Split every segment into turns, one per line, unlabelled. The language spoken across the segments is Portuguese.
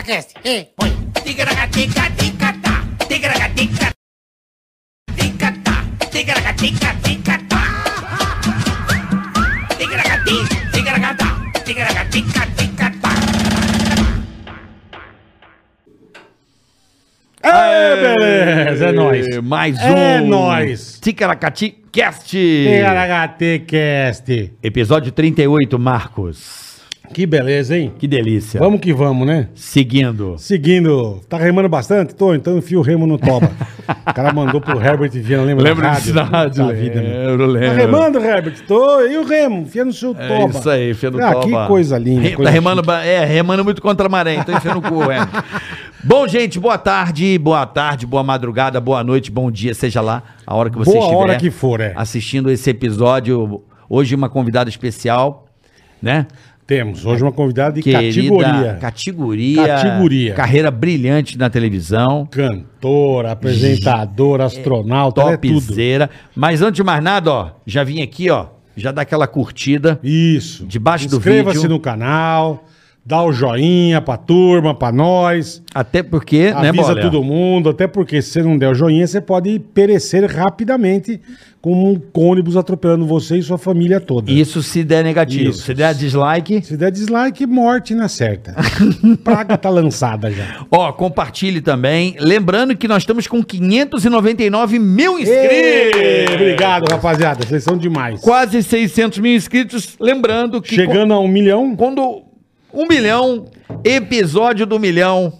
Cast. E põe.
É, beleza, é nóis.
Mais um.
É nóis.
Ticaracati Cast.
THT Cast.
Episódio 38, Marcos.
Que beleza, hein?
Que delícia.
Vamos que vamos, né?
Seguindo.
Seguindo, tá remando bastante? Tô, então enfio o remo no toba. O cara mandou pro Herbert Viana, lembra?
Lembra disso da rádio?
Da vida, né?
Lembro,
Tá
lembro.
remando, Herbert? Tô, e o remo? Enfia no seu
É
toba.
isso aí, Fê do
Ah,
Toba.
que coisa linda.
Re-
coisa
tá remando, ba- é, remando muito contra a maré, então enfiando o cu, é. Bom, gente, boa tarde, boa tarde, boa madrugada, boa noite, bom dia, seja lá a hora que você
Boa
estiver
hora que for, é.
assistindo esse episódio. Hoje uma convidada especial, né?
Temos hoje uma convidada de
Querida,
categoria.
Categoria.
Categoria.
Carreira brilhante na televisão.
Cantora, apresentadora, astronauta, ela é tudo.
Topzera. Mas antes de mais nada, ó, já vim aqui, ó, já dá aquela curtida.
Isso.
Debaixo do
Inscreva-se
vídeo.
no canal, dá o joinha pra turma, pra nós.
Até porque, né,
avisa
Bola?
todo mundo, até porque se você não der o joinha, você pode perecer rapidamente como um cônibus atropelando você e sua família toda.
Isso se der negativo.
Isso.
Se der dislike,
Se der dislike, morte na certa. Praga tá lançada já.
ó, compartilhe também. Lembrando que nós estamos com 599 mil
Ê,
inscritos.
Obrigado, rapaziada. Vocês são demais.
Quase 600 mil inscritos. Lembrando que
Chegando a um milhão,
co- quando um milhão, episódio do milhão,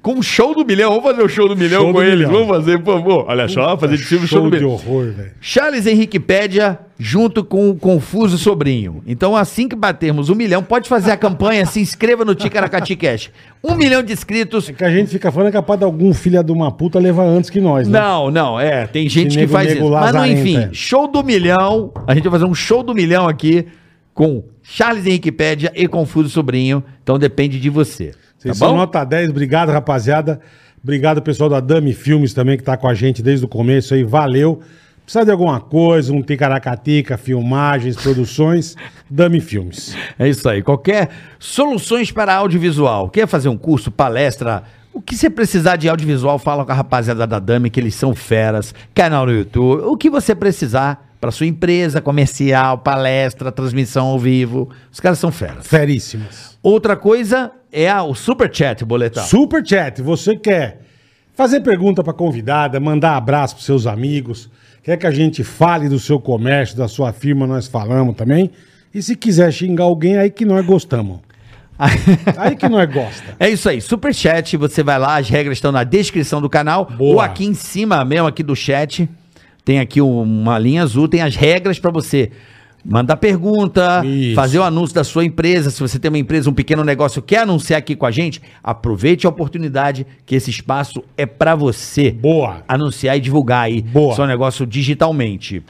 com o show do milhão, vamos fazer o show do milhão
Show
com
do
eles.
milhão.
Vamos fazer, por favor. Olha só, fazer de filme o show do
show de
milhão.
horror, velho.
Charles Henriquepédia junto com o Confuso Sobrinho. Então, assim que batermos um milhão, pode fazer a campanha, se inscreva no Ticaracati Cash. Um milhão de inscritos.
Que a gente fica falando é capaz de algum filho de uma puta levar antes que nós, né?
Não, não, é, tem gente
Esse
que
nego-
faz
nego
isso. Mas, não,
lazarento,
enfim,
é.
show do milhão. A gente vai fazer um show do milhão aqui com Charles Henriquepédia e Confuso Sobrinho. Então, depende de você. tá
Vocês são
bom?
nota 10, obrigado, rapaziada. Obrigado, pessoal da Dami Filmes também, que tá com a gente desde o começo aí. Valeu. Precisa de alguma coisa, um ticaracatica, filmagens, produções, Dami Filmes.
É isso aí. Qualquer soluções para audiovisual. Quer fazer um curso, palestra? O que você precisar de audiovisual, fala com a rapaziada da Dami, que eles são feras. Canal no YouTube. O que você precisar para sua empresa, comercial, palestra, transmissão ao vivo. Os caras são feras.
Feríssimas.
Outra coisa é a- o Super Chat, boletar.
Super Chat, você quer fazer pergunta pra convidada, mandar abraço pros seus amigos, quer que a gente fale do seu comércio, da sua firma, nós falamos também. E se quiser xingar alguém, aí que nós gostamos. Aí que nós gosta.
É isso aí, super chat, você vai lá, as regras estão na descrição do canal
Boa.
ou aqui em cima mesmo aqui do chat. Tem aqui um, uma linha azul, tem as regras para você mandar pergunta,
Isso.
fazer o anúncio da sua empresa, se você tem uma empresa, um pequeno negócio quer anunciar aqui com a gente, aproveite a oportunidade que esse espaço é para você
Boa.
anunciar e divulgar aí
Boa.
seu negócio digitalmente.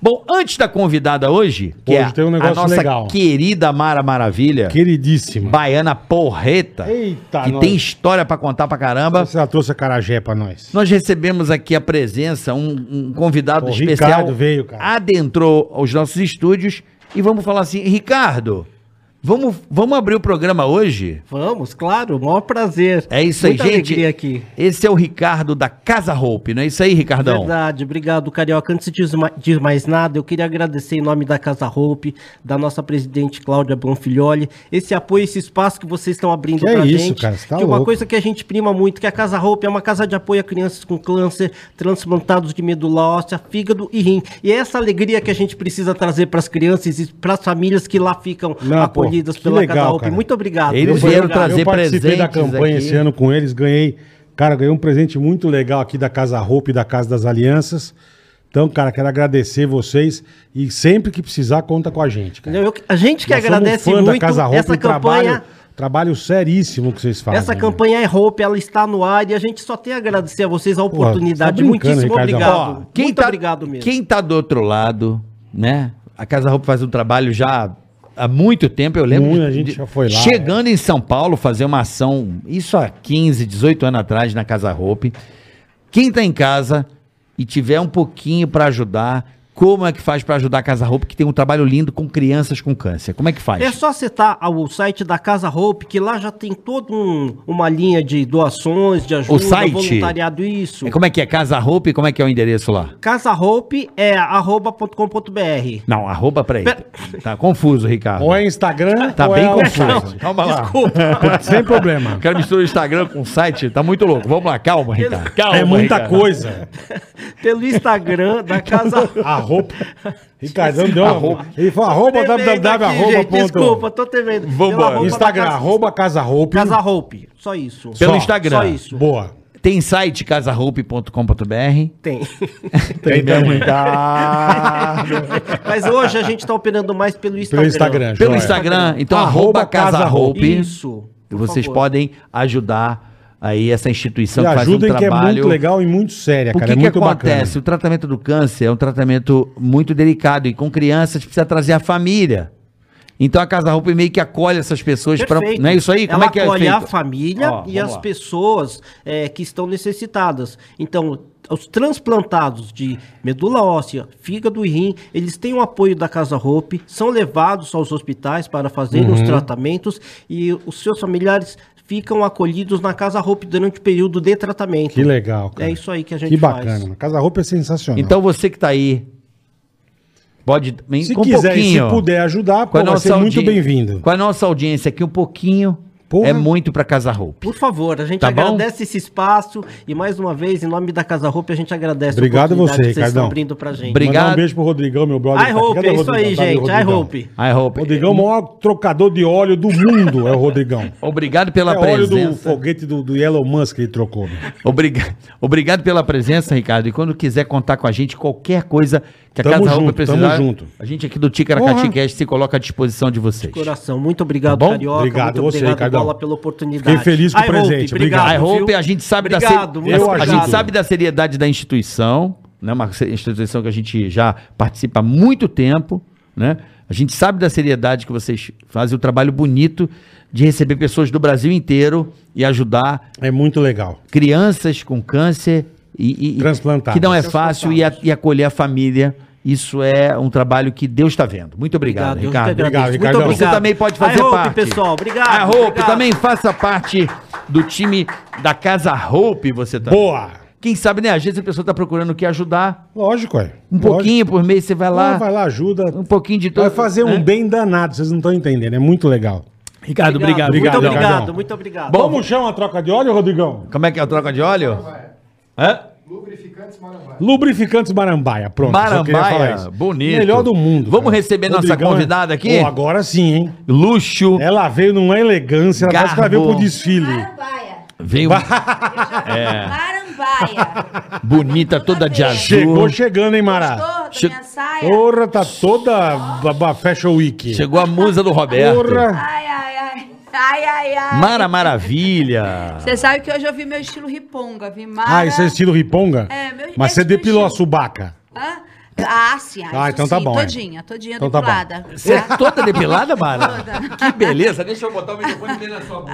Bom, antes da convidada hoje, que
Hoje
é
tem um
a
negócio
nossa
legal.
querida Mara Maravilha,
Queridíssima.
Baiana Porreta,
Eita,
que
nós.
tem história pra contar pra caramba.
Você já trouxe a carajé pra nós.
Nós recebemos aqui a presença, um, um convidado
Pô, o
especial.
Ricardo veio, cara.
Adentrou aos nossos estúdios e vamos falar assim: Ricardo, vamos, vamos abrir o programa hoje?
Vamos, claro, o maior prazer.
É isso aí,
Muita
gente.
alegria aqui.
Esse é o Ricardo da Casa Roupe, não é isso aí, Ricardão?
Verdade, obrigado, Carioca. Antes de ma- de mais nada, eu queria agradecer em nome da Casa Roupe, da nossa presidente Cláudia Bonfilholi, esse apoio, esse espaço que vocês estão abrindo
Que
pra
é isso,
gente.
cara, você tá
que é uma
louco.
coisa que a gente prima muito, que a Casa Roupe é uma casa de apoio a crianças com câncer, transplantados de medula óssea, fígado e rim. E é essa alegria que a gente precisa trazer pras crianças e pras famílias que lá ficam
Não, pô,
acolhidas
que
pela Casa
legal,
Roupe.
cara.
Muito obrigado.
Eles
Muito
vieram
obrigado.
trazer
eu participei da
presentes
campanha
aqui.
esse ano com eles, ganhei. Cara, ganhei um presente muito legal aqui da Casa Roupa e da Casa das Alianças. Então, cara, quero agradecer vocês e sempre que precisar, conta com a gente, cara.
Entendeu? Eu- a gente que
Nós somos
agradece
fã
muito
da Casa Roupa
essa
e trabalho,
campanha.
trabalho seríssimo que vocês fazem.
Essa
né?
campanha é roupa, ela está no ar e a gente só tem a agradecer a vocês a
tá
oportunidade.
brincando,
Muitíssimo
Ricardão.
obrigado.
Ó, quem
Muito
tá,
obrigado mesmo.
Quem tá do outro lado, né? A Casa Roupa faz um trabalho já há muito tempo, eu lembro.
Muito, a gente já foi lá, é.
Chegando em São Paulo, fazer uma ação, isso há 15, 18 anos atrás, na Casa Roupa. Quem tá em casa e tiver um pouquinho para ajudar, Como é que faz para ajudar a Casa Roupa, que tem um trabalho lindo com crianças com câncer? Como é que faz?
É só citar o site da Casa Hope, que lá já tem toda um- uma linha de doações, de ajuda,
O site?
voluntariado, isso.
É, Como é que é? Casa Roupa e como é que é o endereço lá?
Casa Hope é arroba.com.br.
Não, arroba pra ele.
Pera-
Tá confuso, Ricardo.
Ou é Instagram,
Tá
ou
bem
é alguma
confuso.
coisa.
Calma lá.
Sem problema.
O cara mistura o Instagram com o site, tá muito louco. Vamos lá, calma, Ricardo. Calma,
é muita
Ricardo.
coisa.
Pelo Instagram da Casa
A
Hope.
roupa. Ricardão deu uma.
Arroba.
Ele falou arroba
Tremendo
www.
aqui,
arroba
gente,
ponto-
Desculpa, tô tremendo.
Vambora.
Pela arroba da
Instagram,
Casa-
arroba Casa Roupa.
Casa Hope, só isso.
Pelo
Só,
Instagram.
Só isso.
Boa.
Tem site casaroupe.com.br.
Tem.
Tem também.
Mas hoje a gente tá operando mais pelo Instagram.
Pelo Instagram.
Pelo
joia.
Instagram, então
Arroba
arroba casaroupe.
Isso. por
Vocês
favor.
podem ajudar aí essa instituição
E
que faz um
ajudem que é
trabalho.
muito legal e muito séria,
O
cara.
que,
É
que
muito
acontece?
bacana.
O tratamento do câncer é um tratamento muito delicado e com crianças precisa trazer a família. Então a Casa Roupa meio que acolhe essas pessoas para,
Perfeito.
não é isso aí? Como
Ela
é que é
acolhe a
feito?
família
Ó,
e
vamos
as
lá.
pessoas é, que estão necessitadas. Então, os transplantados de medula óssea, fígado e rim, eles têm o apoio da Casa Hope, são levados aos hospitais para fazerem
Uhum.
os tratamentos e os seus familiares ficam acolhidos na Casa Hope durante o período de tratamento.
Que legal, cara.
É isso aí que a gente
Que
faz.
bacana. mano. Casa Roupa é sensacional.
Então você que tá aí pode também,
se
com um
quiser e
pouquinho,
se puder ajudar,
com
pô,
a
vai
nossa
ser muito
audi-
bem-vindo.
Com a nossa audiência aqui um pouquinho
Porra.
é muito para Casa Roupa.
Por favor, a gente
Tá bom?
agradece esse espaço e mais uma vez, em nome da Casa Hope, a gente agradece
Obrigado
a oportunidade
você,
que vocês estão
Ricardão.
abrindo pra gente.
Obrigado.
Mandar um beijo pro Rodrigão, meu brother.
I
Tá-
hope,
Cadê o
é isso aí,
Tá ali o
gente. I
Rodrigão.
hope.
I hope.
Rodrigão, o maior trocador de óleo do mundo é o Rodrigão.
Obrigado pela
é óleo do
presença.
foguete do, do Elon Musk que ele trocou. meu.
Obrigado, obrigado pela presença, Ricardo. E quando quiser contar com a gente, qualquer coisa que a
Tamo
Casa Roupa
junto,
precisar,
tamo junto.
a gente aqui do Ticaracati
Porra.
Cast se coloca à disposição de vocês.
coração. Muito obrigado,
Tá bom?
Carioca.
Obrigado
muito
você, Ricardão.
Bola, pela oportunidade.
Fiquei feliz com o
I hope,
presente.
I
Obrigado,
hope
viu?
a gente sabe
obrigado,
da
muito
ser-
Eu
a
obrigado.
ajudo.
gente sabe da seriedade da instituição, né? Uma se- instituição que a gente já participa há muito tempo, né? A gente sabe da seriedade que vocês fazem o trabalho bonito de receber pessoas do Brasil inteiro e ajudar
É muito legal.
crianças com câncer e, e-
Transplantadas.
que não é fácil e, a- e acolher a família. Isso é um trabalho que Deus está vendo. Muito obrigado,
eu que
Ricardo.
agradeço.
Obrigado,
Muito
Ricardão.
Então, Você também pode fazer
I hope,
parte.
pessoal. Obrigado.
A Hope
obrigado.
também faça parte do time da Casa Hope, você também.
Boa!
Quem sabe, né? Às vezes a pessoa está procurando o que ajudar.
Lógico, é.
Um
Lógico.
pouquinho por mês você vai lá.
Ah, vai lá, ajuda.
Um pouquinho de
Vai
todo.
fazer um
né?
bem danado, vocês não estão entendendo. É muito legal.
Ricardo, obrigado.
Muito
Obrigado,
obrigado,
Ricardão.
muito obrigado.
Bom,
Como chama a troca de óleo, Rodrigão?
Como é que é a troca de óleo? Hã?
Lubrificantes Marambá.
Lubrificantes Marambaia, pronto. só queria falar
Marambaia,
isso.
bonito.
Melhor do mundo.
Vamos
cara.
receber nossa
Rodrigão é-
convidada aqui?
Pô, agora sim, hein?
Luxo.
Ela veio numa elegância, ela parece que ela veio
Garbo.
pro desfile.
Marambaia.
Veio
É. Marambaia.
bonita, toda de azul.
Chegou chegando, hein, Mara?
Gostou da
Che-
minha saia?
Porra, tá toda ba- ba- Fashion Week.
Chegou a musa do Roberto.
Porra.
Ai, ai, ai. Ai, ai, ai.
Mara Maravilha.
Você sabe que hoje eu vi meu estilo riponga, vi Mara...
Ah, isso é estilo riponga?
É, meu-
Mas
é
você
estilo
depilou a
estilo.
subaca.
Hã? Ah, sim.
Ah,
isso
então tá
sim,
bom, é.
Todinha, todinha
Então tá bom.
depilada.
Você é toda depilada, Mara?
Toda.
Que beleza. Deixa eu botar o microfone bem na sua boca.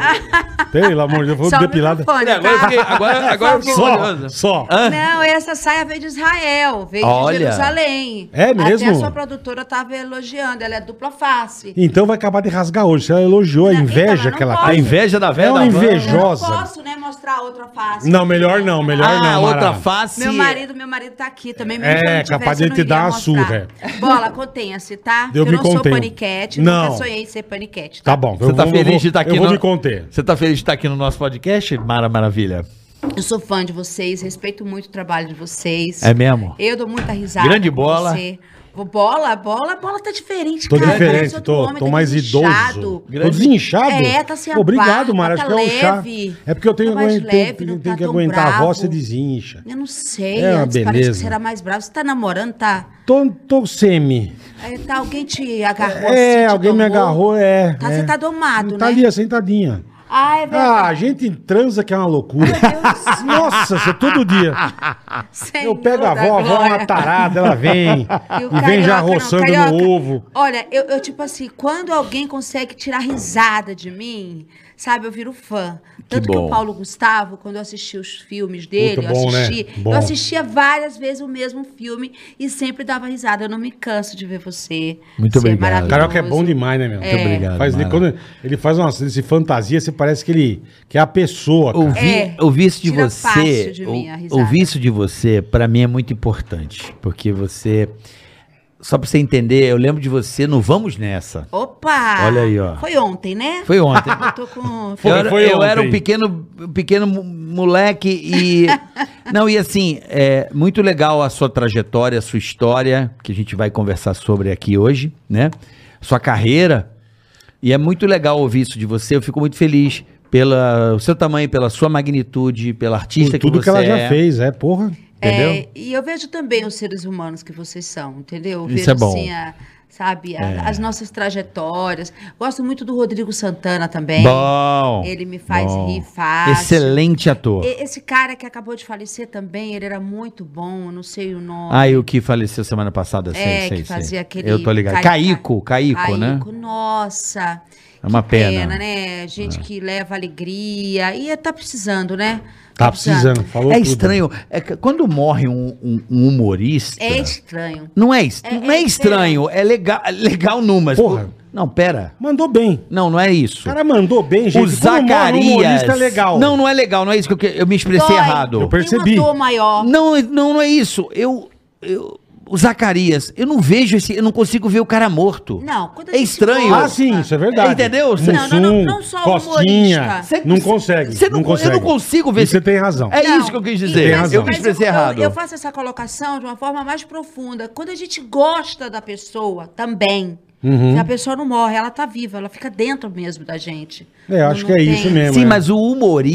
Pelo amor de Deus,
Só o
depilada.
microfone,
É, agora eu
tá?
fiquei- agora- agora eu
Por favor.
Só,
Orgulhosa.
só.
Não, essa saia veio de Israel, veio
Olha.
de Jerusalém.
É mesmo?
Até a sua produtora tava elogiando, ela é dupla face.
Então vai acabar de rasgar hoje. Se ela elogiou a
Não,
inveja
então, eu não
que ela
posso.
A
tem.
inveja da velha.
É uma
da van.
inveja.
Eu não
Invejosa.
posso, né, mostrar outra face.
Não, melhor não, melhor
Ah,
não, Mara.
outra face.
Meu marido, meu marido tá aqui também. mesmo
É,
se eu não tivesse,
capaz
eu
dele
não
te
iria
dar uma
mostrar.
surra,
Bola, contenha-se, tá?
Eu
Porque
me
não
contenho.
sou paniquete,
Não.
nunca sonhei em ser paniquete.
Tá bom.
Você tá feliz de estar aqui
Eu vou
no-
me conter.
Você tá feliz de estar aqui no nosso podcast, Mara Maravilha?
Tá.
Eu sou fã de vocês, respeito muito o trabalho de vocês.
É mesmo?
Eu dou muita risada.
Grande
com
bola.
você. Ô, Bola, bola, bola tá diferente,
Tô
cara. Parece
diferente,
outro
tô,
homem,
tô
tá
mais
desinchado.
idoso. Tô
Grande.
desinchado?
É, tá sem a
Obrigado,
barba,
Mara. Acho
tá
que é o chá.
leve.
É porque eu tenho,
Tá mais
aguento-
leve,
tenho-
não
tenho
tá
que
tão
aguentar a voz,
bravo.
você desincha.
Eu não sei,
É uma
antes parece
beleza.
que você era mais bravo. Você tá namorando, tá?
Tô, tô semi.
É, tá, alguém te agarrou assim,
É,
te
alguém me
domou?
agarrou, é.
Tá,
é.
você tá domado,
Tá
né?
ali, sentadinha.
Ah,
Ah,
é
a
verdade.
gente transa que é uma loucura. Nossa, você todo dia.
Senhor
Eu pego a avó,
da
a avó é
glória.
uma tarada, ela vem.
E o
E vem já
carioca não,
roçando
carioca,
no ovo.
Olha, eu, eu, tipo assim, quando alguém consegue tirar risada de mim, sabe, eu viro fã. Tanto que
bom.
o Paulo Gustavo, quando eu assisti os filmes dele,
Muito bom,
eu
né?
assisti,
Bom.
eu assistia várias vezes o mesmo filme e sempre dava risada. Eu não me canso de ver você.
Muito
Você
obrigado.
maravilhoso.
Carioca é bom demais, né, meu?
Muito
obrigado,
Faz,
Mara.
quando ele faz uma ele se fantasia, você parece que ele que é a pessoa. cara.
Ouvir,
É,
ouvir isso de
tira
você,
fácil de
ou-
mim a risada.
ouvir isso de você, pra mim é muito importante, porque você só pra você entender, eu lembro de você no Vamos Nessa.
Opa!
Olha aí, ó.
Foi ontem, né?
Foi ontem.
Eu tô com.
Foi,
eu era,
foi
eu era
ontem.
um pequeno, um pequeno mo- moleque e. Não, e assim, é muito legal a sua trajetória, a sua história, que a gente vai conversar sobre aqui hoje, né? Sua carreira. E é muito legal ouvir isso de você. Eu fico muito feliz pelo seu tamanho, pela sua magnitude, pela
Por
artista
tudo
que você
que ela já
é.
fez, é, porra.
É,
Entendeu?
e eu vejo também os seres humanos que vocês são, entendeu? Eu
Isso
vejo,
é bom. É.
assim, a- sabe, a- as nossas trajetórias. Gosto muito do Rodrigo Santana também.
Bom.
Ele me faz
bom.
rir fácil.
Excelente ator.
E- Esse cara que acabou de falecer também, ele era muito bom, eu não sei o nome.
Ah, e o que faleceu semana passada, sei,
um É,
sei,
que
sei.
fazia aquele
Eu tô ligado. Caico,
carica-
Caico, né?
Caico, nossa.
É uma
que
pena. É.
né? Gente que leva alegria. E é- tá precisando, né?
Tá precisando. Falou
É
tudo.
estranho. É que quando morre um, um- um humorista.
É estranho.
Não é, est-
É-
não é
é
estranho, é legal, é legal numa. mas-
Porra.
Não, pera.
Mandou bem.
Não, não é
O
isso.
cara mandou bem, gente.
o
Quando morre um
Zacarias.
humorista é legal.
Não, não é legal, não é isso que eu, que- eu me expressei
Dói.
errado.
Eu percebi.
Tem uma dor maior.
Não, não, não é isso. Eu, eu. O Zacarias, eu não vejo esse. Eu não consigo ver o cara morto.
Não, quando a
É
gente
estranho.
morre-
Ah, sim, isso é verdade.
Entendeu?
Mussum,
Não, não, não, não só
Costinha.
humorista. Cê-
não consegue.
Você não,
não consegue.
Eu não consigo ver
E você tem razão.
É
Não,
isso que eu quis
e-
dizer.
mas-
eu me
mas
expressei
eu-
errado.
Eu, faço essa colocação de uma forma mais profunda. Quando a gente gosta da pessoa também,
Uhum.
se a pessoa não morre, ela tá viva, ela fica dentro mesmo da gente.
É, eu acho
Não-
que é
não tem-
isso mesmo.
Sim,
é.
mas o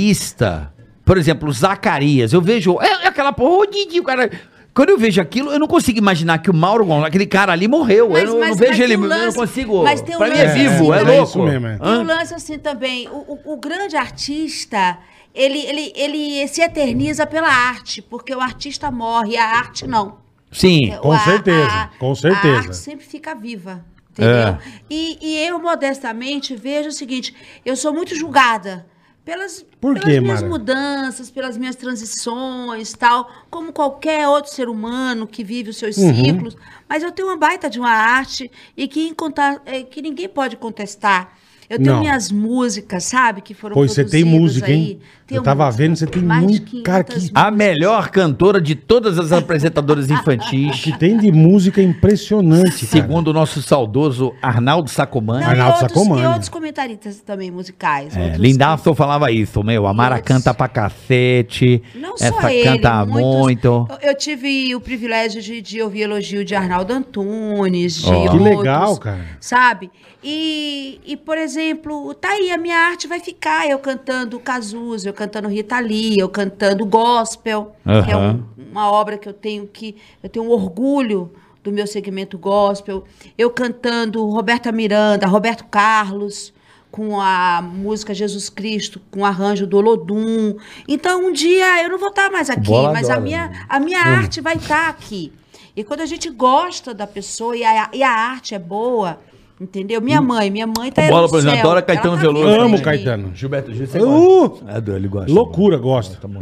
humorista, por exemplo, o Zacarias, eu vejo. É, é aquela porra, ô, Didi, o cara. Quando eu vejo aquilo, eu não consigo imaginar que o Mauro Gonçalves, aquele cara ali morreu. eu não, não vejo
tem
ele,
um
eu não
lance-
consigo.
mas tem um
pra mim é
lance
vivo,
assim
é
também.
louco.
isso mesmo, é.
Tem um lance assim também. O, o- o grande artista, ele, ele, ele se eterniza pela arte, porque o artista morre, a arte não.
Sim.
Com
A-
certeza, com certeza.
A arte sempre fica viva, entendeu?
É.
E, e eu, modestamente, vejo o seguinte, eu sou muito julgada pelas,
Por
pelas
quê,
minhas
Mara?
mudanças, pelas minhas transições tal, como qualquer outro ser humano que vive os seus
Uhum.
ciclos, mas eu tenho uma baita de uma arte e que, em conta- eh, que ninguém pode contestar. Eu tenho
Não.
minhas músicas, sabe, que foram
Pô, e você tem
produzidas
música, hein?
aí. Tenho
Eu tava
música,
vendo, você tem
mais de
muito- cara, que-
500
A melhor cantora de todas as apresentadoras
O
infantis,
que tem de música é impressionante, cara.
segundo o nosso saudoso Arnaldo Sacomani.
Não,
Arnaldo
e, outros,
Sacomani.
e outros comentaristas também musicais.
É,
outros-
Lindaço falava isso, meu. A Mara
Isso.
canta pra cacete.
Não só
essa
ele,
canta
muitos-
muito.
Eu, eu tive o privilégio de, de ouvir elogio de Arnaldo Antunes, de
Ó.
Que
outros,
legal, cara.
Sabe? E, e, por exemplo, tá aí, a minha arte vai ficar. Eu cantando Cazuza, eu cantando Rita Lee, eu cantando gospel, que é
Aham.
um- uma obra que eu tenho que... Eu tenho um orgulho do meu segmento gospel. Eu cantando Roberta Miranda, Roberto Carlos com a música Jesus Cristo, com o arranjo do Olodum. Então, um dia eu não vou estar mais aqui,
Bola
mas a
adora,
minha,
né?
a minha arte vai estar aqui. E quando a gente gosta da pessoa e a, e a arte é boa, entendeu? Minha mãe, minha mãe tá
Hum. A
no
Bola, por exemplo,
céu,
adora
ela tá
Caetano
viva né?
Veloso.
em
Amo
mim.
Caetano.
Gilberto Gil, você
Uh!
gosta? Adoro, ele gosta.
Loucura, gosto.
Tá bom.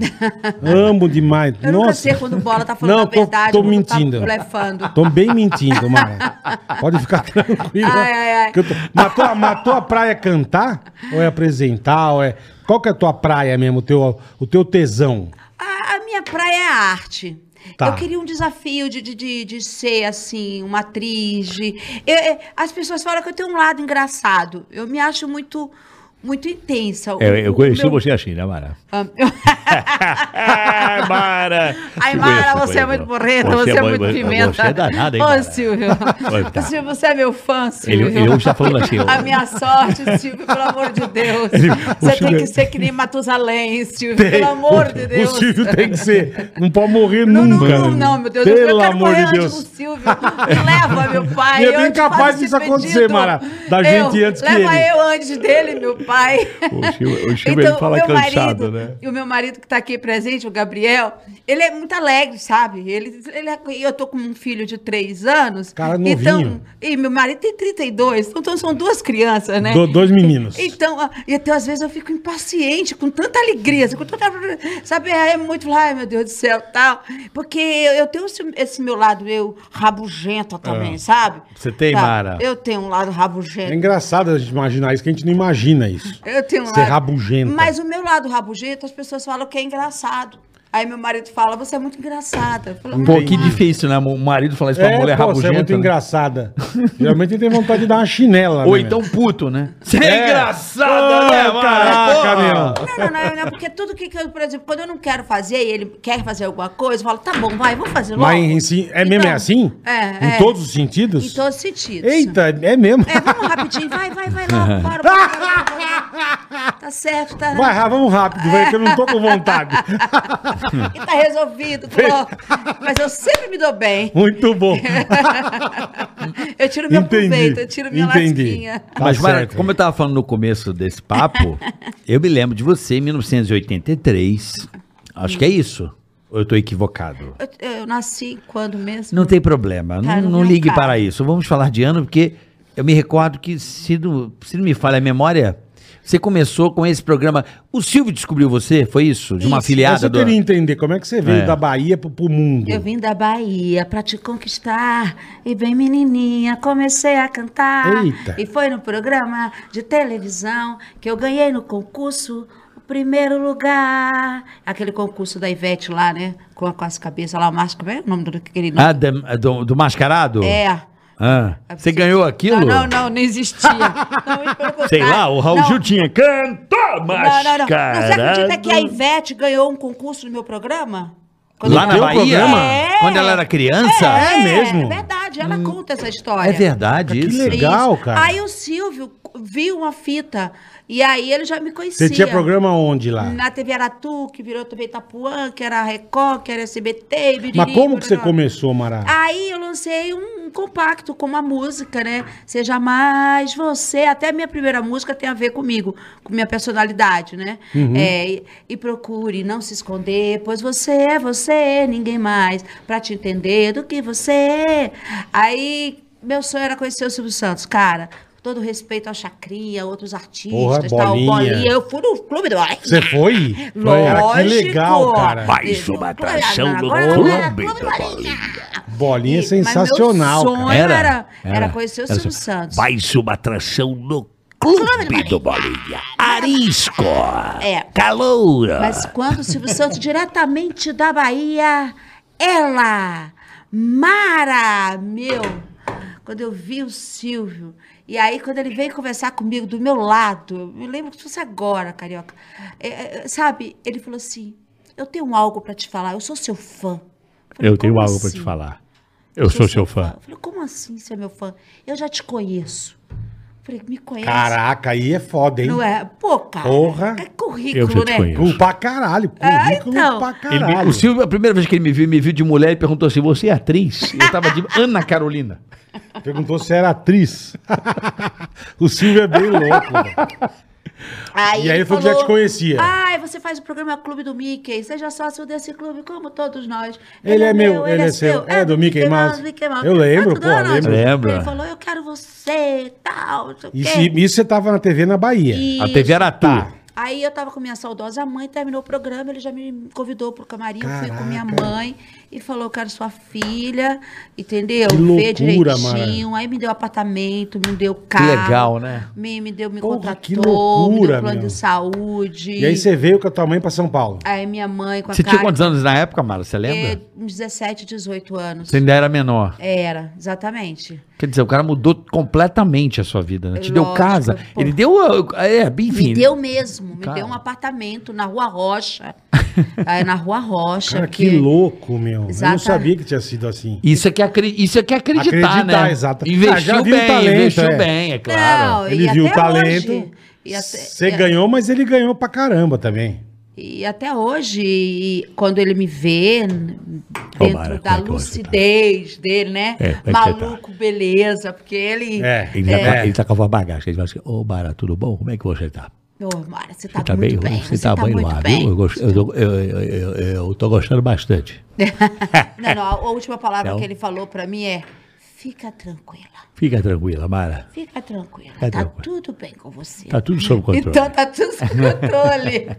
Amo demais.
Eu
Nossa.
nunca sei quando o Bola tá falando
Não,
a
tô-
verdade,
tô
quando
mentindo.
tá blefando.
Tô bem mentindo, Mara. Pode ficar tranquilo.
Ai, ai, ai.
Que eu tô- Matou, a- matou a praia cantar? Ou é apresentar? Ou é... Qual que é a tua praia mesmo, o teu, o teu tesão?
A, a minha praia é a arte.
Tá.
Eu queria um desafio de, de, de, de ser, assim, uma atriz. de- eu- eu- as pessoas falam que eu tenho um lado engraçado. Eu me acho muito, muito intensa. O-
É, eu
o
conheci
meu-
você assim, né, Mara?
Ah,
Ai, Mara!
Ai,
Te
Mara,
conheço,
você é
conheço.
muito porreta, você, é
bom,
muito
você-
pimenta.
Você é danada, hein,
Ô,
Mara?
Silvio,
Olha, tá.
Silvio, você é meu fã, Silvio.
Ele- ele hoje tá falando assim, ó.
A minha sorte, Silvio, pelo amor de Deus. você tem que ser que nem Matusalém, Silvio, pelo amor de Deus.
O Silvio tem que ser. Não pode morrer
Não, não,
nunca.
não, não, meu Deus.
Pelo
eu quero
amor
morrer
de
antes
Deus.
do Silvio. Me leva, meu pai.
E é bem
te
capaz
faço
disso
esse
acontecer,
pedido.
Mara, da gente antes que
leva
ele.
eu antes dele, meu pai.
O Silvio, o Silvio, ele fala
Então, meu
cansado,
marido,
né?
E o meu marido que está aqui presente, o Gabriel, ele é muito alegre, sabe? Ele, ele é- eu tô com um filho de três anos.
Cara novinho.
então, e meu marido tem 32, então são duas crianças, né?
Do- dois meninos.
Então, ah, e até às vezes eu fico impaciente, com tanta alegria, assim, com tanta, sabe, é muito, ai meu Deus do céu, tal, porque eu, eu tenho esse, esse meu lado, eu rabugenta também,
Ah.
sabe?
Você tem,
Tá,
Mara?
Eu tenho um lado
É
rabugento.
engraçado a gente imaginar isso, que a gente não imagina isso.
Eu tenho um
Ser é rabugenta.
Mas o meu lado rabugento, as pessoas falam que é engraçado. Aí meu marido fala, você é muito engraçada. Eu falo,
Um
Pô,
"Ah,
que difícil, né? O marido falar isso pra mulher
pô, você é
rabugenta.
muito
né?
engraçada. Geralmente tem vontade de dar uma chinela.
Ou
né,
então
meu?
puto, né? Você
É. Ô,
né,
Caraca, meu.
Não, não, não, não, porque tudo que, que eu, por exemplo, quando eu não quero fazer e ele quer fazer alguma coisa, eu falo, tá bom, vai, vamos fazer logo.
Mas em si- é mesmo
Então,
é assim?
É,
Em
é.
todos os sentidos?
Em todos os sentidos.
Eita, é mesmo.
É, vamos rapidinho, vai, vai, vai logo, bora, bora, bora, bora, bora. Tá certo, tá.
Vai, Rafa, vamos rápido, velho, que eu não tô com vontade.
E tá resolvido, pronto. Mas eu sempre me dou bem.
Muito bom.
Eu tiro meu proveito,
Entendi.
eu tiro minha
Entendi.
lasquinha.
Tá
Mas, Mara,
certo.
como é eu tava falando no começo desse papo, eu me lembro de você em 1983. Acho que é isso. Ou eu tô equivocado?
Eu, eu nasci quando mesmo?
Não tem problema.
Tá,
não
não
não
é o
ligue
caso.
para isso. Vamos falar de ano, porque eu me recordo que, se não, se não me falha a memória, você começou com esse programa. O Silvio descobriu você, foi isso? De uma
Isso.
Mas
afiliada
eu
do.
queria entender como é que você veio
É.
da Bahia pro, pro mundo.
Eu vim da Bahia pra te conquistar e bem menininha comecei a cantar.
Eita.
E foi no programa de televisão que eu ganhei no concurso o primeiro lugar. Aquele concurso da Ivete lá, né? Com, com as cabeças lá, o Márcio, como é o nome do aquele nome?
Ah, da- do, do mascarado?
É.
Ah, você ganhou aquilo?
Não, não, não, não existia. Não, muito pelo contrário.
Sei lá, o Raul
Não,
Gil tinha cantou
Não, não, não.
mascarado.
Não, Você acredita que a Ivete ganhou um concurso no meu programa? Quando
Lá
eu-
na
teu
Bahia?
programa?
É.
Quando ela era criança?
É mesmo?
É verdade, ela conta essa história.
É verdade
Que
isso.
legal. cara.
Aí o Silvio viu uma fita e aí ele já me conhecia.
Você tinha programa onde lá?
Na TV Aratu, que virou TV Itapuã, que era Record, que era SBT, biriri,
Mas como que você
blá, blá, blá.
começou, Mara?
Aí eu lancei um compacto com uma música, né? Seja mais você. Até a minha primeira música tem a ver comigo, com minha personalidade, né?
Uhum.
É, e, e procure não se esconder, pois você é você, ninguém mais, pra te entender do que você é. Aí meu sonho era conhecer o Silvio Santos, cara. Todo respeito ao Chacrinha, outros artistas,
Porra,
tal,
Bolinha.
bolinha. Eu fui no clube do.
Você foi? Foi,
Lógico.
que legal, cara.
Mais uma atração é do
Clube do
Bolinha é
Mas meu
sensacional.
sonho
cara.
era,
Era,
era,
era.
conhecer o
Era
Silvio
só-
Santos.
Mais uma atração no Clube do Bolinha. Arisco.
É.
Caloura.
Mas quando o Silvio Santos, diretamente da Bahia, ela, Mara, meu, quando eu vi o Silvio, e aí quando ele veio conversar comigo do meu lado, eu me lembro que se fosse agora, Carioca, é, é, sabe, ele falou assim, eu tenho algo pra te falar, eu sou seu fã. falei,
Eu tenho
"Como
algo pra te
assim? é
falar. Eu sou seu fã.
Eu falei, como assim você é meu fã? Eu já te conheço. Eu falei, me conhece?
Caraca, aí é foda, hein?
Não é? Pô, cara.
Porra.
É
Eu já
currículo,
te
né?
conheço.
Cu pra caralho. Currículo
então.
pra
Ele me-
caralho.
o Silvio, a primeira vez que ele me viu, me viu de mulher e perguntou assim: Você é atriz? Eu tava de Ana Carolina.
Perguntou se era atriz. o Silvio é bem louco. velho.
Aí
E aí ele falou que já te conhecia.
Ai, você faz o programa Clube do Mickey. Seja sócio desse clube, como todos nós.
Ele é meu, ele é seu. É do Mickey Mouse. Eu
Tá
lembro, pô, lembro.
Lembro.
Ele falou, eu quero você e tal, não sei o
Isso,
quê.
isso você tava na TV na Bahia.
E
A TV era tá.
Aí eu tava com minha saudosa mãe, terminou o programa, ele já me convidou pro camarim, eu fui com
Caraca.
minha mãe e falou, eu quero sua filha, entendeu?
Que
Vê
loucura,
direitinho, aí me deu apartamento, me deu carro.
legal, né?
Me, me deu, me
Porra,
contratou,
que
me
loucura,
deu plano
meu.
de saúde.
E aí você veio com a tua mãe pra São Paulo.
Aí minha mãe com a
Você tinha
Karen,
quantos anos na época, Mara? Você
eh,
lembra?
Uns 17, 18 anos.
Você ainda era menor.
Era, exatamente.
Quer dizer, o cara mudou completamente a sua vida, né? Te deu
Lógico,
casa.
pô.
Ele deu. É, enfim.
Me deu mesmo, me
Cara.
deu um apartamento na Rua Rocha. aí na Rua Rocha.
Cara, que louco, meu. Eu não
Exata-
sabia que tinha sido assim.
Isso é que, acri- isso é que acreditar,
Acreditar,
né?
exato. Ah,
Investiu
já viu o
bem,
talento,
investiu
é.
bem, é claro.
Claro.
Ele viu o talento. Você ganhou, mas ele ganhou pra caramba também.
E até hoje, e quando ele me vê, n-
Ô,
dentro
Mara, como
da
é que você tá?
lucidez dele, né?
É, como é que você
Maluco, beleza, porque ele.
É.
Ele, tá, com- ele tá com a bagagem. Ele vai assim, ô, Bara, tudo bom? Como é que você tá?
Meu armário, você tá,
Você tá bem,
muito
ruim,
bem.
você tá bem lá, viu? Eu, gosto- eu, tô- eu, eu, eu- eu tô gostando bastante.
Não, não, a última palavra
Não.
que ele falou pra mim é: fica tranquila,
Fica tranquila, Mara.
fica tranquila.
Fica
tá
tranquila.
tudo bem com você.
Tá tudo sob controle.
Então tá tudo sob controle.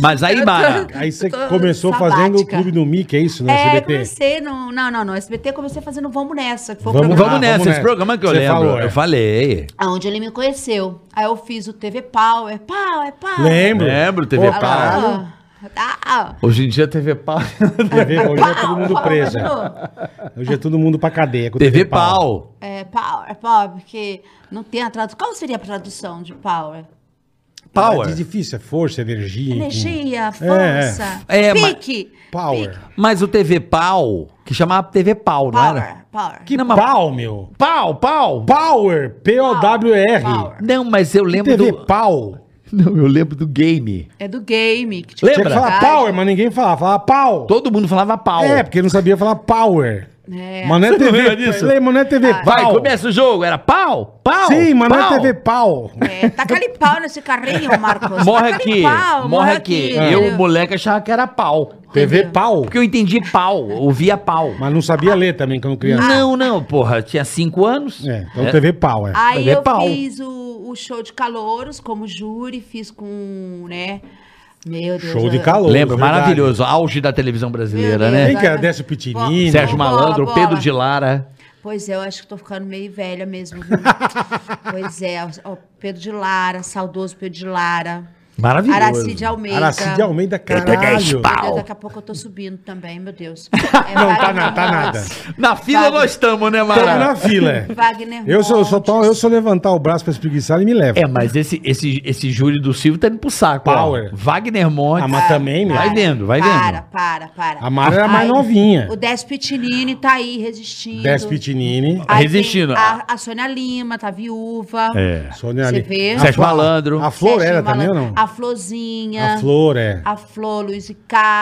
Mas aí,
Eu tô-
Mara,
Aí você
tô
começou fazendo o
sabática.
clube do Mickey, é isso, né,
É,
SBT?
comecei no. Não, não, no SBT comecei fazendo Vamos Nessa, que foi
Vamos
o
Vamos
programa
Ah,
nessa,
vamos
esse
nessa.
programa que eu
Você
lembro.
falou, é.
Eu falei.
onde ele me conheceu. Aí eu fiz o TV Power, Power, Power.
Lembro.
Lembro, TV
Pô,
Alô?
Power.
caralho,
é Ah,
Hoje em dia TV Pau.
TV, hoje é todo
Power,
mundo
Power,
preso.
não.
Hoje é todo mundo pra cadeia. com
TV Pau.
É, Power, Power, porque não tem a tradução. Qual seria a tradução de Power?
É
Power.
difícil, é força, energia. enfim.
Energia, força,
É, mas-
pique.
Power.
Pique.
é. Mas o TV Pau, que chamava TV Pau, não era?
Power, power.
Que
Não, mas-
pau, meu.
Pau, pau.
Power, P-O-W-R.
Power.
Não, mas eu lembro
TV
do.
pau.
Não, eu lembro do game.
É do game. Que
Lembra?
Tinha que falar
Verdade.
power, mas ninguém falava. Falava pau.
Todo mundo falava pau.
É, porque não sabia falar power.
É.
Mas não é
Você não
TV.
lembra disso?
Lembra, Mas não é TV
Ah. Vai,
pau.
começa o jogo. Era pau? Pau?
Sim, mas não
pau.
é TV pau.
É, taca ali pau nesse carrinho, Marcos.
Morre
Taca ali
aqui.
pau,
morre aqui. Eu,
entendeu?
moleque, achava que era pau.
TV pau.
Porque eu entendi pau. Ouvia pau.
Ah.
Mas não sabia ler também quando criança.
Não, não, porra. Tinha cinco anos.
É, então TV pau, é.
Aí
Fazer
eu
pau.
fiz o, o show de calouros como júri, fiz com, né? Meu Deus.
Show de
eu-
calor.
Lembro,
verdade.
maravilhoso. Auge da televisão brasileira,
Meu
né?
Deus,
Quem que era?
Exatamente.
Décio Pitinini.
Bom,
Sérgio
Bola,
Malandro,
bola.
Pedro de Lara.
Pois é, eu acho que tô ficando meio velha mesmo. viu? pois é, ó, Pedro de Lara, saudoso Pedro de Lara.
Maravilhoso.
Aracide Almeida.
Aracide Almeida,
Eu tô dez
caralho.
Meu Deus,
pau.
daqui a pouco eu tô subindo também, meu Deus. É
Não, tá na- tá nada.
Na fila
Sabe?
nós estamos, né,
Tamo
Mara?
na fila. é.
Wagner
Eu sou, eu só
Montes.
tô, eu sou levantar o braço pra espreguiçar e me leva.
É, mas esse, esse, esse júri do Silvio tá indo pro saco.
Power.
ó. Wagner Montes.
Ah, mas também, meu.
Vai vendo, vai
para,
vendo.
Para, para,
A Mara era mais
Aí,
novinha.
O Despitinini tá aí resistindo.
Décio Pitinini.
Aí tem
Resistindo.
A, a Sônia Lima tá viúva.
É.
Sônia
Você
ali.
vê?
A
Sérgio
Fla-
Malandro.
A Flor
Sérgio
era também ou
Malandro.
não?
A Florzinha.
A Flor, é.
a Flor, Luiz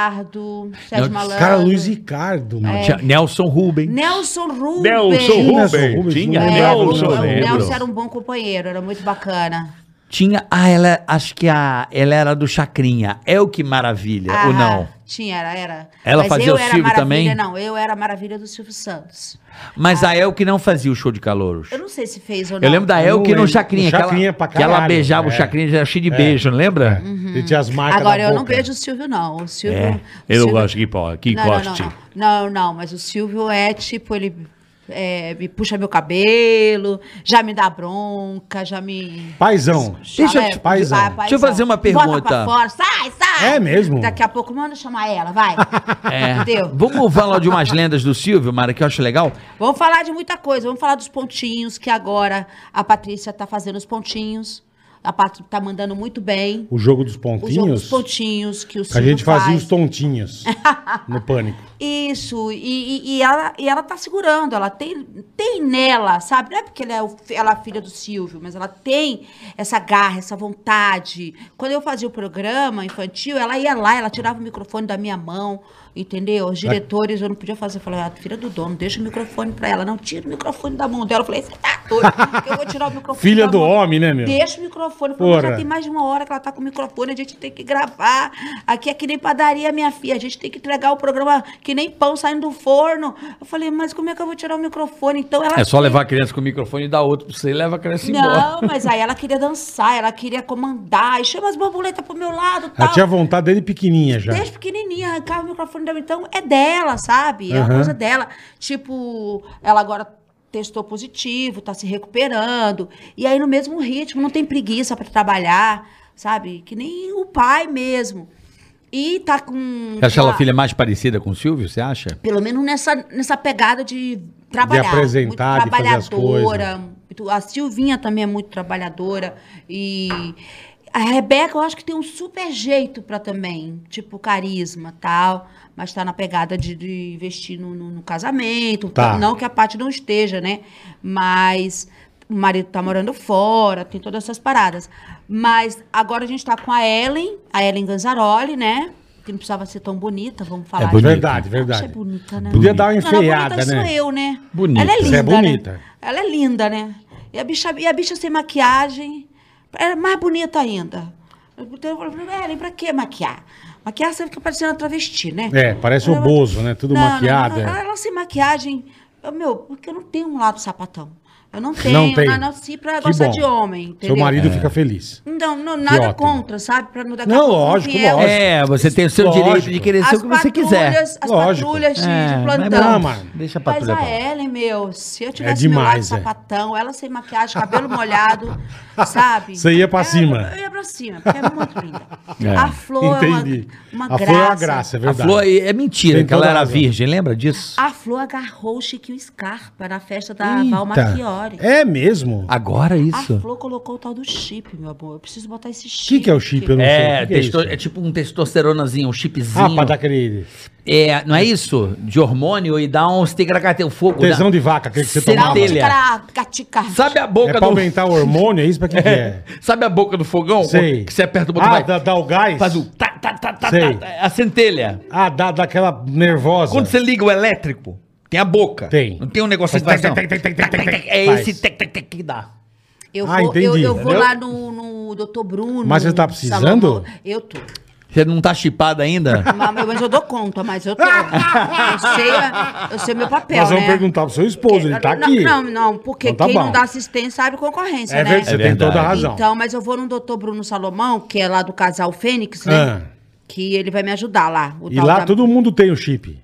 Ricardo. Sérgio
Não,
Malandro.
Cara, Luiz Ricardo,
É.
mano.
Tinha Nelson Rubens.
Nelson Rubens.
Rubens.
É,
Tinha
o,
Nelson,
o
lembro.
Nelson era um bom companheiro, era muito bacana.
Tinha. Ah, ela. Acho que a, ela era do Chacrinha. É o que maravilha, ou não?
Ah, Tinha, era. era.
Ela fazia
eu
o
era
Silvio
maravilha,
também?
Não, eu era a maravilha do Silvio Santos.
Mas a El que não fazia o show de calouros.
Eu não sei se fez ou não.
Eu lembro da El que
lembro.
no Chacrinha.
No
que ela-
Chacrinha pra
que ela
caralho,
beijava o
é.
Chacrinha, já era cheio de beijo, não lembra?
Uhum.
Ele tinha as marcas
Agora,
da
eu não
boca.
vejo o Silvio, não. O Silvio.
É,
o
eu
Silvio-
gosto que po- que
não, não,
goste.
Não, não, não, não, mas o Silvio é tipo, ele é, me puxa meu cabelo, já me dá bronca, já me.
Paizão.
Deixa eu
Chama-
te-
paizão.
é, vai,
Deixa eu fazer uma
Bota
pergunta.
pra fora, sai, sai!
É mesmo?
Daqui a pouco manda chamar ela, vai.
É.
Entendeu?
Vamos falar de umas lendas do Silvio, Mara, que eu acho legal.
Vamos falar de muita coisa. Vamos falar dos pontinhos que agora a Patrícia tá fazendo os pontinhos. A Patrícia tá mandando muito bem.
O jogo dos
O jogo dos
pontinhos.
pontinhos que o
a
Silvio
gente fazia
faz.
os tontinhos no pânico.
Isso, e, e- e ela, e ela tá segurando, ela tem, tem nela, sabe? Não é porque ela é, o fi- ela é filha do Silvio, mas ela tem essa garra, essa vontade. Quando eu fazia o programa infantil, ela ia lá, ela tirava o microfone da minha mão, entendeu? Os diretores, eu não podia fazer, eu falava, ah, filha do dono, deixa o microfone pra ela. Não, tira o microfone da mão dela. Eu falei, você tá doido, que eu vou tirar o microfone
Filha
da
do
mão
homem, né, meu?
Deixa o microfone. Eu Falei, mas
Porra.
já tem mais de uma hora que ela tá com o microfone, a gente tem que gravar. Aqui é que nem padaria, minha filha. A gente tem que entregar o programa que nem pão saindo do forno. Eu falei, mas como é que eu vou tirar o microfone? Então ela.
É só
tem-
levar a criança com o microfone e dar outro pra você e leva a criança embora.
Não, mas aí ela queria dançar, ela queria comandar, e chama as borboletas pro meu lado
Ela
tal.
tinha vontade dele pequenininha já.
Desde pequenininha, arrancava o microfone dela. Então, é dela, sabe? É uma
Aham.
coisa dela. Tipo, ela agora testou positivo, tá se recuperando. E aí, no mesmo ritmo, não tem preguiça pra trabalhar, sabe? Que nem o pai mesmo. E tá com...
Você acha
sei
ela
lá,
a filha mais parecida com o Silvio, você acha?
Pelo menos nessa, nessa pegada de trabalhar.
De apresentar,
muito
de fazer as
trabalhadora. muito- a Silvinha também é muito trabalhadora. E a Rebeca, eu acho que tem um super jeito pra também, tipo carisma tal. Mas tá na pegada de, de investir no, no- no casamento.
Tá.
Não que a parte não esteja, né? Mas o marido tá morando fora, tem todas essas paradas. Mas agora a gente tá com a Ellen, a Ellen Ganzaroli, né? Que não precisava ser tão bonita, vamos
É
falar.
bonita.
Verdade,
Verdade.
verdade.
é bonita, né?
Podia dar uma
Não, não,
enfeiada,
bonita sou
né?
eu, né?
Bonita.
Ela é
Você
linda,
é bonita.
né? Ela é linda, né? E a bicha, e a bicha sem maquiagem, ela é mais bonita ainda. Então eu falei, Ellen, pra que maquiar? Maquiar você fica parecendo uma travesti, né?
É, parece o
Ela-
Bozo, né? Tudo
Não, não, não,
maquiado.
não,
é.
Ela sem maquiagem. eu, meu, porque eu não tenho um lado sapatão. Eu não tenho.
Não tem.
Eu nasci pra
Que
gostar
bom.
de homem, entendeu?
Seu marido fica feliz.
Não, não, nada
ótimo.
contra, sabe? Pra não daqui
Não,
a pouco
lógico,
vier o-
lógico.
É, você tem o É, seu
Lógico.
direito de querer ser o que você quiser.
As
Lógico.
patrulhas de, de
É, mas
plantão.
não, mano.
Deixa a
Mas é.
patrulha.
a
pra lá.
Ellen, meu, se eu tivesse
demais,
meu
é.
lado sapatão, ela sem maquiagem, cabelo molhado, sabe?
Você ia pra
É,
cima.
Eu ia pra cima, porque é muito linda.
É.
A Flor
Entendi.
é uma, uma
a
graça.
flor é uma graça, é
A
verdade.
Flor é é mentira,
Tem
que ela
toda
era
razão.
virgem, lembra disso?
A Flor agarrou o Chiquinho Scarpa na festa da
Eita.
Val Marchiori.
É mesmo?
Agora é
A
isso.
Flor colocou o tal do chip, meu amor. Eu preciso botar esse
O
chip.
que, que é o chip? Eu não sei.
É,
O que que é
testo-
isso?
é tipo um testosteronazinho, um
Ah,
chipzinho.
pra dar aquele
É, não é isso? De hormônio e dá um, uns tigrecateu fogo.
tesão
dá-
de vaca, aquele que você
Dá um
tomava.
Centelha.
É
ticra- catica-
Sabe a boca
pra
do
aumentar o hormônio, é isso? Pra que, que é?
Sabe a boca do fogão?
Sei.
Que você aperta o botão
Ah,
vai-
dá, dá o gás?
faz o tá, tá, tá, tá,
Sei.
tá, tá, a centelha.
Ah, dá, dá aquela nervosa.
Quando você liga o elétrico, tem a boca.
Tem.
Não tem um negócio que
Faz
faz,
tec,
não.
tec, tec, tec, tec, tec, tec,
É
faz.
esse tec, tec, tec que dá.
Eu
Ah,
vou, eu,
entendi.
eu vou
Entendeu?
lá no, no Dr. Bruno.
Mas você tá
no
precisando?
Salomão. Eu tô.
Você não tá chipado ainda?
Mas mas eu dou conta, mas eu tô. Eu sei, a- eu sei o meu papel,
Nós vamos
né?
perguntar pro seu esposo, ele tá
não,
aqui.
Não, não, porque
Então tá
quem
bom.
não dá assistência abre concorrência,
É
né?
verdade, você
É
tem toda a
verdade.
razão.
Então, mas eu vou no doutor Bruno Salomão, que é lá do casal Fênix, né?
Ah.
Que ele vai me ajudar lá. o
e
tal
lá
da-
todo mundo tem o chip.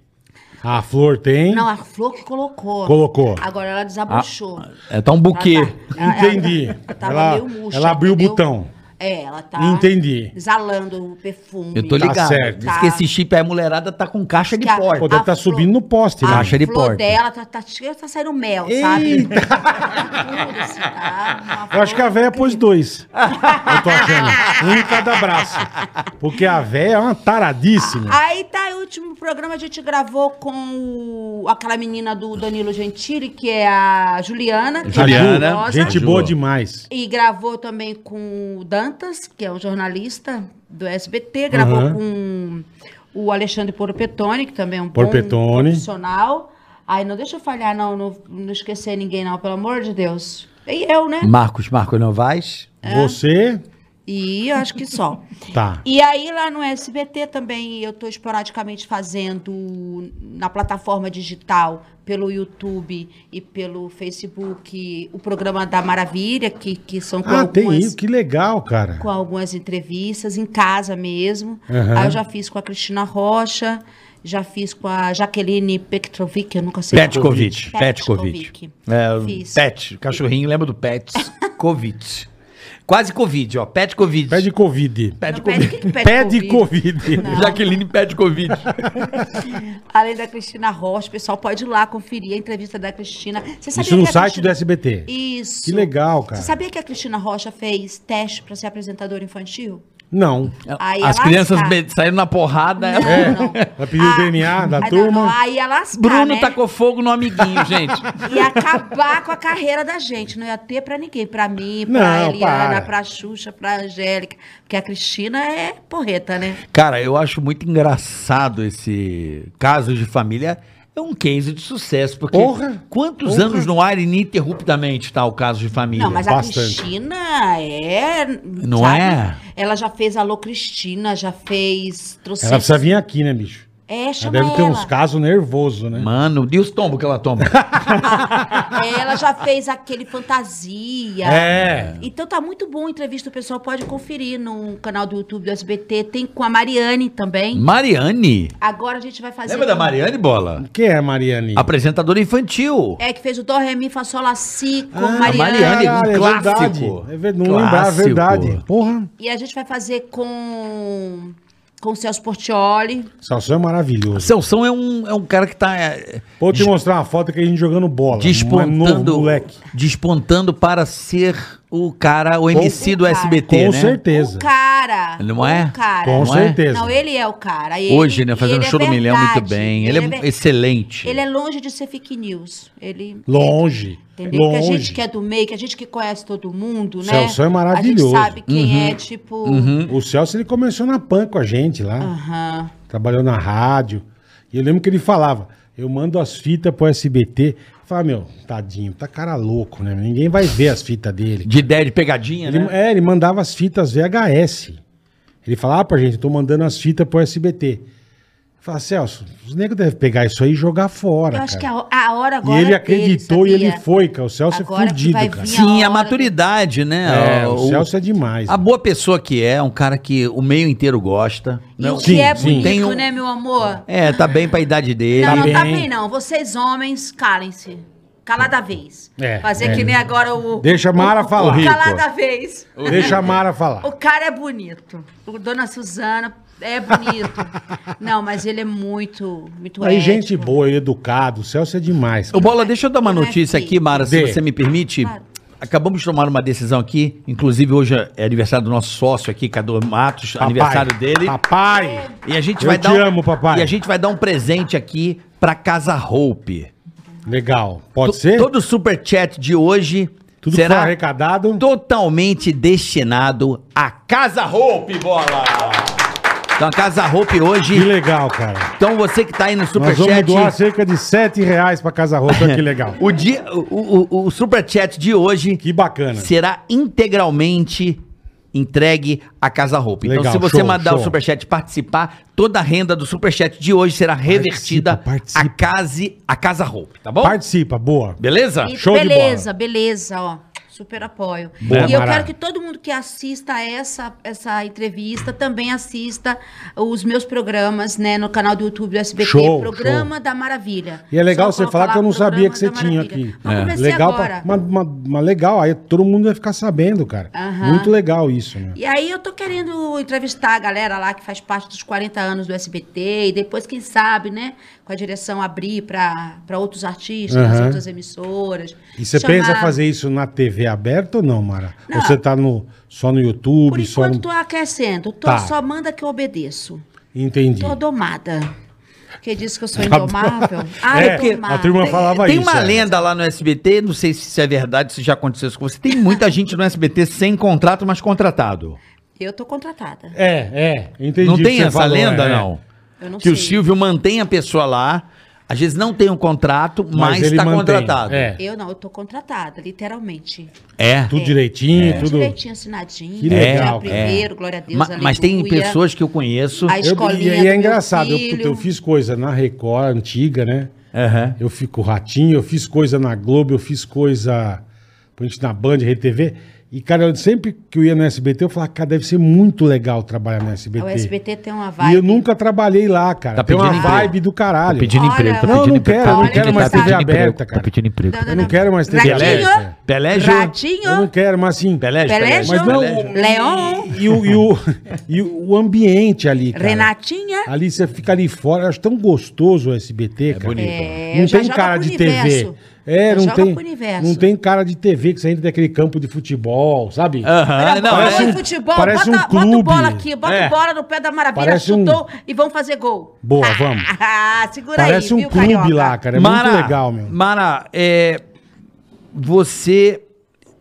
A flor tem.
Não, a Flor que colocou.
Colocou.
Agora ela desabuchou.
É, tá um buquê.
Ela tá- ela-
Entendi.
Ela, tava
Ela-
meio murcha,
ela abriu o
entendeu?
botão.
É, ela tá...
Entendi.
Exalando o perfume.
Eu tô
Tá
ligado.
certo.
Diz que esse chip aí, a mulherada tá com caixa de
Que a-
Pô,
porta.
deve
a
tá
flor-
subindo no poste, né?
a
Caixa de porta.
flor dela tá, tá, tá, tá saindo mel, sabe?
Eita.
Tá tudo, assim, tá? Uma
Eu acho
flor
que a véia pôs dois. Eu tô achando. Um em cada braço. Porque a véia é uma taradíssima.
Aí tá, o último programa a gente gravou com o- aquela menina do Danilo Gentili, que é a Juliana. que é
Juliana,
maravilhosa.
gente
Ju.
boa demais.
E gravou também com o Dantas, que é um jornalista do SBT. Gravou
Aham.
com o Alexandre Porpetone, que também é um
Porpetone.
bom profissional. Aí não deixa eu falhar, não, não, não esquecer ninguém não, pelo amor de Deus. E eu, né?
Marcos, Marcos Novaes.
Você.
E eu acho que só.
Tá.
É. E aí, lá no SBT também, eu estou esporadicamente fazendo na plataforma digital, pelo YouTube e pelo Facebook, o programa da Maravilha, que, que são com,
Ah, tem
algumas,
isso. Que legal, cara.
com algumas entrevistas, em casa mesmo.
Aham.
Aí eu já fiz com a Cristina Rocha, já fiz com a Jaqueline Petrovic, eu nunca sei.
Petkovic. Petkovic.
Petkovic.
É, o
Fiz.
Pet, cachorrinho, lembra do Pet. Covid. Quase Covid, ó. Pet Covid.
Pé de Covid.
Pet
Não, pede, o que que pede
Pé de Covid.
Jaqueline pede Covid.
Além da Cristina Rocha, o pessoal pode ir lá conferir a entrevista da Cristina. Você sabia
Isso no
que a
site
Cristina-
do SBT.
Isso.
Que legal, cara.
Você sabia que a Cristina Rocha fez teste pra ser apresentadora infantil?
Não.
Aí
É, As
ela
crianças
tá.
be- saíram na porrada. ela-
É. Não.
Ela pediu o DNA da
Ah, não,
turma.
não, aí ia lascar,
Bruno tá
né?
tacou fogo no amiguinho, gente.
E acabar com a carreira da gente. Não ia ter pra ninguém. Pra mim, pra
Não, para.
Eliana, pra Xuxa, pra Angélica. Porque a Cristina é porreta, né?
Cara, eu acho muito engraçado esse caso de família. É um case de sucesso, porque
Porra!
quantos
Porra!
anos no ar ininterruptamente tá o caso de família?
Não, mas
Bastante.
a Cristina é.
Não é?
Ela já fez Alô Cristina, já fez. Trouxe.
Ela precisa vir aqui, né, bicho?
É,
Ela
chama
deve
ela.
ter uns casos nervosos, né?
Mano, e os tombos que ela toma?
Ela já fez aquele fantasia.
É.
Então tá muito bom a entrevista, o pessoal pode conferir no canal do YouTube do SBT. Tem com a Mariane também.
Mariane.
Agora a gente vai fazer.
Lembra da Mariane, Bola?
Quem é a Mariane?
Apresentadora infantil.
É, que fez o Dó, Ré, Mi, Fá, Sol, Lá, Si com
Ah,
Mariane.
Mariane.
Caralho,
um
verdade.
clássico.
É verdade. Não lembrar, é
Clássico.
verdade. Porra.
E a gente vai fazer com. Com o Celso Portioli.
Salsão é maravilhoso.
Celção é um, é um cara que tá é,
Vou te mostrar uma foto que a gente jogando bola. Mas é novo,
despontando,
moleque.
despontando para ser o cara, o MC do
cara.
SBT,
Com
né?
certeza.
O cara.
Não
o
é?
cara.
Com
Não é?
certeza.
Não, ele é o cara. E
Hoje,
ele-
né?
e
Fazendo
ele é
show do milhão muito
verdade.
bem. Ele, é,
ver-
excelente.
Ele é longe de ser fake news. Ele.
Longe.
Entendeu? Porque a
Longe.
gente que é do meio, que a gente que conhece todo mundo, né?
Celso é maravilhoso.
A gente sabe quem
Uhum.
é, tipo.
O Celso, ele começou na PAN com a gente lá.
Ah. Aham.
Trabalhou na rádio. E eu lembro que ele falava, eu mando as fitas pro SBT. Eu Falava, meu, tadinho, tá cara louco, né? Ninguém vai ver as fitas dele.
De ideia de pegadinha,
Ele-
É, né?
é, ele mandava as fitas VHS. Ele fala, ah, pra gente, eu tô mandando as fitas pro SBT. Fala, Celso, os negros devem pegar isso aí e jogar fora.
Eu acho que
cara.
a, a hora
E
agora. é
ele
dele,
acreditou e
sabia?
ele foi, cara. O Celso é
Agora que
fudido,
vai
cara.
vir
Sim,
a
a
hora né?
maturidade, né?
É, o
O-
Celso é demais.
A boa pessoa que é, um cara que o meio inteiro gosta.
E
Não,
o que é
Sim, sim.
bonito,
Tem um-
né, meu amor?
É, tá bem pra idade dele.
não,
tá
não tá
bem.
bem, não. Vocês, homens, calem-se. Calada vez.
É,
Fazer
é.
que nem agora o.
Deixa a Mara falar.
o calada vez.
Deixa a Mara falar.
O cara é bonito. O Dona Suzana é bonito. não, mas ele é muito, muito
Aí,
ético.
gente boa, ele é educado. O Celso é demais.
Ô, Bola, deixa eu dar uma
Não é
notícia
feio.
aqui, Mara, se
Dê.
você me permite.
Claro.
Acabamos de tomar uma decisão aqui. Inclusive, hoje é aniversário do nosso sócio aqui, Cadu Matos,
Papai,
aniversário dele.
Papai!
E a gente
Eu
vai
te
dar. um-
amo, papai.
E a gente vai dar um presente aqui pra Casa Hope.
Legal. Pode
To-
ser?
Todo super chat de hoje
Tudo que for
será
arrecadado.
totalmente destinado à Casa Hope, bola! Então, a Casa Hope hoje.
Que legal, cara.
Então, você que tá aí no
Nós vamos
superchat.
doar cerca de 7 reais pra Casa Rosa. Olha que legal.
O, dia, o, o, o superchat de hoje
Que bacana.
será integralmente entregue à Casa Roupa. Então,
Legal,
se você
show,
mandar
show.
o superchat participar, toda a renda do superchat de hoje será revertida
participa.
à casa, à casa Roupa, tá bom?
Participa, boa.
Beleza?
E
Show de
beleza, beleza, ó. Super apoio.
Boa,
e eu
Mara.
quero que todo mundo que assista essa, essa entrevista também assista os meus programas, né, no canal do YouTube do SBT,
Show,
Programa da Maravilha.
E é legal
Só
você falar que eu não
colocar lá,
sabia que você tinha
Programa da
aqui. É.
Maravilha. Mas comecei
Legal,
agora.
pra, mas, mas- mas legal, aí todo mundo vai ficar sabendo, cara.
Aham.
Muito legal isso, né?
E aí eu tô querendo entrevistar a galera lá que faz parte dos 40 anos do SBT e depois, quem sabe, né, com a direção abrir pra pra outros artistas,
Aham.
outras emissoras.
E você
Chamar-
pensa fazer isso na TV aberta ou não, Mara?
Não.
Ou você tá no, só no
Por
YouTube? Só
enquanto,
no...
tô aquecendo. Tô,
Tá.
Só manda que eu obedeço.
Entendi.
Tô domada. Porque diz que eu sou
Tá bom.
indomável. Ah,
É,
domada.
a turma falava
tem
isso.
uma
é.
lenda lá no SBT, não sei se isso é verdade, se já aconteceu isso com você. Tem muita gente no SBT sem contrato, mas contratado.
Eu tô contratada.
É, é. Entendi.
não
o que
tem
você
essa
falou,
lenda,
é.
não?
Eu não
que o
sei.
Silvio mantém a pessoa lá, às vezes não tem um contrato, mas
ele
está
mantém,
contratado.
é.
Eu não, eu tô contratada, literalmente.
É.
Tudo direitinho, tudo.
Direitinho assinadinho.
Que legal,
dia primeiro, glória a Deus,
Ma- mas tem
aleluia.
pessoas que eu conheço.
Eu,
A
e
escolinha
aí
do
é
meu
engraçado, eu,
filho.
puta, eu fiz coisa na Record antiga, né?
Aham.
Eu fico ratinho, eu fiz coisa na Globo, eu fiz coisa pra gente na Band, RTV. E, cara, eu, sempre que eu ia no SBT, eu falava, cara, deve ser muito legal trabalhar no SBT.
É O SBT tem uma
E
vibe.
eu nunca trabalhei lá, cara.
Tá
tem uma
pedindo emprego.
vibe do caralho.
Tá pedindo
Olha,
emprego, tá
não,
eu
pedindo
não
emprego.
quero,
eu não
pedindo
quero
emprego,
mais
tá
TV
pedindo
aberta,
emprego,
cara.
Tá pedindo emprego.
Ah, Não, não,
Eu não quero mais TV
Ratinho?
aberta.
Pelejo.
Eu não
Ratinho,
quero, mas assim...
Pelejo.
Pelejo?
Mas não...
Pelejo.
Leon,
E, o, e, o, e o ambiente ali, cara.
Renatinha.
Ali você fica ali fora, eu acho tão gostoso o SBT, cara.
bonito.
É,
Não
já
tem
joga
cara
pro
de
universo.
TV. É,
Já
não
joga
tem,
pro universo.
não tem cara de TV que você entra daquele campo de futebol, sabe?
Aham, Ah, não,
Olha,
parece
põe
um-
futebol,
parece
bota,
um
bota
clube.
bola aqui, bota
É.
bola no pé da maravilha,
Parece um-
chutou e vão fazer gol. Ah,
Boa, vamos.
Segura
Parece
aí,
um
viu,
clube
Carioca?
lá, cara. É muito legal, meu.
Mara, é, você,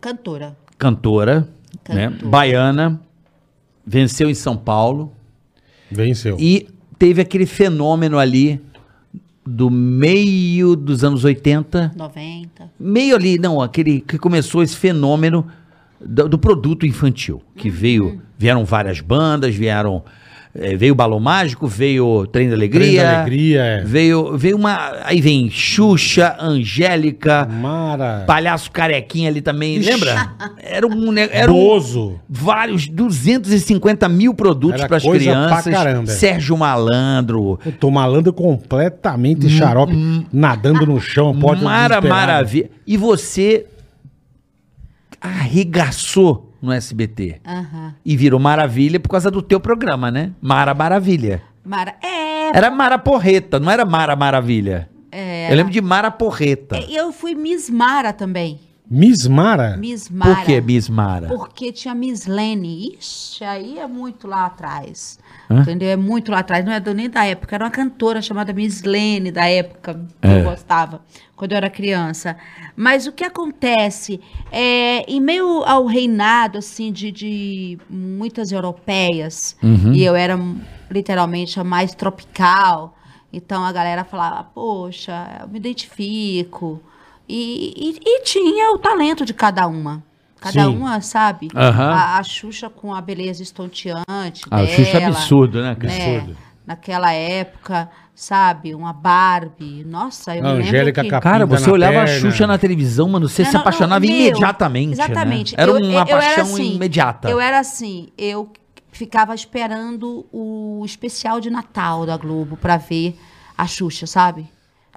Cantora.
cantora,
Cantora.
Né, baiana, venceu em São Paulo
Venceu.
e teve aquele fenômeno ali do meio dos anos 80
90.
meio ali, não, aquele que começou esse fenômeno do, do produto infantil, que veio, vieram várias bandas, vieram eh, veio Balão Mágico, veio Trem da Alegria,
Trem da Alegria, é.
veio, veio uma, aí vem Xuxa, Angélica,
Mara.
Palhaço Carequinha ali também,
Ixi.
lembra? Era um, ne- era um-
Bozo.
vários 250 mil produtos
Era
para as
coisa pra
crianças,
caramba.
Sérgio Malandro,
Eu tô malando completamente xarope, nadando no chão, pode
Uhum. Mara Maravilha. E você arregaçou no SBT.
Aham.
E virou maravilha por causa do teu programa, né? Mara Maravilha.
Mara. É,
Era Mara Porreta, não era Mara Maravilha. Eu lembro de Mara Porreta.
eu fui Miss Mara também.
Miss Mara?
Miss Mara.
Por que Miss Mara?
Porque tinha Miss Lene. Ixi, aí é muito lá atrás. Entendeu? É muito lá atrás. Não é do- nem da época. Era uma cantora chamada Miss Lene da época que eu gostava, quando eu era criança. Mas o que acontece? É, em meio ao reinado, assim, de, de muitas europeias, e eu era literalmente a mais tropical, então a galera falava, poxa, eu me identifico. E, e- e tinha o talento de cada uma. Cada
Sim.
uma, sabe?
Aham.
a, a Xuxa com a beleza estonteante.
Ah, o Xuxa é
dela,
absurdo, né, cara?
né?
Absurdo.
Naquela época, sabe? Uma Barbie. Nossa, eu
A
me lembro
Angélica
que...
Cap-
Cara,
pinta
você
na
olhava
perna.
a Xuxa na televisão, mano, você
Não,
se
não,
apaixonava
meu,
imediatamente. né?
Exatamente.
Era
Eu-
uma
eu- eu era
paixão
assim,
imediata.
Eu era assim, eu ficava esperando o especial de Natal da Globo pra ver a Xuxa, sabe?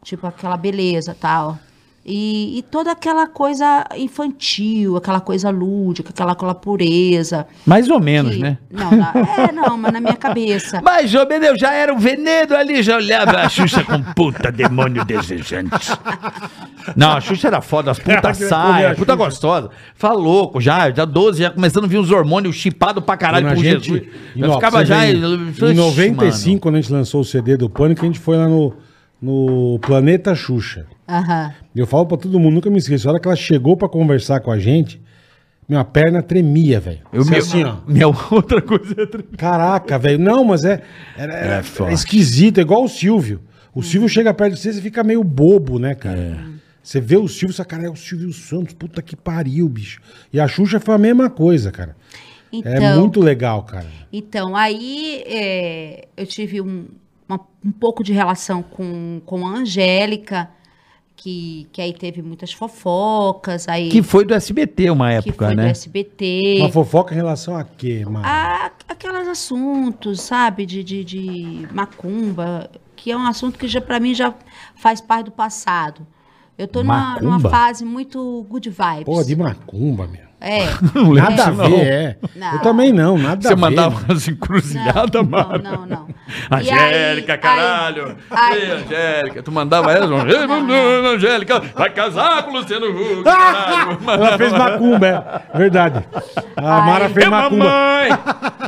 Tipo aquela beleza e tal. E, e toda aquela coisa infantil, aquela coisa lúdica, aquela, aquela pureza.
Mais ou menos,
que-
né?
Não, na- é, não, mas na minha cabeça.
Mas, ô, Benê, eu já era um venedo ali, já olhava a Xuxa com puta demônio desejante. Não, a Xuxa era foda, as
Ela
putas
queria comer
saia,
a
puta
Xuxa.
gostosa. Fala louco, já, já 12, já começando a vir os hormônios chipados pra caralho
Quando
por
a gente-
Jesus.
E,
Eu
ó,
ficava
pra você
já...
ver,
Ixi,
Em 95,
mano.
quando a gente lançou o CD do Pânico, a gente foi lá no, no Planeta Xuxa.
Aham.
E eu falo pra todo mundo, nunca me esqueço. A hora que ela chegou pra conversar com a gente, minha perna tremia, velho.
Eu
Assim,
me...
assim, ó.
Minha outra coisa... é outra-
Caraca, velho. Não, mas é, era, era-
É
era
forte.
esquisito, é igual o Silvio. O Silvio chega perto de você e fica meio bobo, né, cara?
É.
Você vê o Silvio, essa cara é o Silvio Santos, puta que pariu, bicho. E a Xuxa foi a mesma coisa, cara.
Então,
é muito legal, cara.
Então, aí é, eu tive um, uma- um pouco de relação com, com a Angélica, que, que aí teve muitas fofocas, aí
Que foi do SBT uma
que
época,
foi do
né?
SBT.
Uma fofoca em relação a quê, mano?
A- aqueles assuntos, sabe, de, de, de macumba, que é um assunto que já para mim já faz parte do passado. Eu tô numa, numa
Macumba?
fase muito good vibes.
Pô, de macumba, meu.
É.
Não lembro
Nada a
disso,
ver,
não.
é.
Não.
Eu também não, nada a
Você
ver.
mandava
mano.
umas encruzilhadas, mano.
Não, não, não. E aí-
Angélica,
aí-
caralho!
aí-
Ei, Angélica! Tu mandava ela, João? Ei, meu Deus, Angélica! Vai casar com o Luciano Huck!
Ah!
caralho.
Ela fez macumba, é. Verdade. A
Ai.
Mara fez
É
macumba.
mamãe!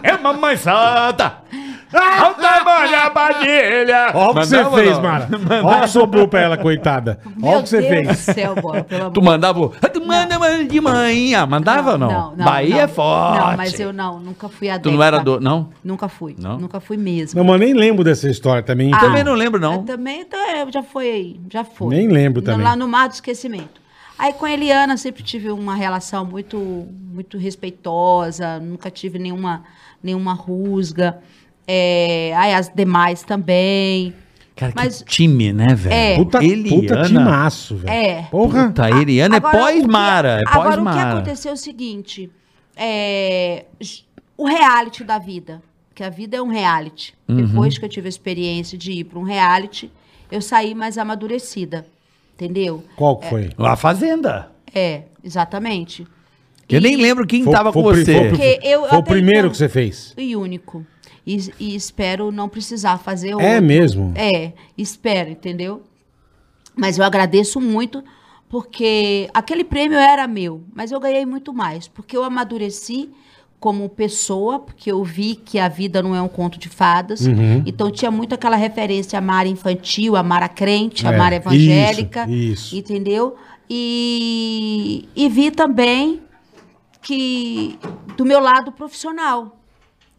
É mamãe santa!
Ah!
Alta banha padilha!
Olha o que você
Mandava,
fez,
não?
Mara. Olha o que sobrou pra ela, coitada. Olha
Meu
o que você
Deus
fez.
do céu, bora, pelo amor
Tu mandava o. Ah, Tu manda mãe de manhã! Mandava ou não? Bahia é forte!
Não, mas eu não, nunca fui adepta.
Tu não era do. Não?
Nunca fui,
Não?
nunca fui mesmo.
Não, mas eu nem lembro dessa história também. então, enfim.
Também não lembro,
Ah, Eu
não.
também então, é, já foi, já foi.
Nem lembro
No-
também.
Lá no Mar do Esquecimento. Aí com a Eliana sempre tive uma relação muito muito respeitosa, nunca tive nenhuma nenhuma rusga. É, aí as demais também.
Cara,
Mas-
que time, né, velho?
É.
Puta, puta
Eliana.
timaço, velho.
É.
Porra.
Puta, Eliana é
Agora, o que-
pós-Mara. É
Agora, o que
pós-Mara.
aconteceu é o seguinte: é, j- o reality da vida. Que a vida é um reality.
Uhum.
Depois que eu tive a experiência de ir para um reality, eu saí mais amadurecida. Entendeu?
Qual que foi?
A Fazenda.
É, exatamente.
Eu
E-
nem lembro quem
Foi-
tava
foi
com
o pri-
você.
Foi, o pri-
Porque eu-
foi o
até
primeiro
então-
que você fez.
E único. E, e espero não precisar fazer outro.
É mesmo?
É, espero, entendeu? Mas eu agradeço muito, porque aquele prêmio era meu, mas eu ganhei muito mais, porque eu amadureci como pessoa, porque eu vi que a vida não é um conto de fadas.
Uhum.
Então tinha muito aquela referência à Mara infantil, à Mara crente, à
É,
Mara evangélica,
isso, isso.
entendeu? E, e vi também que do meu lado profissional,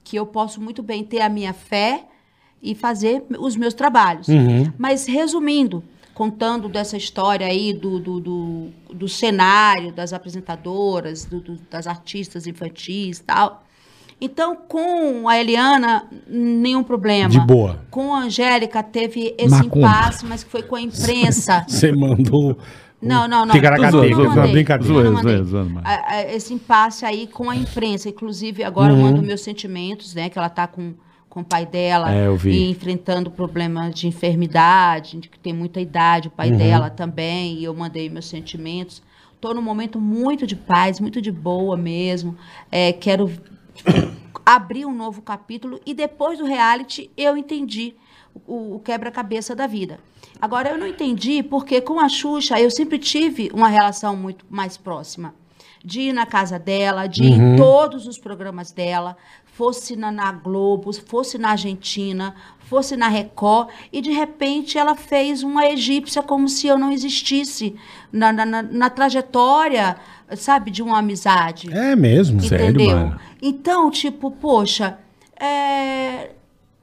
que eu posso muito bem ter a minha fé e fazer os meus trabalhos.
Uhum.
Mas resumindo, contando dessa história aí do, do, do, do cenário, das apresentadoras, do- do- das artistas infantis e tal. Então, com a Eliana, nenhum problema.
De boa.
Com a Angélica, teve esse
Macumba.
impasse, mas que foi com a imprensa.
Você mandou.
Não, não, não.
Ticaracateca,
Tô zoando,
Não
tô zoando.
uma
mandei.
brincadeira.
Zoeira,
Não mandei.
zoeira, zoando, mas-
A- a- Esse impasse aí com a imprensa. Inclusive, agora
Uhum.
eu mando meus sentimentos, né? Que ela tá com, com o pai dela
É, eu vi.
e enfrentando problema de enfermidade, de que tem muita idade, o pai
Uhum.
dela também, e eu mandei meus sentimentos. Tô num momento muito de paz, muito de boa mesmo. É, quero abrir um novo capítulo e depois do reality eu entendi o, o quebra-cabeça da vida. Agora eu não entendi porque com a Xuxa eu sempre tive uma relação muito mais próxima. De ir na casa dela, de ir em todos os programas dela, fosse na, na Globo, fosse na Argentina, fosse na Record, e de repente ela fez uma egípcia como se eu não existisse na, na, na- na trajetória, sabe, de uma amizade.
É mesmo.
Sério,
Entendeu?
mano?
Então, tipo, poxa, é,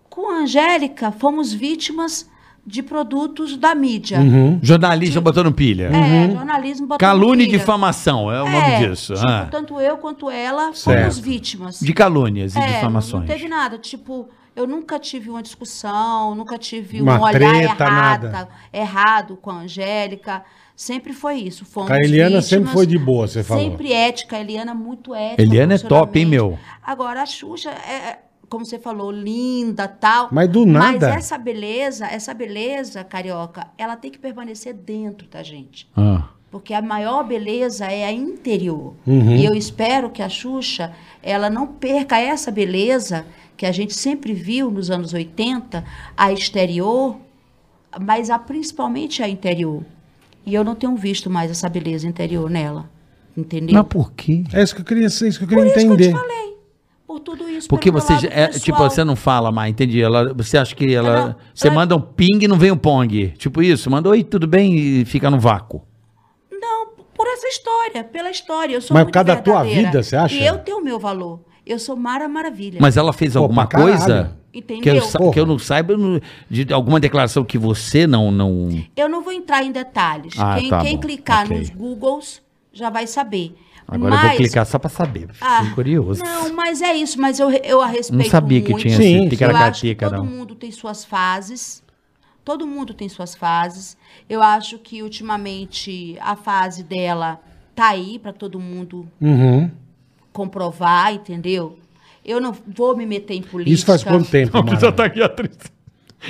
com a Angélica fomos vítimas de produtos da mídia.
Uhum, Jornalista botando pilha.
Uhum.
É, jornalismo botando
Calúnia e
pilha.
difamação, é o
É,
nome disso.
tipo,
ah.
tanto eu quanto ela fomos
Certo.
vítimas.
De calúnias e
É,
difamações.
Não teve nada. Tipo, eu nunca tive uma discussão, nunca tive
Uma
um olhar
treta,
errado,
nada.
errado com a Angélica. Sempre foi isso. Fomos
Com a Eliana sempre
vítimas.
foi de boa, você falou.
Sempre ética, a Eliana muito ética.
Eliana é top, hein, meu?
Agora, a Xuxa é, é, como você falou, linda tal.
Mas do nada.
Mas essa beleza, essa beleza, carioca, ela tem que permanecer dentro da gente.
Ah.
Porque a maior beleza é a interior.
Uhum.
E eu espero que a Xuxa, ela não perca essa beleza que a gente sempre viu nos anos 80, a exterior, mas a, principalmente a interior. E eu não tenho visto mais essa beleza interior nela. Entendeu?
Mas por quê?
É isso que eu queria, é isso que eu queria
Por isso que eu
entender.
te falei. Por tudo isso.
Porque
pelo meu
você,
lado
é, tipo,
pessoal.
você não fala mais, entendi. Ela, você acha que ela.
Ela-
você
ela-
manda um ping e não vem o pong. Tipo isso, manda oi, tudo bem e fica no vácuo.
Não, por essa história, pela história. Eu sou
Mas
muito
por causa da tua
verdadeira.
vida, você acha?
E eu tenho o meu valor. Eu sou Mara Maravilha.
Mas ela fez
Pô,
alguma
pra caralho.
coisa que eu,
Entendeu?
sa-
Porra.
que eu não saiba, eu não- de alguma declaração que você não. não...
Eu não vou entrar em detalhes.
Ah,
quem
tá
quem
bom.
clicar
Ok.
nos Googles já vai saber.
Agora eu vou clicar só pra saber.
Ah,
Fiquei curioso.
Não, mas é isso. Mas eu, eu a respeito
sabia que
muito.
tinha
esse Sim, sim.
Eu acho que
ticaracatica,
todo
não.
mundo tem suas fases. Todo mundo tem suas fases. Eu acho que ultimamente a fase dela tá aí para todo mundo
Uhum.
comprovar, entendeu? Eu não vou me meter em política.
Isso faz quanto tempo, Mara?
tá aqui atriz. tá-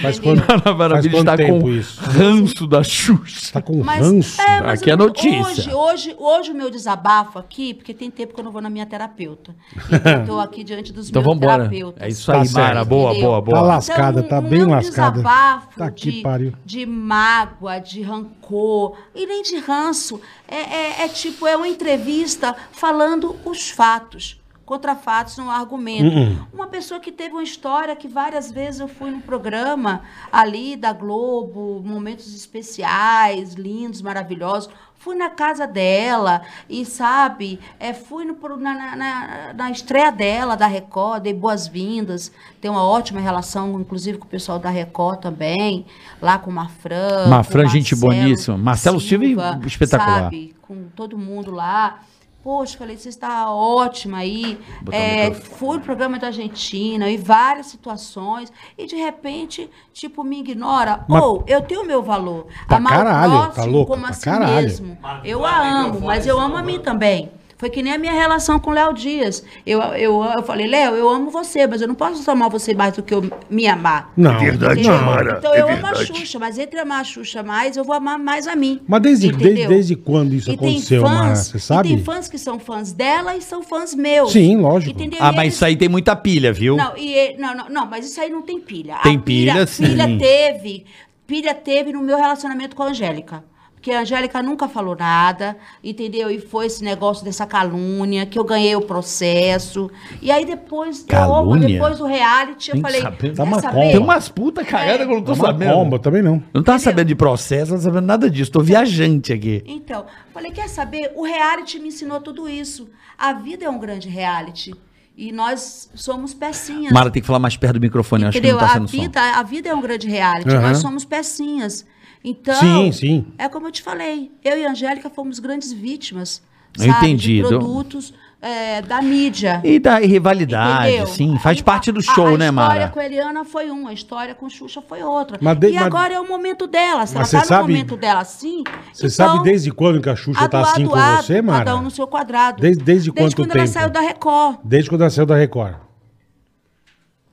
Faz quanto,
Ana
faz
Maravilha
quanto
está
tempo
tá com
isso?
ranço da Xuxa.
Tá com
Mas,
ranço?
é, mas
Aqui
eu
é
não-
notícia.
Hoje, hoje, hoje o meu desabafo aqui, porque tem tempo que eu não vou na minha terapeuta. Então eu tô aqui diante dos
Então
meus
vambora.
terapeutas.
É isso
Tá
aí,
certo.
Mara. Boa,
Entendeu?
boa, boa.
Tá lascada, tá bem
é um
lascada.
desabafo
Tá que
de,
pariu.
de mágoa, de rancor, e nem de ranço. É, é- é tipo, é uma entrevista falando os fatos. Contra fatos não há argumento.
Uhum.
Uma pessoa que teve uma história que várias vezes eu fui no programa ali da Globo, momentos especiais, lindos, maravilhosos. Fui na casa dela e, sabe, é, fui no pro- na, na- na- na estreia dela, da Record, dei boas-vindas. Tenho uma ótima relação, inclusive, com o pessoal da Record também, lá com o Mafran.
Mafran,
com o
gente
Marcelo
boníssima. Marcelo Silva, espetacular.
Tá.
Sabe, com todo mundo lá. Poxa, falei, você está ótima aí.
Botar o
É,
microfone.
fui no programa da Argentina e várias situações. E de repente, tipo, me ignora.
Mas-
Ou eu tenho meu valor.
Pra
Amar o
caralho, tá
próximo
louco?
como
Pra
a si
caralho.
mesmo. Eu a amo, mas eu amo a mim também. Foi que nem a minha relação com o Léo Dias. Eu, eu, eu falei, Léo, eu amo você, mas eu não posso amar você mais do que eu me amar.
Não.
Verdade,
Entendeu?
Mara,
Então
é
eu amo a
verdade.
Xuxa, mas entre amar a Xuxa mais, eu vou amar mais a mim.
Mas desde, desde,
Entendeu?
desde quando isso
E tem
aconteceu,
fãs-
Mara? Você
E
sabe?
tem fãs que são fãs dela e são fãs meus.
Sim, lógico.
Entendeu?
Ah,
E
mas
eles-
isso aí tem muita pilha, viu?
Não, e ele- não, não, não, mas isso aí não tem pilha. A
Tem pilha, sim.
Pilha teve. Pilha teve no meu relacionamento com a Angélica. Porque a Angélica nunca falou nada, entendeu? E foi esse negócio dessa calúnia, que eu ganhei o processo. E aí depois,
Calúnia?
eu- depois do reality, eu
Nem
falei,
sabia.
Tá
quer
uma
saber?
Tem umas putas cagadas que eu não tô
Tá uma
sabendo.
bomba, também não.
Eu não tava sabendo de processo, não tava sabendo nada disso. Tô viajante aqui.
Então, falei, quer saber? O reality me ensinou tudo isso. A vida é um grande reality. E nós somos pecinhas.
Mara tem que falar mais perto do microfone, eu acho que
Entendeu?
não tá
A
sendo som.
vida, a vida é um grande reality.
Aham.
Nós somos pecinhas. Então,
Sim, sim.
é como eu te falei. Eu e a Angélica fomos grandes vítimas.
Eu
Sabe?
entendi,
De
do-
produtos é, da mídia.
E da rivalidade,
Entendeu?
sim. Faz
Aí,
parte do
a-
show,
a
né,
A
Mara?
história com a Eliana foi uma, a história com Xuxa foi outra.
Mas de-
e
mas-
agora é o momento dela.
Mas
Se ela
você
tá
sabe-
no momento dela assim.
Você sabe desde quando que a
Ah,
Xuxa tá assim com você, Mara?
Cada um no seu quadrado.
Desde- desde quanto
quando ela
tempo?
saiu da Record.
Desde quando ela saiu da Record.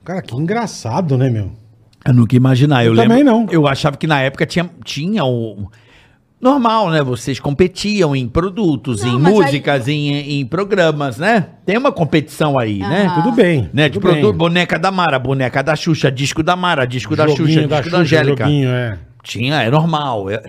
Cara, que engraçado, né, meu?
Eu nunca ia imaginar. Eu,
Eu
lembro,
também não.
Eu achava que na época tinha, tinha o. Normal, né? Vocês competiam em produtos, em
Não, mas aí-
músicas, em, em programas, né? Tem uma competição aí, né?
Aham.
Tudo bem.
Né, de
tudo bem.
produto, boneca da Mara, boneca da Xuxa, disco da Mara, disco da
Joguinho
Xuxa, disco da, Angélica.
Joguinho, é.
Tinha, é normal. É,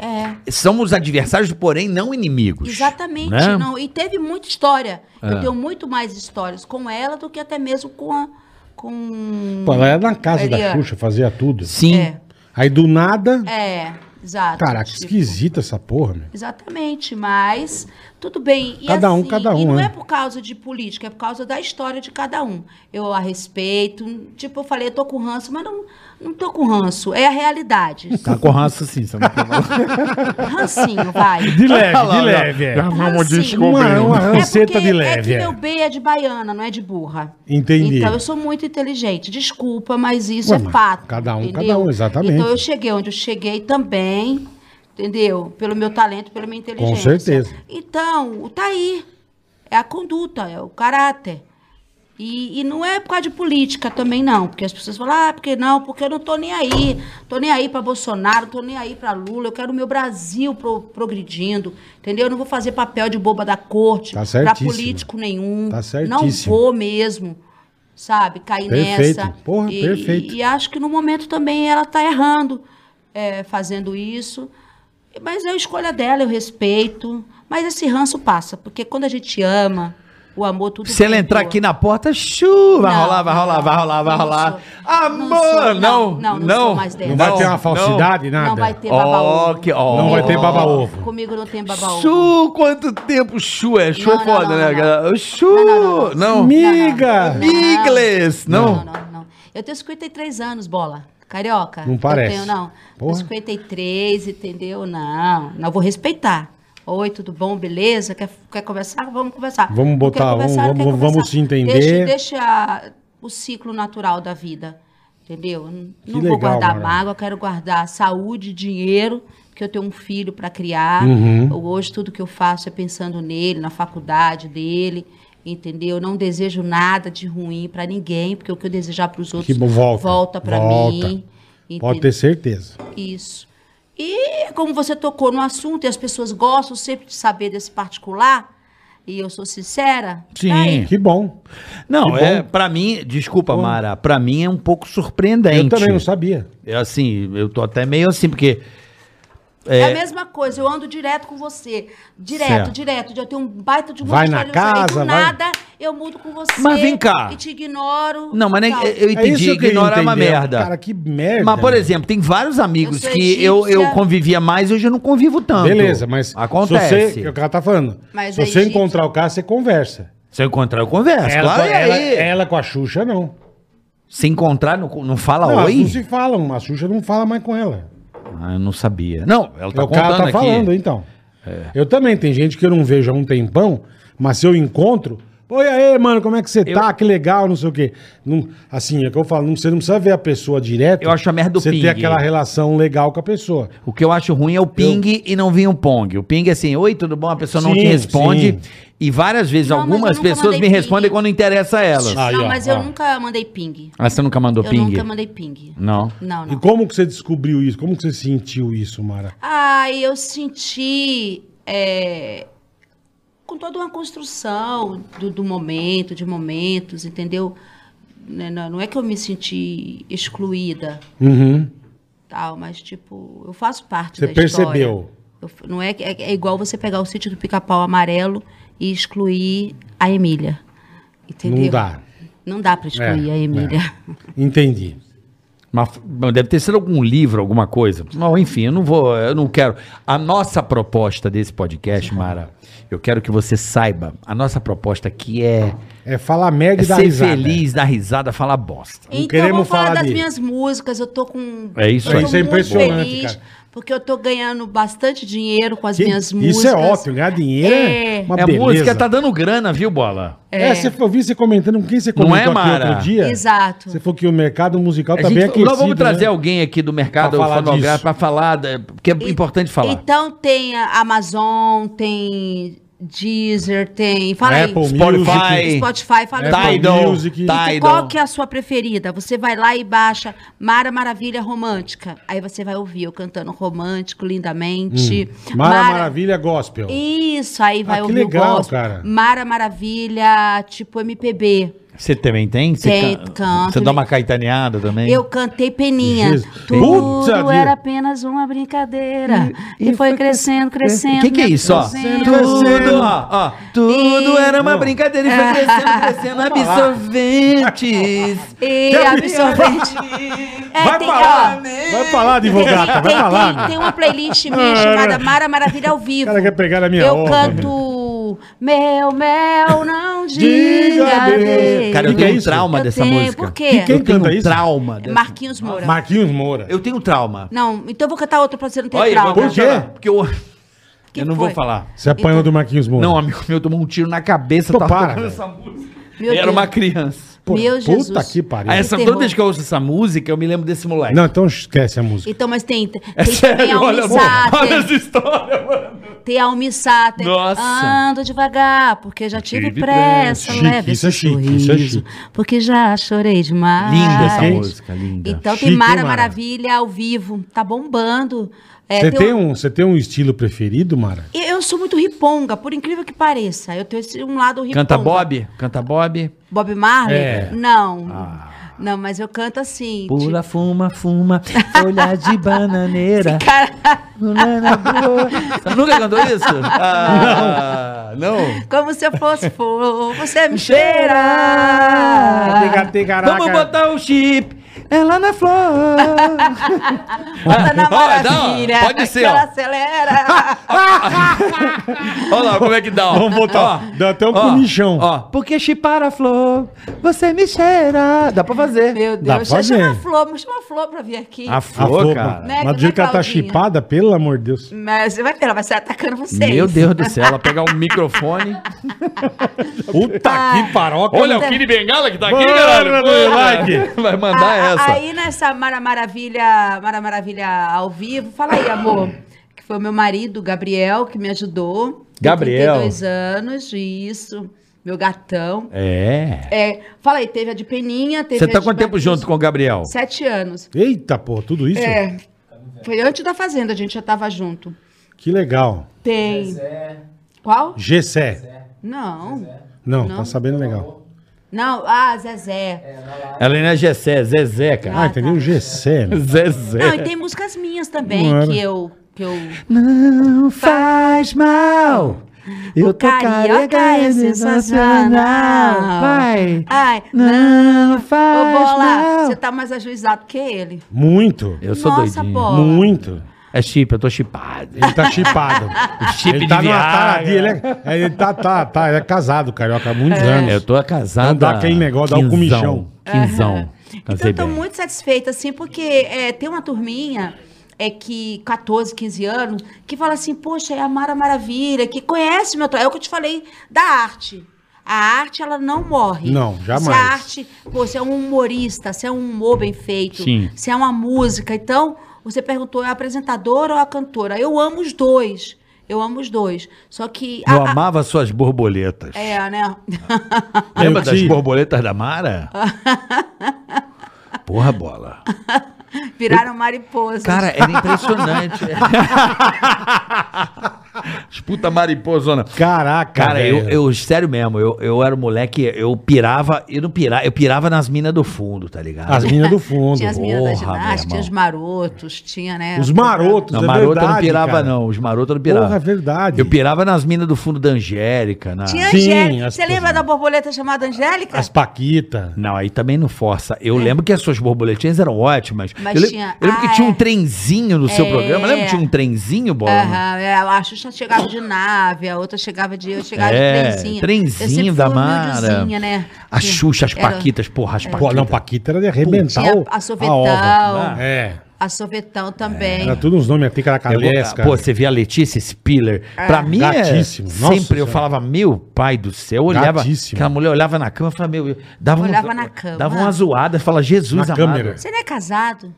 Somos adversários, porém não inimigos.
Exatamente.
né?
Não, e teve muita história.
É.
Ah.
Eu tenho muito mais histórias com ela do que até mesmo com a. Com...
Pô, ela era na casa da
Eliana.
Xuxa, fazia tudo.
Sim.
É.
Aí do nada,
É. Exato.
Caraca,
tipo,
esquisita essa porra, meu.
Exatamente, mas tudo bem. E
Cada um,
assim,
cada
E
um,
não
né?
é por causa de política, é por causa da história de cada um. Eu a respeito, tipo, eu falei, eu tô com ranço, mas não, não tô com ranço, é a realidade.
Tá com raça sim, você não tem
Rancinho, vai.
De leve,
Ah lá, um
de
lá.
leve. é.
Já vamos
Rancinho.
Uma,
descobrir.
uma
Assim, é
ranceta
porque
de
É que
leve.
meu
É
B é de baiana, não é de burra.
Entendi.
Então eu sou muito inteligente. Desculpa, mas isso
Ué,
é
mas
fato.
cada um,
entendeu?
cada um, exatamente.
Então eu cheguei onde eu cheguei também, entendeu? Pelo meu talento, pela minha inteligência.
certeza.
Então, tá aí. É a conduta, é o caráter. E, e não é por causa de política também, não. Porque as pessoas falam, ah, porque não, porque eu não tô nem aí. Tô nem aí pra Bolsonaro, tô nem aí pra Lula. Eu quero o meu Brasil pro- progredindo, entendeu? Eu não vou fazer papel de boba da corte,
Tá
pra
certíssima.
político nenhum.
Tá
não
certíssima.
vou mesmo, sabe? Cair
Perfeito.
nessa.
Porra,
e,
perfeito.
E, e acho que no momento também ela tá errando é, fazendo isso. Mas é a escolha dela, eu respeito. Mas esse ranço passa, porque quando a gente ama, o amor tudo
Se ela entrar
perdoa.
aqui na porta, chu, vai
Não,
rolar, vai
não,
rolar, vai rolar, vai
não
rolar.
sou. Não
Amor,
sou,
não,
não,
não,
não, não sou mais dessa.
Não vai ter uma
não.
falsidade, nada?
Não vai ter
Ó,
babaú.
que- ó.
Não vai ter baba-ovo.
Comigo não tem babaú.
Chu, quanto tempo chu é? Chu
Não,
é
não,
foda,
não,
né?
não.
galera? Chu,
Não, não, não,
não.
Miga!
Não, não, não.
Migles, não.
Não, não, não. Eu tenho 53 anos, bola. Carioca.
Não
Eu
parece.
tenho, não.
Porra.
Tenho 53, entendeu? Não. Não vou respeitar. Oi, tudo bom? Beleza? Quer, quer conversar? Vamos conversar.
Vamos
Não
botar,
quer
vamos-
conversar?
vamos-
Quer
vamos
conversar?
se entender.
Deixa, deixa o ciclo natural da vida. Entendeu? N-
Que
Não
legal,
vou guardar
Mara.
mágoa, eu quero guardar saúde, dinheiro, que eu tenho um filho para criar.
Uhum.
Eu- Hoje tudo que eu faço é pensando nele, na faculdade dele, entendeu? Eu Não desejo nada de ruim para ninguém, porque o que eu desejar para os outros
bom, volta,
para
volta.
mim.
Pode
entendeu?
ter certeza.
Isso. E como você tocou no assunto e as pessoas gostam sempre de saber desse particular, e eu sou sincera, tá
Sim.
aí.
Que bom.
Não,
Que
é,
bom.
pra mim, desculpa, Mara, pra mim é um pouco surpreendente.
Eu também não sabia.
É assim, eu tô até meio assim, porque
É. a mesma coisa, eu ando direto com você. Direto,
Certo.
direto. Eu tenho um baita de um
Vai
monte de
na
história, eu saio
casa,
do
vai-
nada, eu mudo com você.
Mas vem cá.
E te ignoro.
Não, mas nem-
Tal.
eu entendi,
eu queria
ignorar é uma
entender.
merda.
Cara, que merda. né?
Mas, por
meu.
exemplo, tem vários amigos
Eu sou
que eu, eu
egípcia.
convivia mais hoje eu não convivo tanto.
Beleza, mas
Acontece.
se você, que o cara tá falando,
Mas
se
a
você
egípcia-
encontrar o cara, você conversa.
Se eu encontrar, eu converso.
Ela,
claro,
com,
e
ela,
aí?
ela com a Xuxa, não.
Se encontrar, não, não fala
não, elas
oi?
não se falam, a Xuxa não fala mais com ela.
Ah, eu não sabia. Não, ela tá
o
contando
cara tá
aqui. É.
falando, então. Eu também, tem gente que eu não vejo há um tempão, mas se eu encontro, pô, e aí, mano, como é que você tá? Que legal, não sei o quê. Não- assim, é que eu falo, não, você não precisa ver a pessoa direto.
Eu acho a merda do
Você
ping.
tem aquela relação legal com a pessoa.
O que eu acho ruim é o ping e não vir um pong. O ping é assim, oi, tudo bom? A pessoa não
Sim,
te responde.
sim.
E várias vezes,
Não, mas
algumas
eu nunca
pessoas me
mandei
respondem
ping.
quando interessa a elas.
Ah, aí, ó,
não, mas eu
ó.
nunca mandei ping.
Ah, você nunca mandou
eu
ping?
nunca mandei ping.
Não.
Não,
E
não.
como que você descobriu isso? Como que você sentiu isso, Mara?
Ai, eu senti. é, com toda uma construção do, do momento, de momentos, entendeu? Né, Não, não é que eu me senti excluída,
Uhum.
tal, mas tipo, eu faço parte
Você
da
percebeu.
história. Eu f- não é, que- é, é igual você pegar o sítio do pica-pau amarelo e excluir a Emília. Entendeu?
Não dá.
Não dá pra excluir
É,
a Emília.
Entendi.
Mas f- mas deve ter sido algum livro, alguma coisa. Não, enfim, eu não vou, eu não quero. A nossa proposta desse podcast, Mara, eu quero que você saiba. A nossa proposta aqui é,
É falar
é
merda e dar
ser
risada. é.
feliz, dar risada, falar bosta.
Não
Então,
queremos
vamos falar,
falar
das
de-
minhas músicas. Eu tô com.
É isso
eu
aí.
tô
Isso é
muito
impressionante,
feliz,
cara.
porque eu tô ganhando bastante dinheiro com as
Que-
minhas músicas.
Isso é ótimo, ganhar dinheiro é,
É.
uma
é a
beleza.
música tá dando grana, viu, Bola?
É, você, eu vi você comentando com quem você
Não
comentou
é,
aqui
Mara?
outro dia.
Exato.
Você falou que o mercado musical
A
tá bem
gente-
aquecido.
nós vamos trazer
né?
alguém aqui do mercado
Pra falar disso.
fonográfico para falar, da- porque é
E-
importante falar.
Então tem a Amazon, tem Deezer, tem. Fala aí.
Apple
Spotify.
Music.
Spotify, fala
Tidal.
aí.
Apple
Tidal,
Music.
Então,
Tidal.
Qual que é a sua preferida? Você vai lá e baixa Mara Maravilha Romântica. Aí você vai ouvir eu cantando romântico, lindamente.
Hum. Mara Maravilha Gospel.
Isso, aí vai
que
ouvir
legal,
o gospel.
cara.
Mara Maravilha, tipo MPB.
Você também tem? Você
Tem, canto,
Você dá
né?
uma caetaneada também?
Eu cantei Peninha.
Jesus.
Tudo
Puta vida.
era apenas uma brincadeira. E, foi crescendo,
O
crescendo. né?
que, que é isso, ó?
crescendo,
Tudo, ó, ó, tudo
E-
era uma brincadeira e foi crescendo, crescendo, absorventes.
E absorvente. É,
Vai
tem-
falar,
ó,
vai falar, advogata, Tá vai
tem,
falar.
tem,
meu.
tem um uma playlist minha chamada Mara Maravilha ao vivo.
cara quer pegar na minha
Eu
obra,
canto Meu Mel, não
Diga
diga
adeus.
adeus.
Cara, eu
Que que é
tenho um
isso?
trauma
Eu
dessa
tenho,
música.
por
Que
quê?
que é?
Eu tenho
canta
um
isso?
trauma dessa
Marquinhos Moura.
Marquinhos Moura.
Eu tenho um trauma.
Não, então eu vou cantar outra pra você não ter
Olha, eu
trauma.
vou
Por quê?
chorar, Porque eu,
Que
eu não vou
foi?
falar.
Você
Então-
apanhou do Marquinhos Moura.
Não, tá amigo meu tomou um tiro na cabeça,
Pô,
tava
para,
tocando
velho.
essa música.
Meu
Ele era
Deus.
uma criança.
Pô,
Meu
puta
Jesus.
que pariu.
Aí essa,
Que
toda
terror.
vez que eu ouço essa música, eu me lembro desse moleque.
Não, então esquece a música.
Então, mas tem, tem
é
também
sério,
a
olha, pô, olha
Almissata.
essa história, mano.
Tem a Almissata.
Nossa.
Ando devagar, porque já tive,
Tive
pressa.
pressa. Chique,
leve
isso
isso
é
é
chique, isso é chique.
Porque já chorei demais.
Linda essa
Gente.
música, linda.
Ah, Então
Chique,
tem Mara
hein, Mara?
Maravilha ao vivo. Tá bombando. É,
Você tem
o-
um, você tem um estilo preferido, Mara?
Eu eu sou muito riponga, por incrível que pareça. Eu tenho esse- um lado riponga.
Canta Bob? Canta Bob?
Bob Marley?
É.
Não. Não, mas eu canto assim.
Ah. Pula, fuma, fuma, folha de bananeira.
tipo- Cara,
Banana boa. Você nunca cantou isso? Ah, não.
como se eu fosse flor, você me
Tiga,
cheira.
tiga,
Vamos
raca.
botar o chip. Ela na flor.
Bota na
Ó, dá, ó.
maravilha.
Pode ser,
que Ela
ó.
acelera.
Olha lá como é que dá. ó.
Vamos botar-
Ó,
dá até um
ó,
comichão.
Ó, porque chipar a flor, você me cheira. Dá pra fazer.
Meu
Dá
Deus.
pra
Chama a
ver.
Flor, me chama a Flor pra vir aqui.
A
A
flor,
flor,
cara.
Né,
Mas do
né,
jeito que ela tá
Claudinha?
chipada, pelo amor de Deus.
Mas você vai ver, ela vai ser atacando vocês.
Meu Deus do céu, ela pegar um microfone.
Puta
Ah.
que paroca.
Olha o Kid Bengala que tá aqui,
Bora,
caralho.
do
Bora.
like.
Vai mandar
A- a-
essa.
Aí nessa Mara Maravilha, Mara Maravilha ao vivo, fala aí, amor. Que foi o meu marido, Gabriel, que me ajudou.
Gabriel.
dois anos, isso. Meu gatão.
É.
É, fala aí, teve a de Peninha, teve
Você
a
tá
de
quanto tempo
Marquinhos?
junto com o Gabriel?
Sete anos.
Eita, pô, tudo isso?
É. Foi antes da Fazenda, a gente já tava junto.
Que legal.
Tem. Qual?
Gessé.
Não.
Não,
Não.
tá sabendo legal.
Não, ah, Zezé.
Ela ainda é Gessé, Zezé, cara.
Ah, entendi um Gessé. né?
Zezé.
Não, e tem músicas minhas também
Não era.
que eu. Que eu...
Não faz mal. Eu tô careca é sensacional. Vai.
Ai,
Não
Ô,
faz
Bola, você
mal.
tá mais ajuizado que ele.
Muito.
Eu sou
Nossa,
doidinho.
Bola.
Muito.
É chip, eu tô chipado.
Ele tá chipado.
Chip
ele tá
de
numa
Viagra.
taradia. Ele, é, ele tá, tá, tá. Ele é casado, carioca, há muitos anos.
Eu tô casado.
Não dá
há
aquele negócio, dá
um
o comichão.
Quinzão.
Então
Casei
eu tô
é bem.
muito satisfeita, assim, porque é, tem uma turminha é que 14, 15 anos, que fala assim, poxa, é a Mara Maravilha, que conhece meu trabalho. É o que eu te falei da arte. A arte, ela não morre.
Não, jamais.
Se a arte, pô, se é um humorista, se é um humor bem feito,
Sim.
se é uma música. Então, você perguntou, é a apresentadora ou a cantora? Eu amo os dois. Eu amo os dois. Só que.
Eu
a- a-
amava suas borboletas.
Ah, É, ah, né?
Lembra
Eu
das
te-
borboletas da Mara? Porra, bola.
Viraram mariposas.
Cara, era impressionante. As puta mariposona.
Caraca,
Cara, eu,
velho.
eu, sério mesmo, eu, eu era um moleque, eu pirava, eu não pirava, eu pirava nas minas do fundo, tá ligado?
As minas do fundo.
Tinha as meninas da
Porra, meu
ginástica,
irmão.
tinha os marotos, tinha, né?
Os marotos,
não,
é
maroto eu não
verdade,
pirava,
cara.
não. Os marotos eu não pirava.
Porra, é verdade.
Eu pirava nas minas do fundo da Angélica. Na...
Tinha
Sim,
Angélica.
as
Você lembra
coisas.
da borboleta chamada Angélica?
As paquita.
Não, aí também não força. Eu lembro que as suas borboletinhas eram ótimas.
É. Mas
eu lembro,
tinha-
eu lembro
ah,
que tinha um
é.
trenzinho no seu
É.
programa. Lembra que tinha um trenzinho, Bola?
Aham, é, a Xuxa chegava de nave, a outra chegava de. Eu chegava
É,
de trenzinha.
trenzinho
Eu sempre fui
da
humildezinha,
Mara.
né?
A
Tinha-
Xuxa, as tá
era- é.
Paquitas, porra, as
Pô,
Paquitas.
não, paquita era de arrebentar.
Tinha
o-
a
ova.
tá?
Sovetal.
É.
A Sovetão também.
Era tudo uns nomes aqui,
Eu vou-
caracalhas, cara.
Pô, você vê a Letícia Spiller. Pra mim, é-
Gatíssimo. Nossa
sempre eu
Senhora.
falava, meu pai do céu, eu olhava.
Gatíssimo.
Aquela mulher olhava na cama e falava, meu. eu- Dava um-
Olhava na cama.
Dava uma zoada, fala, Jesus
Na
amado.
câmera.
Você não é casado?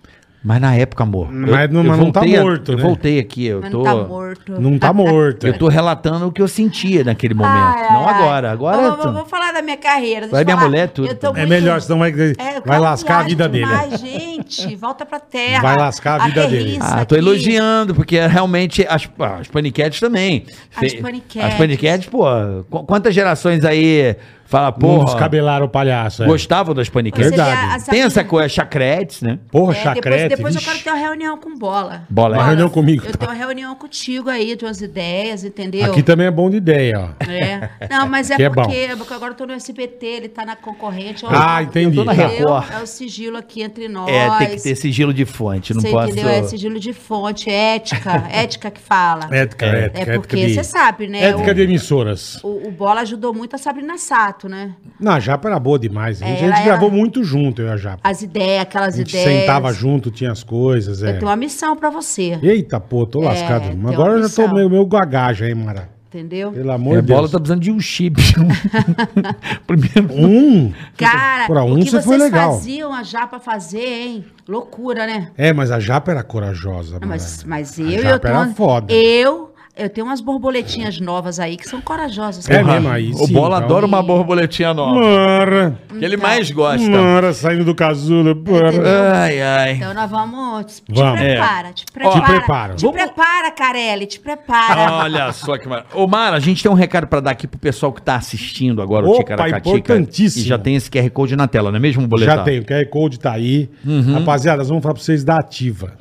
Mas na época, amor.
Mas não- mas não tá
voltei a-
morto,
Eu
né?
voltei aqui, eu
Mas
tô.
não tá morto.
Não tá morto.
Eu tô relatando o que eu sentia naquele momento.
Ai, ai,
não
Ah, é, ai.
agora. Agora.
Vou, vou, vou falar da minha carreira. deixa
Vai
eu
minha
falar.
mulher, tudo.
Eu tô
É
muito-
melhor, senão vai,
É, o
vai
cara
lascar a
viaja
vida dele. é.
demais, gente, volta pra terra.
Vai lascar a vida
Aterrissa
dele.
Ah, tô
aqui.
elogiando, porque é realmente as, ah, as paniquetes também.
As
Fe-
paniquetes.
As paniquetes, pô, qu- quantas gerações aí Fala,
Não
porra,
descabelaram o palhaço. é.
gostavam das paniquinhas.
Verdade.
Tem essa coisa, chacretes, né?
Porra,
É,
chacrete.
Depois, depois eu
vixe.
quero ter uma reunião com bola.
Bola. Uma
Bola,
reunião comigo,
Eu
tá?
tenho uma reunião contigo aí, tuas ideias, entendeu?
Aqui também é bom de ideia, ó.
É. Não, mas é
Aqui é bom.
porque, porque agora eu tô no SBT, ele tá na concorrente. eu-
Ah, entendi.
Eu tô na
entendeu?
Record.
É o sigilo aqui entre nós.
É, tem que ter sigilo de fonte, não
Você
posso...
entendeu? É sigilo de fonte, é ética. ética que fala.
Ética,
É
ética,
é
ética
porque
de-
você sabe, né?
Ética de emissoras.
O, o, o Bola ajudou muito a Sabrina Sato, né?
Não, a Japa era boa demais. hein? A
É,
gente,
ela era-
gravou muito junto, eu e a Japa.
As ideias, aquelas
A gente
ideias.
sentava junto, tinha as coisas.
Eu
É.
tenho uma missão pra você,
Eita, pô, tô lascado.
tem
Mas Agora eu já tô
opção.
meio, meio gagaja, hein, Mara?
entendeu?
Pelo amor
A
de Deus.
bola tá precisando de um chip. Primeiro...
Um?
Cara,
Pra um
o que
você
vocês
foi legal.
faziam a Japa fazer, hein? Loucura, né?
É, mas a Japa era corajosa,
Não,
Mara.
mas, mas
É. A
eu e eu
Japa era foda.
Eu, eu tenho umas borboletinhas novas aí que são corajosas.
É
cara.
mesmo aí,
O
sim,
bola
então.
adora uma borboletinha nova.
Mara,
Que ele mais gosta.
Mara, saindo do casulo. Mara.
Ai, ai.
Então nós vamos. Te, te
Vamos.
prepara, te
Ó,
prepara.
Te prepara.
Te
É. Vamos-
prepara, Carelli, te
Então,
prepara.
Olha só que maravilha. Ô, Mara, a gente tem um recado pra dar aqui pro pessoal que tá assistindo agora
Opa,
o Ticaracatica.
importantíssimo.
E já tem esse QR Code na tela, não é mesmo, Boletar? Uhum.
Já tem, o QR Code tá aí. Rapaziada, nós vamos falar pra vocês da Ativa.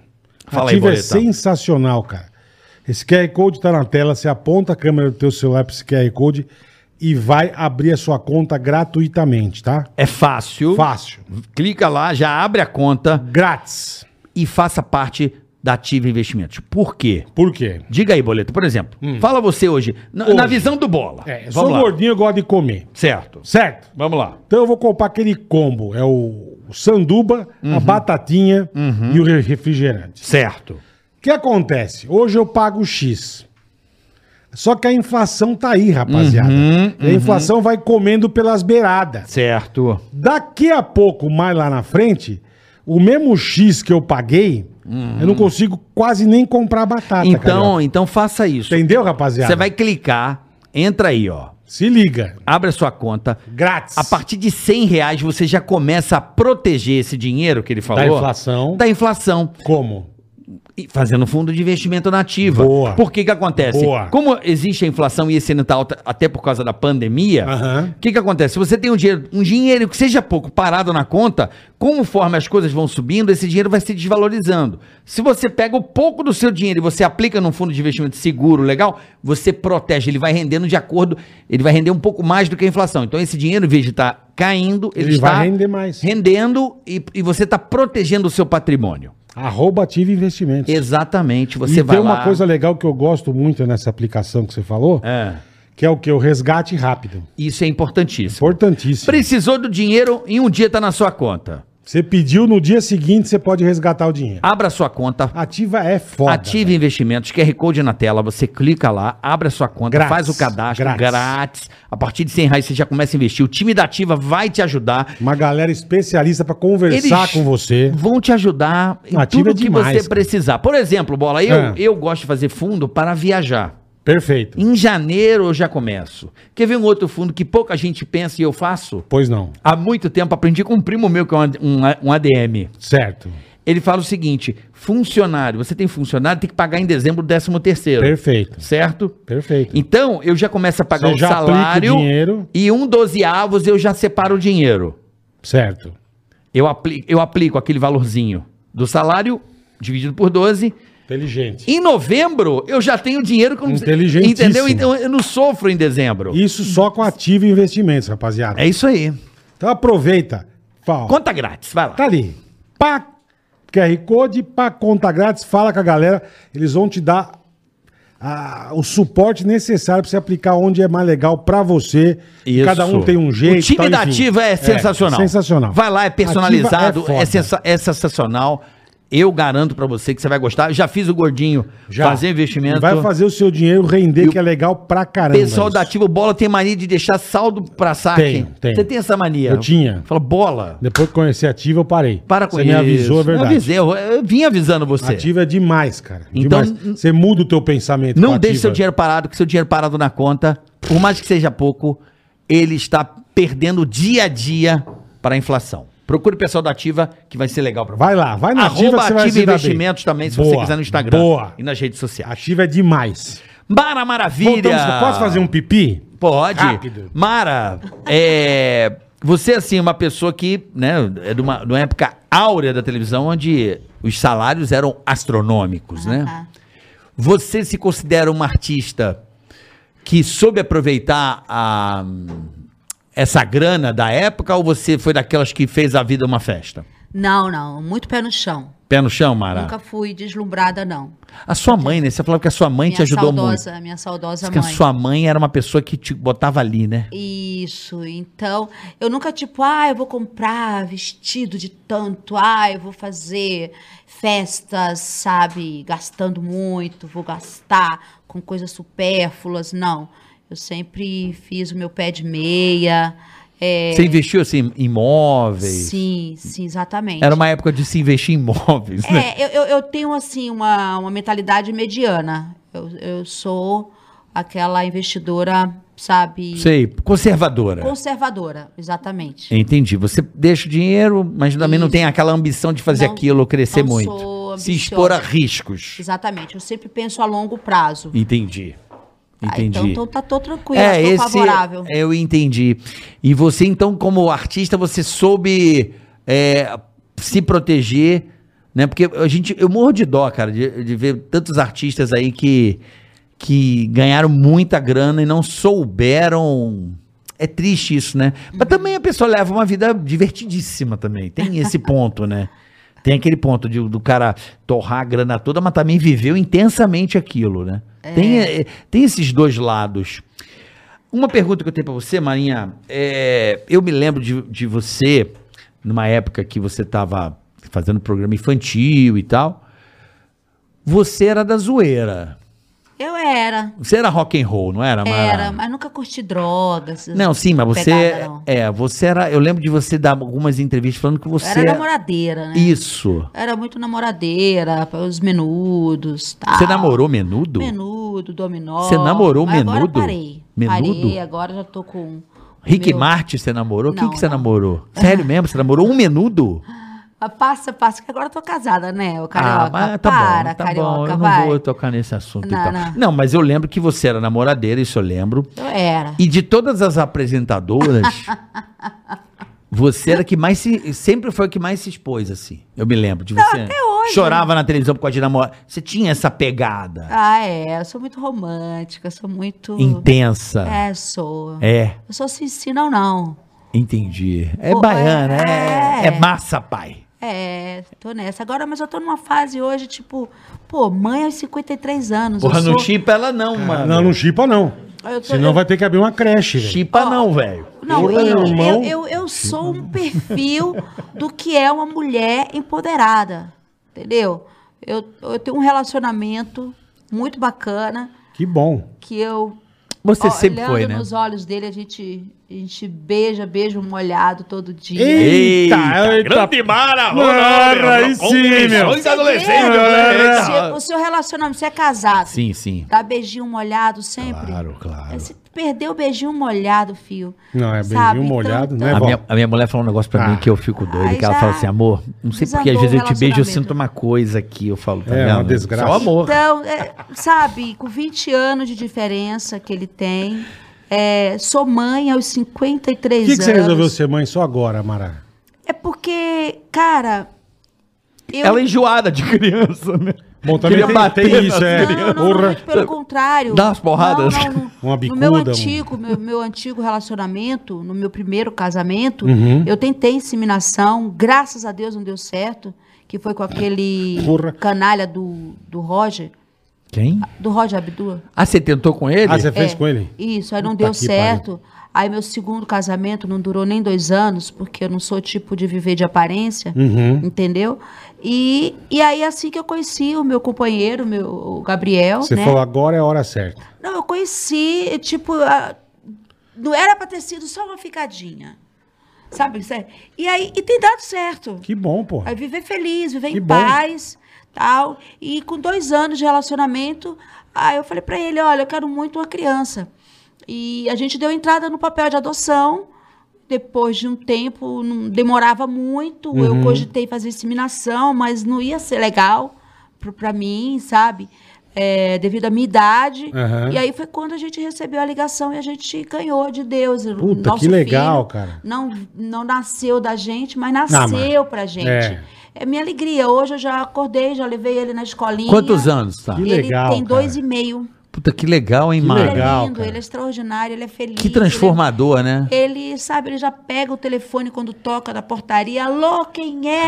Fala aí,
Ativa é
Boletar.
sensacional, cara. Esse QR Code tá na tela, você aponta a câmera do teu celular pra esse QR Code e vai abrir a sua conta gratuitamente, tá?
É fácil.
Fácil.
Clica lá, já abre a conta
Grátis.
e faça parte da Ativa Investimentos. Por quê?
Por quê?
Diga aí, Boleto. Por exemplo, fala você hoje, na,
Hum. Hoje.
na visão do Bola.
É, eu sou
Vamos lá.
gordinho, eu gosto de comer.
Certo.
Certo?
Vamos lá.
Então eu vou comprar aquele combo. É o sanduba,
Uhum.
a batatinha e o re- refrigerante.
Certo.
O que acontece? Hoje eu pago X. Só que a inflação tá aí, rapaziada.
Uhum,
E a inflação vai comendo pelas beiradas.
Certo.
Daqui a pouco, mais lá na frente, o mesmo X que eu paguei, eu não consigo quase nem comprar batata.
Uhum. então,
Ah, tá Carioca.
então faça isso.
entendeu, rapaziada?
Você vai clicar, entra aí, ó.
Se liga.
Abre a sua conta.
Grátis.
A partir de 100 reais você já começa a proteger esse dinheiro que ele falou.
inflação.
Da inflação.
Como?
E fazendo fundo de investimento na ativa.
Boa.
Por que que acontece?
Boa.
Como existe a inflação e esse ano tá alta até por causa da pandemia,
Aham.
o que que acontece? Se você tem um dinheiro, um dinheiro que seja pouco parado na conta, conforme as coisas vão subindo, esse dinheiro vai se desvalorizando. Se você pega o pouco do seu dinheiro e você aplica num fundo de investimento seguro, legal, você protege, ele vai rendendo de acordo, ele vai render um pouco mais do que a inflação. Então esse dinheiro, em vez de estar caindo, ele,
Ele
está
vai render mais.
rendendo e, e você está protegendo o seu patrimônio.
Arroba Ativa Investimentos.
Exatamente, você
e
vai
tem uma
lá.
coisa legal que eu gosto muito nessa aplicação que você falou,
É,
que é o que? O resgate rápido.
isso é importantíssimo.
Importantíssimo.
Precisou do dinheiro em um dia tá na sua conta.
Você pediu, no dia seguinte você pode resgatar o dinheiro.
Abra sua conta,
Ativa é foda.
ative
velho.
investimentos, QR Code na tela, você clica lá, abre a sua conta,
Grátis,
faz o cadastro
grátis.
grátis. A partir de 100 reais você já começa a investir. O time da Ativa vai te ajudar.
Uma galera especialista pra conversar
Eles
com você.
Vão te ajudar em
Ativa
tudo
é
que
demais,
você
cara.
precisar. Por exemplo, Bola, eu,
É.
eu gosto de fazer fundo para viajar.
Perfeito.
Em janeiro eu já começo. Quer ver um outro fundo que pouca gente pensa e eu faço?
Pois não.
Há muito tempo aprendi com um primo meu que é um AD- um, A- um ADM.
Certo.
Ele fala o seguinte: funcionário, você tem funcionário, tem que pagar em dezembro o 13 terceiro.
Perfeito.
Certo?
Perfeito.
Então, eu já começo a pagar
Você
o
já aplica o
salário
dinheiro.
e um dozeavos eu já separo o dinheiro.
Certo.
Eu, apli eu aplico aquele valorzinho do salário dividido por 12.
Inteligente.
Em novembro, eu já tenho dinheiro. que eu não-
Inteligentíssimo.
Entendeu? Então, eu não sofro em dezembro.
Isso só com Ativa Investimentos, rapaziada.
É isso aí.
Então aproveita. Fala.
Conta grátis, vai lá.
Tá ali. Pá, QR Code, pá, conta grátis, fala com a galera. Eles vão te dar a- o suporte necessário pra você aplicar onde é mais legal pra você. E
Isso.
Cada um tem um jeito.
O time
tal,
da
enfim.
Ativa é sensacional.
sensacional.
Vai lá, é personalizado,
Ativa
é,
foda.
sensa- é sensacional. Eu garanto pra você que você vai gostar. Já fiz o gordinho
Já.
fazer investimento.
Vai fazer o seu dinheiro render, que é legal pra caramba.
Pessoal
isso.
da Ativa, o Bola tem mania de deixar saldo pra saque.
Tenho, tenho.
Você tem essa mania?
Eu tinha.
Fala, Bola,
Depois que conheci a Ativa, eu parei.
para com
você
isso.
me avisou, é
Eu
verdade.
avisei, eu, eu vim avisando você.
Ativa é demais, cara.
Então,
demais. Você muda o teu pensamento. com
Não
a
deixe
Ativa.
seu dinheiro parado, que seu dinheiro parado na conta, por mais que seja pouco, ele está perdendo dia a dia para a inflação. Procure o pessoal da Ativa, que vai ser legal para você.
Vai lá, vai na
Arroba
Ativa que você vai
Ativa
se dar bem.
Investimentos também, se você
Boa,
quiser no Instagram
Boa.
e nas redes sociais.
Ativa é demais.
Bara
Voltamos,
Maravilha!
posso fazer um pipi?
Pode.
Rápido.
Mara, é, você, assim, é uma pessoa que, né, é de uma, de uma época áurea da televisão, onde os salários eram astronômicos,
Ah.
né? Você se considera uma artista que soube aproveitar a, essa grana da época ou você foi daquelas que fez a vida uma festa?
Não, não. Muito pé no chão.
Pé no chão, Mara?
Nunca fui deslumbrada, não.
A sua mãe, né? Você falava que a sua mãe te ajudou
saudosa,
muito.
minha saudosa
Diz que
mãe.
a sua mãe era uma pessoa que te botava ali, né?
Isso, então, eu nunca, tipo, ah, eu vou comprar vestido de tanto, ah, eu vou fazer festas, sabe, gastando muito, vou gastar com coisas supérfluas, não. Eu sempre fiz o meu pé de meia, é,
Você investiu assim, em imóveis.
sim, sim, exatamente.
Era uma época de se investir em imóveis, né?
É, eu, eu, eu tenho, assim, uma, uma mentalidade mediana, eu, eu sou aquela investidora, sabe,
Sei, conservadora.
conservadora, exatamente.
Entendi. Você deixa o dinheiro, mas também não
Isso.
tem aquela ambição de fazer
Não-
aquilo crescer
não
muito.
sou
se expor a
ambiciosa.
riscos.
Exatamente, eu sempre penso a longo prazo.
Entendi.
Ah,
Entendi. É,
então, então tá todo tranquilo, eu tô favorável.
Eu entendi. E você, então, como artista, você soube é, se proteger, né? Porque a gente, eu morro de dó, cara, de, de ver tantos artistas aí que, que ganharam muita grana e não souberam. É triste isso, né? Mas também a pessoa leva uma vida divertidíssima também. Tem esse ponto, né? Tem aquele ponto de- do cara torrar a grana toda, mas também viveu intensamente aquilo, né? Tem, eh, tem esses dois lados. Uma pergunta que eu tenho pra você, Marinha, é, eu me lembro de, de você, numa época que você tava fazendo programa infantil e tal, você era da zoeira.
Eu era,
Você era rock and roll, não era, Mara?
era, mas nunca curti drogas. essas
Não, sim, mas você
pegada, não.
é, você era, eu lembro de você dar algumas entrevistas falando que
Eu
você é-
era namoradeira, né?
Isso.
Eu Era muito namoradeira, os menudos, tal.
Você namorou menudo?
Ah. Menudo, dominó.
Você namorou
Mas Agora eu
menudo?
parei.
Menudo?
Parei, agora já tô com...
Rick
meu-
Martin você namorou? Quem
Não,
que você
não.
namorou? Sério mesmo? Você namorou um menudo?
Ah, Passa, passa, que agora eu tô casada, né, o carioca?
tá
Para,
bom, tá
carioca,
bom. Eu não
vai.
vou tocar nesse assunto
Não,
e tal. Não.
não.
mas eu lembro que você era namoradeira, isso eu lembro.
Eu era.
E de todas as apresentadoras, você era que mais se, sempre foi a que mais se expôs, assim. Eu me lembro de você.
até hoje.
Chorava na televisão por causa de namorada. Você tinha essa pegada
Ah, é, eu sou muito romântica, sou muito...
intensa.
É, sou.
É.
Eu sou sincera ou não.
entendi. É
Pô,
baiana, é,
é.
é massa, pai.
É, tô nessa. Agora, mas eu tô numa fase hoje, tipo, pô, mãe aos 53 anos.
Porra,
eu
não
sou-
chipa ela não, mano.
Não, não chipa, não.
Eu tô-
Senão
eu-
vai ter que abrir uma creche, velho.
chipa não, velho.
Não,
Porra,
eu, eu,
irmão.
eu- eu sou um perfil do que é uma mulher empoderada, entendeu? Eu, eu tenho um relacionamento muito bacana
Que bom.
que eu.
Você
ó,
sempre foi,
olhando
né?
nos olhos dele, a gente, a gente beija, beijo molhado todo dia.
Eita, eita.
grande Mara!
Mara, aí sim, meu. é
Confissões adolescentes,
Mara.
né?
Você- o seu relacionamento, você é casado.
Sim, sim.
Dá beijinho molhado sempre.
Claro, claro.
É, Se perdeu o beijinho molhado, fio.
Não, é beijinho
Sabe?
molhado,
Então,
né?
A
Bom.
minha, a minha mulher falou um negócio pra
Ah.
mim que eu fico doido.
Ai,
que ela
já
fala assim, amor, não sei porque às
desandou
vezes
o
eu te beijo, eu
relacionamento.
sinto uma coisa aqui. Eu falo, tá
É,
vendo?
uma desgraça.
Só amor.
Então, é, sabe, com 20 anos de diferença que ele tem, é, sou mãe aos 53
Por que,
anos.
que você resolveu ser mãe só agora, Mara?
É porque, cara. Eu...
Ela é enjoada de criança, né?
Bom, também
Queria
tem-
bater
tem isso, é.
Não, não,
Porra.
não, muito pelo contrário.
Dá umas porradas?
Não, não, no-
Uma
No
bicuda,
meu
um-
antigo, meu, meu antigo relacionamento, no meu primeiro casamento,
Uhum.
eu tentei inseminação, graças a Deus não deu certo, que foi com aquele
Porra.
canalha do, do Roger,
Quem?
do Roger Abdua.
Ah, você tentou com ele?
Ah, você fez
É,
com ele?
Isso, aí não
Puta
deu
que pariu.
certo. Aí meu segundo casamento não durou nem dois anos, porque eu não sou o tipo de viver de aparência,
Uhum.
entendeu? E, e aí assim que eu conheci o meu companheiro, meu, o Gabriel,
Você
né?
falou, agora é a hora certa.
Não, eu conheci, tipo, a- não era pra ter sido só uma ficadinha. Sabe? isso é- E aí, e tem dado certo.
Que bom, pô.
Aí viver feliz, viver
Que
em
bom.
paz, tal. E com dois anos de relacionamento, aí eu falei pra ele, olha, eu quero muito uma criança. E a gente deu entrada no papel de adoção. Depois de um tempo, não demorava muito.
Uhum.
Eu cogitei fazer inseminação, mas não ia ser legal pro- pra mim, sabe? é, devido à minha idade.
Aham.
E aí foi quando a gente recebeu a ligação e a gente ganhou de Deus.
Puta, que legal, cara.
Não, não nasceu da gente, mas nasceu pra gente.
Ah, é.
É. minha alegria. Hoje eu já acordei, já levei ele na escolinha.
Quantos anos tá?
Que
Ele
legal,
tem dois
cara.
e meio.
Puta, que legal, hein,
Que
Ele
Mário?
legal,
é lindo,
cara.
ele é extraordinário, ele é feliz.
Que
ele é-
transformador, né?
ele, sabe, ele já pega o telefone quando toca da portaria. Alô, quem é?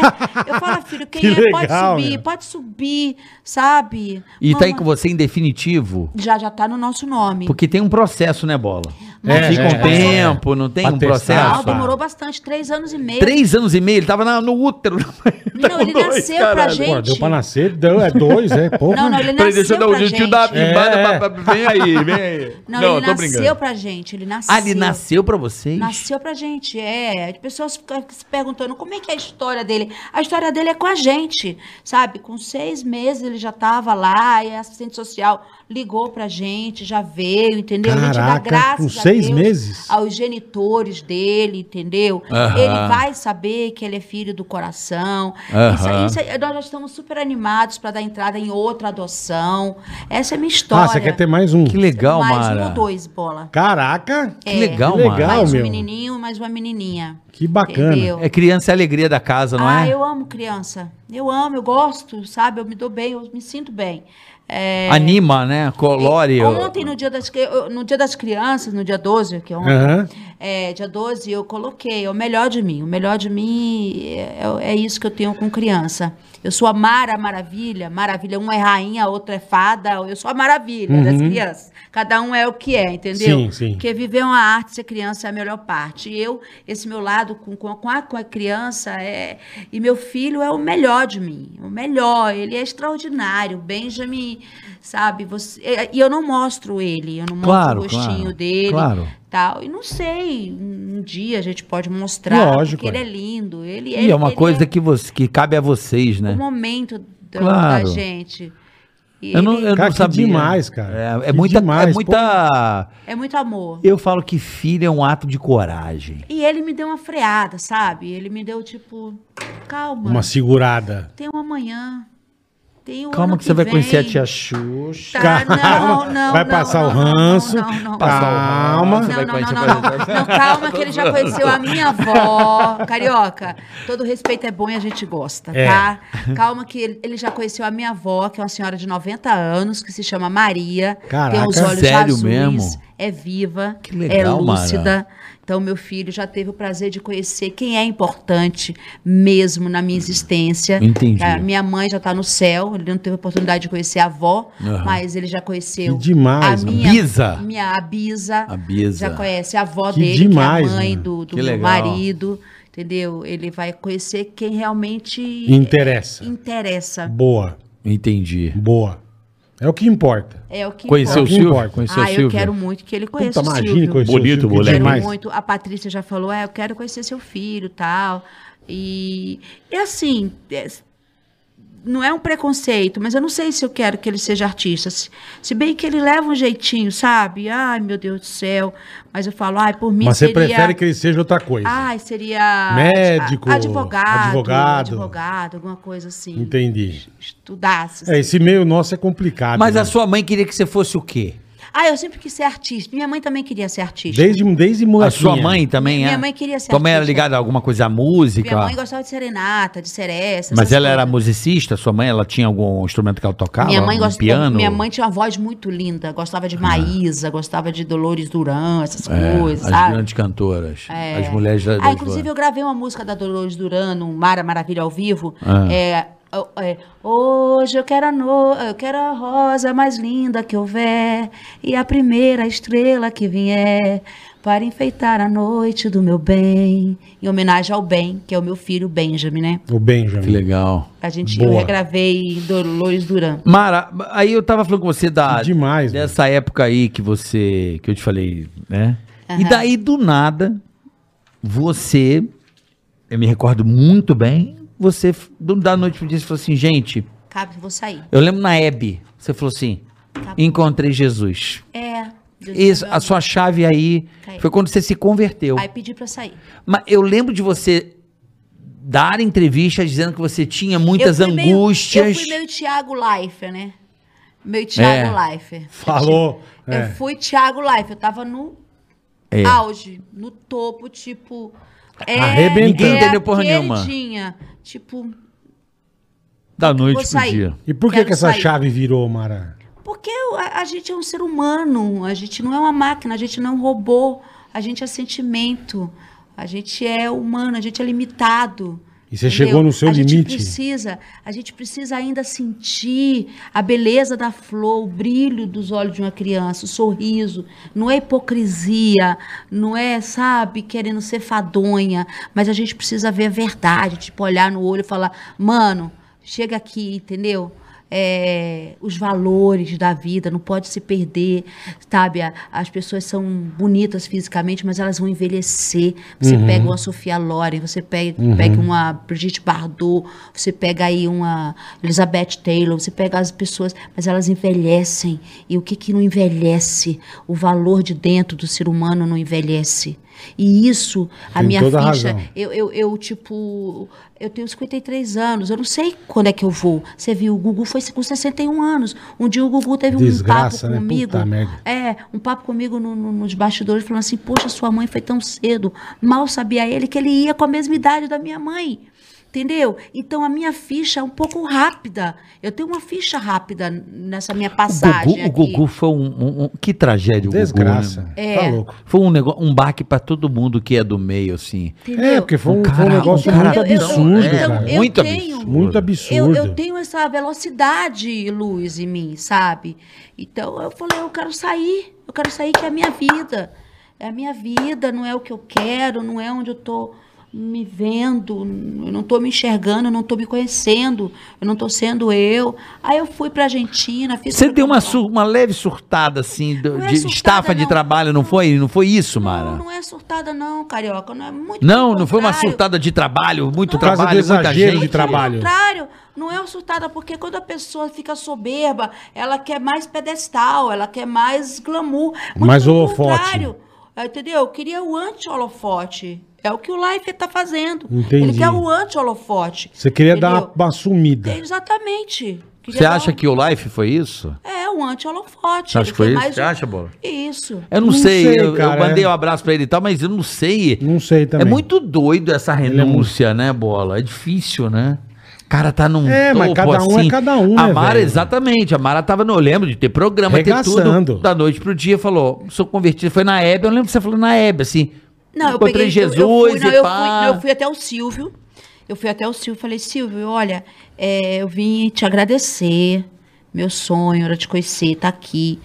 Eu falo, filho, quem
Que
é? pode
legal,
subir,
meu.
pode subir, sabe?
E tá aí
Mama-
com você em definitivo?
Já, já tá no nosso nome.
Porque tem um processo, né, Bola?
É,
Fica um
é,
tempo, não tem
Pra
um
testar,
Ah,
processo?
sabe?
demorou bastante, três anos e meio.
Três anos e meio, ele tava na- no útero. Tá
Não,
com
ele
dois,
nasceu pra
caralho.
gente.
Pô, deu pra nascer, deu, é dois, é porra.
Não, não, ele nasceu
Peraí, deixa eu dar um
pra
jeitinho
gente.
da bimbada.
É.
pra- pra- Vem aí, vem aí.
Não, ele nasceu pra gente, ele nasceu.
Ah, ele nasceu pra vocês?
Nasceu pra gente, é. As pessoas ficam se perguntando como é que é a história dele. A história dele é com a gente, sabe? Com seis meses ele já estava lá e a assistente social ligou pra gente, já veio, entendeu? a gente dá
Caraca,
graças
com
a
seis
Deus,
meses?
aos genitores dele, entendeu?
Aham.
Ele vai saber que ele é filho do coração.
Aham.
Isso aí- isso aí- nós já estamos super animados pra dar entrada em outra adoção. Essa é a minha história.
Ah, você quer ter mais um.
Que legal,
mais
Mara.
um ou dois, bola.
Caraca,
É,
Que legal,
Que legal,
Mara.
mais
meu.
um menininho, mais uma menininha.
que bacana.
Entendeu?
É criança e alegria da casa, não
ah,
é?
eu amo criança. Eu amo, eu gosto, sabe? Eu me dou bem, eu me sinto bem. É,
Anima, né? Colore.
Ontem, no dia, das, que- eu- no dia das crianças, no dia 12, que é ontem,
Aham.
é, dia 12, eu coloquei é o melhor de mim. O melhor de mim é, é isso que eu tenho com criança. Eu sou a Mara Maravilha. Maravilha, uma é rainha, a outra é fada. Eu sou a maravilha das crianças. Cada um é o que é, entendeu?
Sim, sim.
Porque viver uma arte, ser criança é a melhor parte. E eu, esse meu lado com, com, a- com a, com a criança, é, e meu filho é o melhor de mim. O melhor. Ele é extraordinário. Benjamin, sabe? Você, e- e eu não mostro ele. Eu não mostro
Claro,
o gostinho
claro,
dele
claro.
tal. E não sei, um um dia a gente pode mostrar,
Lógico,
porque ele
é.
é lindo. Ele,
E
ele-
é uma
ele
coisa
é
que, você, que cabe a vocês,
o
né?
momento da,
Claro.
da gente. E
Eu não,
ele-
eu
Cara,
não
que
sabia.
demais, cara.
É, é
Que
muita.
demais,
é muita...
É muito amor.
Eu falo que filho é um ato de coragem.
E ele me deu uma freada, sabe? Ele me deu tipo, calma,
Uma segurada.
tem um amanhã, tem um
Calma
ano
que você vai
vem.
conhecer a tia Xuxa.
Tá, não, não,
Vai
não,
passar
não,
o
não, não,
ranço.
Não, não, não.
Passar o
Não,
Calma.
não, não, não, não, não.
um
Não, calma que ele já conheceu a minha avó. Carioca, todo respeito é bom e a gente gosta,
É.
tá? Calma que ele, ele já conheceu a minha avó, que é uma senhora de 90 anos, que se chama Maria.
Caraca.
tem os olhos
É Sério
azuis,
mesmo?
é viva,
Que legal,
é lúcida.
Mara.
Então, meu filho já teve o prazer de conhecer quem é importante mesmo na minha existência.
Entendi.
A minha mãe já tá no céu, ele não teve oportunidade de conhecer a avó,
Aham.
mas ele já conheceu
Que demais,
a
né?
minha
Bisa.
minha a Bisa,
A Bisa.
já conhece a avó
Que
dele,
demais,
que é a mãe
né?
do, do
Que
meu
legal.
marido, entendeu? Ele vai conhecer quem realmente
Interessa.
interessa.
Boa,
Entendi.
boa. É o que importa.
É o que
Conheceu
o
o
que Silvio?
importa.
Silvio?
importa.
Conheceu
Ah, eu quero muito que ele conheça o
imagina
Silvio.
conhecer o
Bonito,
Silvio, que
moleque.
Quero
demais.
muito. A Patrícia já falou, é, eu quero conhecer seu filho, tal. E é assim, é- não é um preconceito, mas eu não sei se eu quero que ele seja artista. Se, se bem que ele leva um jeitinho, sabe? Ai, meu Deus do céu. Mas eu falo, ai, por mim
Mas você
seria...
prefere que ele seja outra coisa.
Ai, seria...
Médico,
a- Advogado.
advogado.
advogado, alguma coisa assim.
Entendi.
Estudasse. assim.
É, esse meio nosso é complicado.
Mas
né?
a sua mãe queria que você fosse o quê?
Ah, eu sempre quis ser artista. Minha mãe também queria ser artista.
Desde, desde
A
molequinha.
sua mãe também
Minha
é?
mãe queria ser
Tua mãe era
artista.
ligada a alguma coisa à música?
Minha mãe gostava de serenata, de seresta.
Mas
essas
ela era
coisas.
musicista? Sua mãe, ela tinha algum instrumento que ela tocava?
Minha mãe
um
gostava,
piano? Ah.
minha mãe tinha uma voz muito linda, gostava de Maísa, gostava de Dolores Duran, essas
É,
coisas,
as
sabe?
grandes cantoras.
É.
As mulheres da
Ah,
das-
inclusive eu gravei uma música da Dolores Duran, no Mara Maravilha ao vivo.
Ah.
É, ó, é, Hoje eu quero, a no... eu quero a rosa mais linda que houver e a primeira estrela que vier para enfeitar a noite do meu bem. Em homenagem ao Ben, que é o meu filho Benjamin, né?
O
Que
Benjamin.
legal.
A gente,
Boa.
eu regravei Dolores Duran.
Mara, aí eu tava falando com você da
Que demais,
dessa época aí que você que eu te falei, né? E daí do nada você eu me recordo muito bem, você do- da noite pro dia você falou assim, gente,
Cabe, vou sair.
eu lembro na Hebe, você falou assim,
Tá bom.
encontrei Jesus.
É. Deus
Isso,
me
a sua chave aí
Caiu.
foi quando você se converteu.
Tá Aí pedi pra sair.
Mas eu lembro de você dar entrevistas dizendo que você tinha muitas
Eu fui meio-
angústias.
eu fui meio Tiago Life, né? Meu Thiago
É.
Leifert.
Falou,
Eu
é.
fui Thiago Leifert. Eu tava no
É.
auge, no topo, tipo. É,
Arrebentando. Ninguém
é
entendeu
a
porra nenhuma.
queridinha. Tipo,
Da noite
Vou
pro
sair.
dia.
E por que,
Quero
que essa
sair.
chave virou, Mara?
Porque a, a gente é um ser humano, a gente não é uma máquina, a gente não é um robô, a gente é sentimento, a gente é humano, a gente é limitado.
E você chegou no seu
a
limite?
Gente precisa, a gente precisa ainda sentir a beleza da flor, o brilho dos olhos de uma criança, o sorriso. Não é hipocrisia, não é, sabe, querendo ser fadonha, mas a gente precisa ver a verdade, tipo, olhar no olho e falar, mano, chega aqui, entendeu? É, os valores da vida, não pode se perder, sabe? A- As pessoas são bonitas fisicamente, mas elas vão envelhecer. Você
Uhum.
pega uma Sofia Loren, você pega, pega uma Brigitte Bardot, você pega aí uma Elizabeth Taylor, você pega as pessoas, mas elas envelhecem. E o que que não envelhece? O valor de dentro do ser humano não envelhece. E isso, a
Tem
minha
toda a
ficha,
razão.
eu, eu, eu, tipo, eu tenho 53 anos, eu não sei quando é que eu vou. Você viu, o Gugu foi com 61 anos. Um dia o Gugu teve
Desgraça,
um papo
né?
comigo.
Puta merda.
É, um papo comigo no- no- nos bastidores, falando assim, poxa, sua mãe foi tão cedo. Mal sabia ele que ele ia com a mesma idade da minha mãe. Entendeu? Então a minha ficha é um pouco rápida. Eu tenho uma ficha rápida nessa minha
O
passagem.
Gugu, o
aqui.
Gugu foi um, um- um- Que tragédia, o Gugu,
Desgraça.
né?
É.
Tá louco.
Foi um, negócio, um baque pra todo mundo que é do meio, assim.
Entendeu?
É, porque foi um,
Um
foi um
cara-
negócio
um cara-
muito
Eu- eu-
absurdo,
então,
cara.
eu
muito
tenho-
absurdo.
Muito
Eu,
absurdo.
eu tenho essa velocidade, Luiz, em mim, sabe? Então eu falei, eu quero sair, eu quero sair que é a minha vida. É a minha vida, não é o que eu quero, não é onde eu tô me vendo, eu não tô me enxergando, eu não tô me conhecendo, eu não tô sendo eu. Aí eu fui pra Argentina, fiz
Você deu uma,
surpresa.
sur- uma leve surtada, assim, do-
é Não é
de
surtada,
estafa de
não.
trabalho, não foi? Não foi isso,
Não,
Mara?
não é surtada não, carioca, não é muito
Não,
pelo
não foi uma
contrário.
surtada de trabalho, muito
Por causa
trabalho,
do
muita
exagero
gente.
de trabalho.
Pelo contrário, não é assustada, porque quando a pessoa fica soberba, ela quer mais pedestal, ela quer mais glamour.
Mais
pelo
holofote.
contrário, eh, Entendeu? Eu queria o anti-holofote. É o que o Life tá fazendo.
Entendi.
Ele quer o anti-holofote.
Você queria dar
entendeu? É.
uma, uma sumida.
Exatamente. Queria
Você
dar
acha
um-
que o Life foi isso?
É, o anti-holofote.
Você acha
Ele
que foi
quer
isso?
mais
Você
um-
acha, Bola?
Isso.
Eu não,
Não
sei,
sei,
eu,
cara,
eu mandei
é.
um abraço pra ele e tal, mas eu não sei.
Não sei
É
também.
muito doido essa renúncia, né, Bola? É difícil, né? O cara tá num
É, mas
topo,
cada um é
assim.
cada um,
A
né,
Mara,
velho?
exatamente. A Mara tava, eu lembro de ter programa, ter
Regaçando.
tudo. Da noite pro dia, falou, sou convertido. Foi na Hebe, eu lembro que você falou na Hebe, assim.
Não, eu
encontrei
peguei então,
Jesus
eu, eu fui, não,
e
eu
pá.
fui- não, eu fui até o Silvio. Eu fui até o Silvio e falei, Silvio, olha, é, eu vim te agradecer. Meu sonho era te conhecer, tá aqui.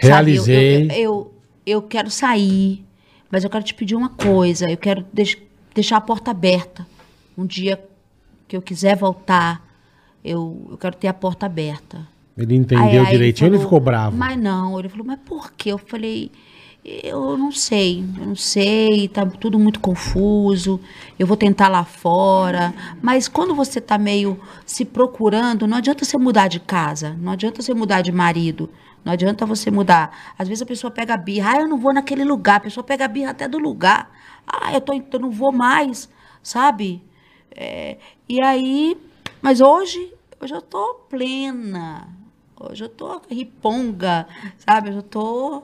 Sabe, eu-
Realizei.
eu, eu, eu quero sair, mas eu quero te pedir uma coisa. Eu quero deix- deixar a porta aberta. Um dia que eu quiser voltar, eu, eu quero ter a porta aberta.
Ele entendeu
Aí- aí
direitinho, ele,
falou,
ficou bravo.
Mas não, ele falou, mas por quê? Eu falei, eu não sei, eu não sei, tá tudo muito confuso, eu vou tentar lá fora. Mas quando você tá meio se procurando, não adianta você mudar de casa, não adianta você mudar de marido. Não adianta você mudar. Às vezes a pessoa pega birra, ah, eu não vou naquele lugar. A pessoa pega birra até do lugar. Ah, eu, tô, em- eu não vou mais, sabe? É, e aí, mas hoje, hoje eu tô plena. Hoje eu tô riponga, sabe? Hoje eu tô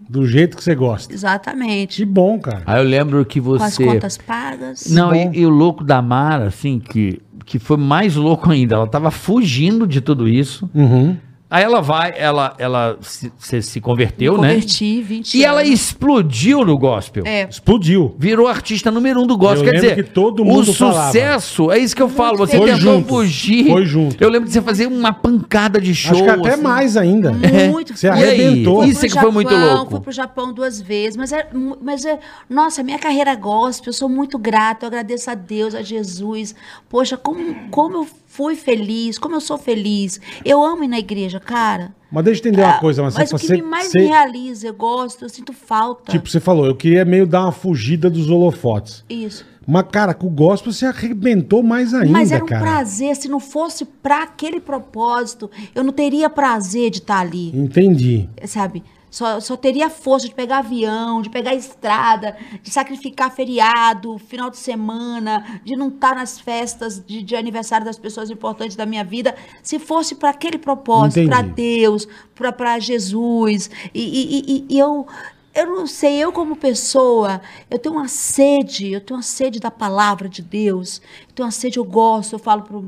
Do jeito que você gosta.
exatamente
Que bom, cara.
Aí eu lembro que
com as
você...
contas pagas.
Não,
Bom.
e, e o louco da Mara, assim, que, que foi mais louco ainda. Ela tava fugindo de tudo isso.
Uhum.
Aí ela vai, ela, ela se, se, se converteu,
Me
né?
Converti 20
E ela
anos.
explodiu no gospel.
É.
Explodiu.
Virou artista número um do gospel.
Eu
Quer
lembro
dizer,
que todo mundo
o
falava.
sucesso, é isso que eu falo. Você
Foi
tentou
junto,
fugir.
foi junto.
Eu lembro de você fazer uma pancada de show.
Acho que até
assim.
mais ainda.
É. Muito.
Você
E aí?
arrebentou.
É.
Fui
Isso
pro
é que foi muito
Japão,
louco.
Fui pro Japão duas vezes, mas é, mu- mas é, nossa, minha carreira é gospel, eu sou muito grata, eu agradeço a Deus, a Jesus. Poxa, como, como eu fui feliz, como eu sou feliz. Eu amo ir na igreja, cara.
Mas deixa eu entender É uma coisa, mas,
Ah, mas o que
você, Tipo,
me mais
você-
me realiza, eu gosto, eu sinto falta.
tipo, você falou, eu queria meio dar uma fugida dos holofotes.
Isso.
Mas, cara, com o gospel você arrebentou mais ainda,
Mas era um
cara.
prazer. Se não fosse para aquele propósito, eu não teria prazer de estar ali.
Entendi.
sabe? Só, só teria força de pegar avião, de pegar estrada, de sacrificar feriado, final de semana, de não estar nas festas de, de aniversário das pessoas importantes da minha vida, se fosse para aquele propósito, para
Entendi.
Deus, para Jesus. E, e- e- e eu, eu não sei, eu como pessoa, eu tenho uma sede, eu tenho uma sede da palavra de Deus. Eu tenho uma sede, eu gosto, eu falo pro,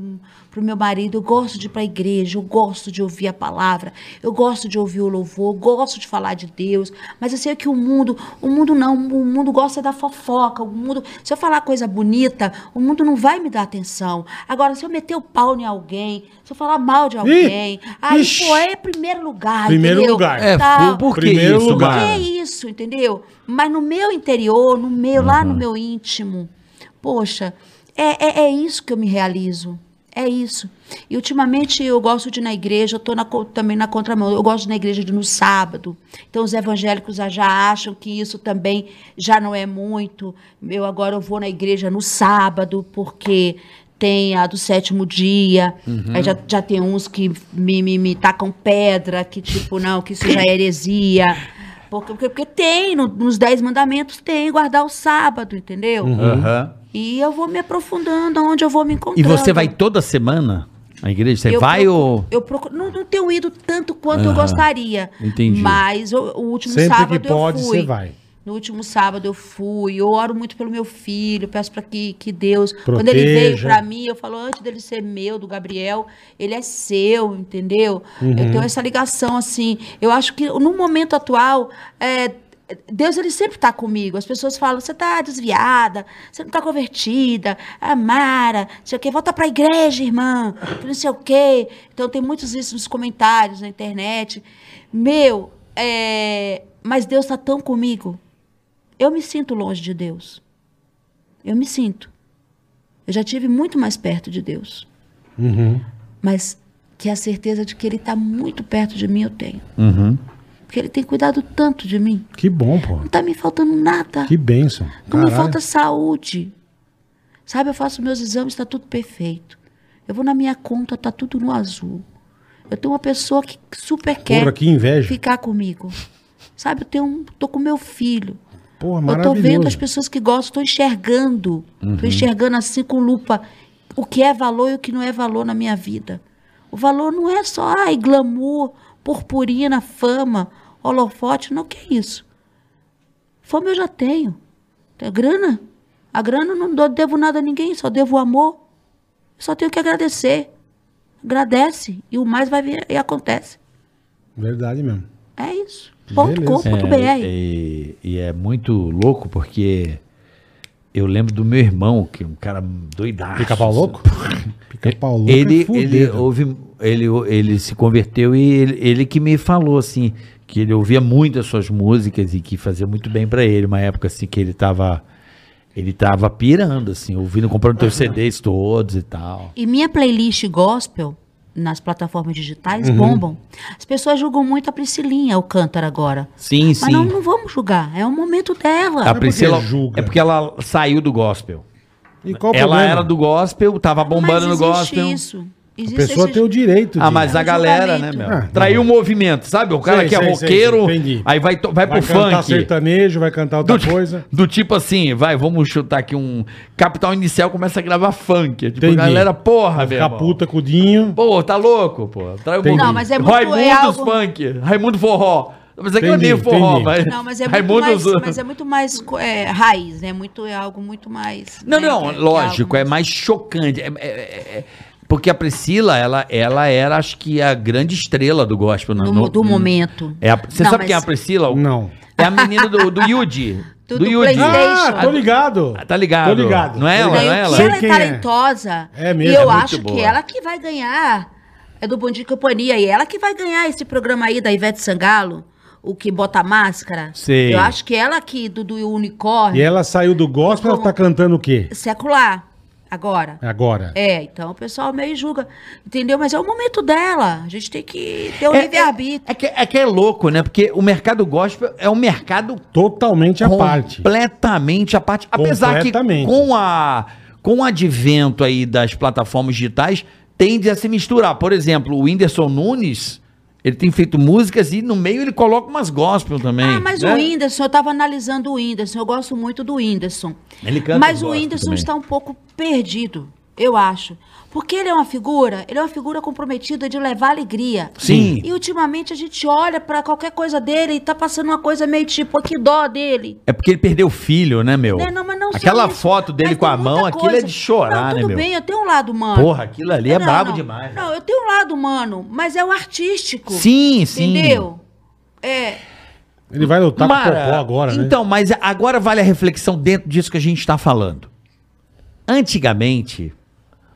pro meu marido, eu gosto de ir pra igreja, eu gosto de ouvir a palavra, eu gosto de ouvir o louvor, eu gosto de falar de Deus. Mas eu sei que o mundo, o mundo não, o mundo gosta da fofoca, o mundo, se eu falar coisa bonita, o mundo não vai me dar atenção. Agora, se eu meter o pau em alguém, se eu falar mal de alguém, aí,
Ixi.
pô, é primeiro lugar,
Primeiro
entendeu?
lugar.
É,
Tal.
fu- por que
Primeiro
isso,
lugar.
Tá. Que
Mara?
é isso, entendeu? Mas no meu interior, no meu, lá no meu íntimo, poxa, é, é, é isso que eu me realizo. É isso. E ultimamente eu gosto de ir na igreja, eu tô na co- também na contramão. Eu gosto de ir na igreja de- no sábado. Então os evangélicos já- já acham que isso também já não é muito. Eu agora eu vou na igreja no sábado, porque tem a do sétimo dia, aí já, já tem uns que me, me, me tacam pedra, que tipo, não, que isso já é heresia. Porque, porque, porque tem, no- nos dez mandamentos tem guardar o sábado, entendeu?
Aham.
E eu vou me aprofundando aonde eu vou me encontrando.
Uhum. E você vai toda semana à igreja? Você
Eu
vai
procuro-
ou.
Eu procuro, não, não tenho ido tanto quanto eu
Aham.
gostaria.
Entendi.
Mas o, o último
Sempre
sábado
que pode,
eu fui.
você vai.
No último sábado eu fui, eu oro muito pelo meu filho, peço para que, que Deus, quando ele
Proteja.
veio para mim, eu falo, antes dele ser meu, do Gabriel, ele é seu, entendeu? Eu tenho essa ligação, assim, eu acho que no momento atual, é, Deus, ele sempre está comigo, as pessoas falam, você está desviada, você não está convertida, amara, não sei o quê, volta para a igreja, irmã, que não sei o quê. Então tem muitos isso nos comentários na internet, meu, é, mas Deus está tão comigo, eu me sinto longe de Deus. Eu me sinto. Eu já tive muito mais perto de Deus.
Uhum.
Mas que a certeza de que Ele está muito perto de mim eu tenho.
Uhum.
Porque Ele tem cuidado tanto de mim.
Que bom, pô.
Não está me faltando nada.
Que bênção.
Não me
Caralho.
falta saúde. Sabe, eu faço meus exames, está tudo perfeito. Eu vou na minha conta, está tudo no azul. Eu tenho uma pessoa que super
Porra,
quer
que inveja.
ficar comigo. Sabe, eu tenho um, tô com meu filho.
Porra,
Eu tô
maravilhoso. Uhum.
vendo as pessoas que gostam, tô enxergando. Tô enxergando assim com lupa o que é valor e o que não é valor na minha vida. O valor não é só, ai, glamour, purpurina, fama, holofote, não, o que é isso? Fama eu já tenho. A grana, a grana eu não dou- devo nada a ninguém, só devo o amor. Só tenho que agradecer. Agradece e o mais vai vir e acontece.
Verdade mesmo.
É isso.
Beleza. É,
Ponto com, ponto BR.
E, e é muito louco porque eu lembro do meu irmão, que é um cara doidaço.
Pica-pau louco? Pica-pau louco. é
Ele,
fudido.
ele, ouve, ele, ele se converteu e ele, ele que me falou assim, que ele ouvia muito as suas músicas e que fazia muito bem pra ele, uma época assim que ele tava ele tava pirando assim, ouvindo, comprando teus CDs todos e tal.
E minha playlist gospel nas plataformas digitais
Uhum.
bombam. As pessoas julgam muito a Priscilinha, o cântaro agora.
Sim,
Mas
sim. Tá
não, né? não vamos julgar, é o momento
A
dela.
Priscila
porque julga?
é porque ela saiu do gospel.
E qual o
ela
problema?
era do gospel, tava bombando no
mas existe
gospel.
isso. Existe
A pessoa
esse-
tem o direito
Ah, mas a
um
galera, né,
julgamento.
meu?
Ah,
Traiu o movimento, sabe? O cara
Sei,
que é
sei, sei,
roqueiro,
sei, entendi.
aí vai, to- vai,
Vai
É pro
cantar
funk.
sertanejo, vai cantar outra
Do, ti-
coisa.
do tipo assim, vai, vamos chutar aqui um. Capital Inicial começa a gravar funk. Tipo,
Entendi.
a galera, porra,
Ficar
velho.
puta com o Dinho.
Pô, tá louco, pô. Trai o
Entendi.
bo-
Não, mas é muito-
Raimundos
é algo-
funk. Raimundo forró. Mas é que eu
Entendi,
nem forró,
entendi.
mas.
Não, mas é muito
Raimundo
mais,
zo-
mas é muito mais co- é, raiz, né? Muito, é algo muito mais.
Não,
né, que-
não,
que
lógico, é
algo
mais chocante. É- é- é- é- porque a Priscila, ela, ela era, acho que, a grande estrela do gospel. né? no-
Do,
no-
do momento.
É a- você
Não,
sabe quem é a
mas
Priscila?
Não.
É a menina do, do Yuji.
Do-
do
do
Yuji.
PlayStation.
Ah, tô ligado.
Ah, tá ligado.
Tô ligado.
Não é
Tô
ela,
ligado.
não
Ganhou-
é ela?
que
Sei
ela é
quem é.
talentosa.
É mesmo,
E eu
é
muito
acho
boa.
que ela que vai ganhar. É do Bom Dia e Companhia. E ela que vai ganhar esse programa aí da Ivete Sangalo. O que bota máscara.
Sei.
Eu acho que ela que do, do
E
unicórnio
ela Ah. saiu do gospel, ela tá cantando o quê?
secular. agora.
Agora.
É, então o pessoal meio julga, entendeu? Mas é o momento dela. A gente tem que ter o livre-arbítrio.
É, que, é que é louco, né? Porque o mercado gospel é um mercado
Totalmente à parte.
Completamente à parte. Apesar que
Completamente.
com, a, com o advento aí das plataformas digitais, tende a se misturar. Por exemplo, o Whindersson Nunes, ele tem feito músicas e no meio ele coloca umas gospel também.
Ah, mas
né?
o Whindersson, eu estava analisando o Whindersson, eu gosto muito do Whindersson.
Ele canta
mas o
gospel
Whindersson
também.
está um pouco perdido, eu acho. Porque ele é uma figura, ele é uma figura comprometida de levar alegria.
Sim.
E ultimamente a gente olha para qualquer coisa dele e tá passando uma coisa meio tipo, "Pô, que dó dele.
É porque ele perdeu o filho, né, meu?
Né? Não, mas não só
Aquela
isso,
foto dele
mas
com a
tem muita
mão, aquilo é
coisa.
de chorar,
não,
né,
tudo
meu?
bem, eu tenho um lado humano.
Porra, aquilo ali é
Não,
brabo
não.
demais.
Não, eu tenho um lado humano, mas é o artístico.
Sim, sim.
Entendeu? É,
Ele vai lutar Tá com o
Mara,
Popó agora, né?
Então, mas agora vale a reflexão dentro disso que a gente está falando. Antigamente,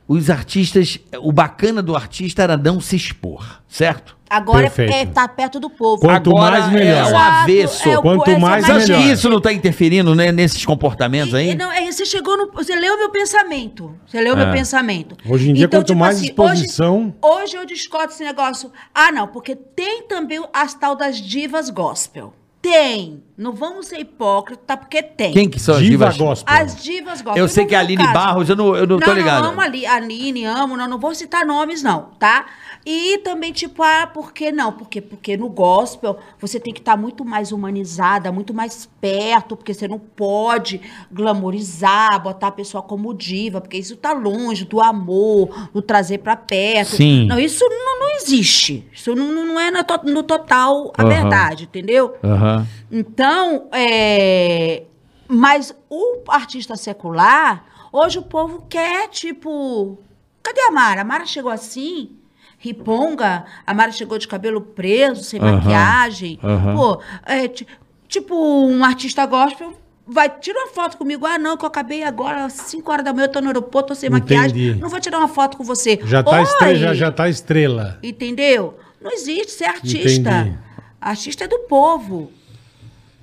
os artistas, o bacana do artista era não se expor, certo?
agora
Perfeito.
é, tá perto do povo.
Quanto
Agora
mais, melhor.
é o
Exato,
avesso.
o-
Quanto
essa
mais,
Você acha
melhor.
que isso não está interferindo né, nesses comportamentos
E- e
aí?
não, é, você chegou no. Você leu meu pensamento. Você leu meu pensamento.
É.
Então, tipo assim,
Hoje em dia, quanto mais exposição-
Hoje, hoje eu discordo esse negócio. Ah, não, porque tem também as tal das divas gospel. Tem. Não vamos ser hipócritas, tá? porque tem.
Quem que são as
Diva
divas?
gospel.
As divas gostam.
Eu sei
não
que a
vou
Aline
caso.
Barros, eu não- eu não tô ligado.
Não, amo a Ali- a Aline, amo, não, não vou citar nomes não, tá? E também tipo, ah, por que não? Porque, porque no gospel você tem que estar muito mais humanizada, muito mais perto, porque você não pode glamorizar, botar a pessoa como diva, porque isso tá longe do amor, do trazer pra perto.
Sim.
Não, isso não, não existe. Isso não, não é na to- no, total a
Aham.
verdade, entendeu?
Aham.
Então, é... mas o artista secular, hoje o povo quer, tipo, cadê a Mara? A Mara chegou assim, riponga, a Mara chegou de cabelo preso, sem
Aham,
maquiagem.
aham.
Pô, é, ti- tipo, um artista gospel vai, tira uma foto comigo. Ah, não, que eu acabei agora, às 5 horas da manhã, eu tô no aeroporto, tô sem maquiagem.
Entendi.
Não vou tirar uma foto com você.
Já tá, estre...
Oi!
já, já tá estrela.
Entendeu? Não existe ser artista.
Entendi.
Artista é do povo.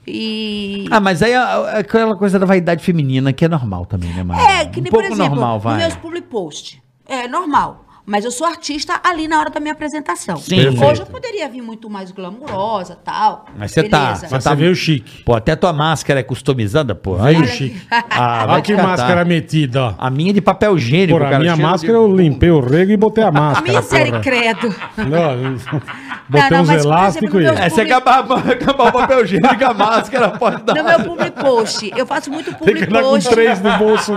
E.
Ah, mas aí a- a- aquela coisa da vaidade feminina que é normal também, né, Mara?
é, que nem,
um pouco
por exemplo,
normal,
nos
vai.
meus public post. É normal. Mas eu sou artista ali na hora da minha apresentação.
Sim.
Hoje
Perfeito.
eu poderia vir muito mais glamurosa tal.
Mas você tá,
beleza.
você
Mas
tá-
você veio chique.
Pô, até tua máscara é customizada, pô. Aí,
Veio chique.
ah, vai
Olha
te
que
catar.
máscara metida, ó.
A minha é de papel higiênico,
Porra, a minha
cheiro de- um
máscara eu limpei o rego e botei a máscara. porra.
Misericredo.
Não, botei
não,
uns
mas, por
elásticos
exemplo,
e.
meus
É, se acabar, acabar o papel higiênico, a máscara pode dar.
No meu public post. Eu faço muito
Tem que
public
andar com
post.
três no bolso.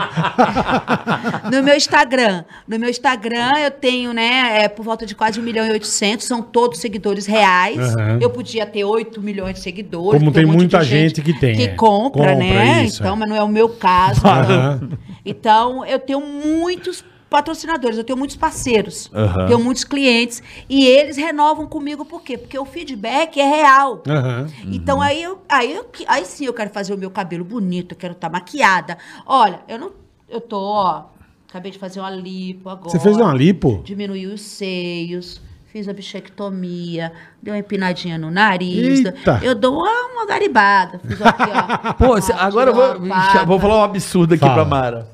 No meu Instagram. No meu Instagram eu tenho, né, é, por volta de quase 1 milhão e 800. São todos seguidores reais.
Aham.
Eu podia ter 8 milhões de seguidores.
Como
porque
tem
um monte
muita
de
gente que tem, é.
Que compra,
Compra,
né?
isso,
então,
é.
mas não é o meu caso.
Aham.
Então, eu tenho muitos patrocinadores, eu tenho muitos parceiros,
Aham.
tenho muitos clientes. E eles renovam comigo, por quê? Porque o feedback é real.
Aham.
Então aí eu, aí eu que- aí sim eu quero fazer o meu cabelo bonito, eu quero estar maquiada. Olha, eu não eu tô, ó, acabei de fazer uma lipo agora.
Você fez uma lipo?
Diminuiu os seios, fiz a bichectomia, dei uma empinadinha no nariz.
Eita!
Eu dou uma, uma garibada, fiz aqui, ó.
Pô,
ó,
cê- agora eu
tirou
vou,
uma pata,
vou falar um absurdo aqui
Fala. É
pra Mara.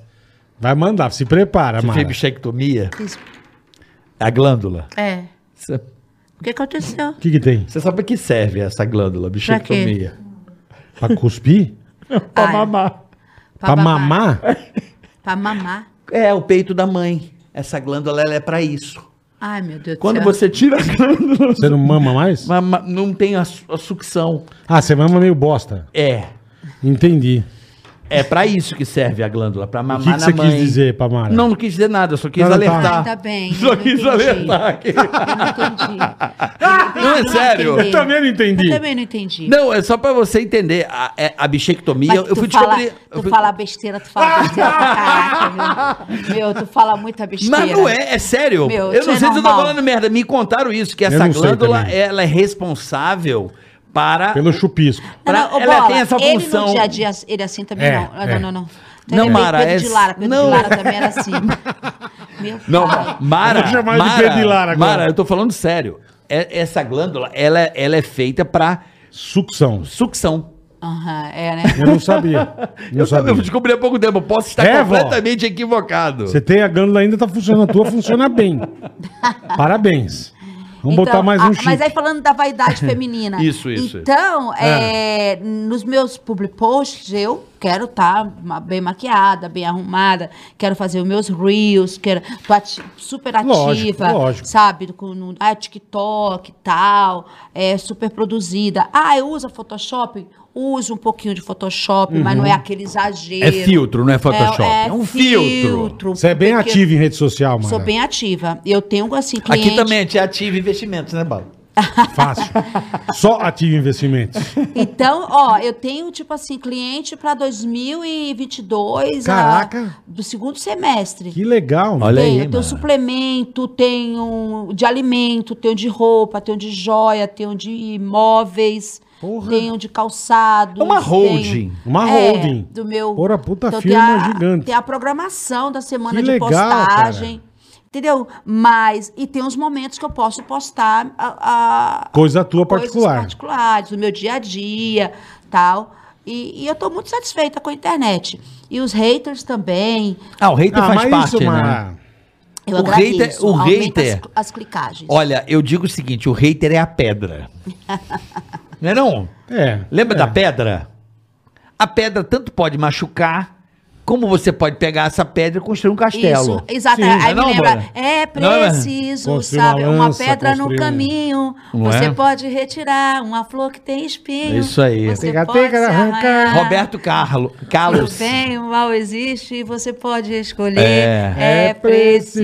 Vai mandar, se prepara,
Você fez
mano.
bichectomia?
fiz-
A glândula.
É.
Você
O que aconteceu?
O que, que tem?
você sabe pra que serve essa glândula, bichectomia?
Pra cuspir?
Ah, é, Pra
mamar.
Pra,
babar.
mamar?
Pra mamar.
É, o peito da mãe. Essa glândula, ela é pra isso.
Ai, meu Deus
Quando
do céu.
você tira a glândula,
Você não mama mais?
mama- não tem a, su- a sucção.
Ah, você mama meio bosta.
É.
Entendi.
É pra isso que serve a glândula, pra
O que,
mamar
que
na
você
mãe.
quis dizer, Pamara?
Não, não quis dizer nada, só quis
Não, não tá.
alertar.
Ah, tá bem,
Só
eu não
quis
entendi.
alertar aqui.
Eu não entendi.
Não, é sério.
Eu também não entendi.
Eu também não entendi.
Não, é só pra você entender. A, é- a bichectomia,
Mas
eu
tu
fui
fala,
descobrir.
Tu
eu fui-
fala besteira, tu fala besteira pra caraca, meu. Meu, tu fala muita besteira.
Mas não é, é sério.
Meu,
eu
isso
não
é
sei se eu tô
normal.
falando merda. Me contaram isso, que essa
não sei
glândula
também.
ela é responsável para.
Pelo chupisco.
Não, não,
pra-
ô,
ela
Bola,
tem essa função.
Ele no dia a dia, ele é assim também
É,
não. Ah,
é.
Não, não, não.
Não,
Ele-
Mara,
Pedro
é-
de Lara, Pedro
não.
de Lara também era assim. Meu
Não,
pai.
Mara.
Eu vou chamar de
Mara,
Pedro de Lara agora.
Mara, eu tô falando sério. É- essa glândula, ela, ela é feita pra
Sucção.
sucção.
Aham, é, né?
Eu não sabia. Não
eu
sabia.
também descobri há pouco tempo, eu posso estar
É, vó?
completamente equivocado.
Você tem a glândula ainda, tá funcionando. A tua funciona bem. Parabéns. Vamos
Então,
botar mais
a-
um chip.
Mas aí falando da vaidade feminina.
Isso, isso.
Então, é, nos meus public posts, eu quero estar bem maquiada, bem arrumada, quero fazer os meus reels, quero tô ati- super ativa,
Lógico, lógico.
sabe? Com no, ah, TikTok e tal, é, super produzida. Ah, eu uso Photoshop? Uso um pouquinho de Photoshop, mas não é aquele exagero.
É filtro, não é Photoshop. É, um filtro.
Você é bem
porque
ativo em rede social, mano.
Sou bem ativa. Eu tenho, assim, cliente...
Aqui também é ativo investimentos, né, Bala?
Fácil. Só ativo investimentos.
Então, ó, eu tenho, tipo assim, cliente pra 2022. a-
Caraca.
do segundo semestre.
Que legal. mano.
Olha aí,
Tenho, tenho
mano.
suplemento, tenho de alimento, tenho de roupa, tenho de joia, tenho de imóveis,
Porra.
tenho de calçados.
É uma
tenho-
holding.
Uma
É,
holding.
do meu. Então,
Porra, puta
tem
firma
a-
gigante.
Tem a programação da semana
Que
de
legal,
postagem. Entendeu? Mas, e tem os momentos que eu posso postar a, a-
Coisa tua
coisas
particular.
particulares, do meu dia a dia, tal. E, e eu tô muito satisfeita com a internet. E os haters também.
Ah, o hater
Ah,
faz
mas
parte,
isso,
né?
mas-
Eu
O
agradeço.
hater- o
Aumenta
hater-
As, as clicagens.
Olha, eu digo o seguinte, o hater é a pedra. não é não?
É.
Lembra
é.
da pedra? A pedra tanto pode machucar, como você pode pegar essa pedra e construir um castelo.
Isso, exato.
Sim.
Aí
Não,
me lembra,
Bruna?
é
Não, né?
preciso,
Construir uma
sabe? Uma,
lança,
pedra no
construir um-
caminho.
Não
você
é?
pode retirar uma flor que tem espinho.
Isso aí.
Você
Pega,
pode
pega,
se
arranca.
arranhar.
Roberto Carlo,
O
Carlos.
bem, o mal existe e você pode escolher.
É.
É,
É preciso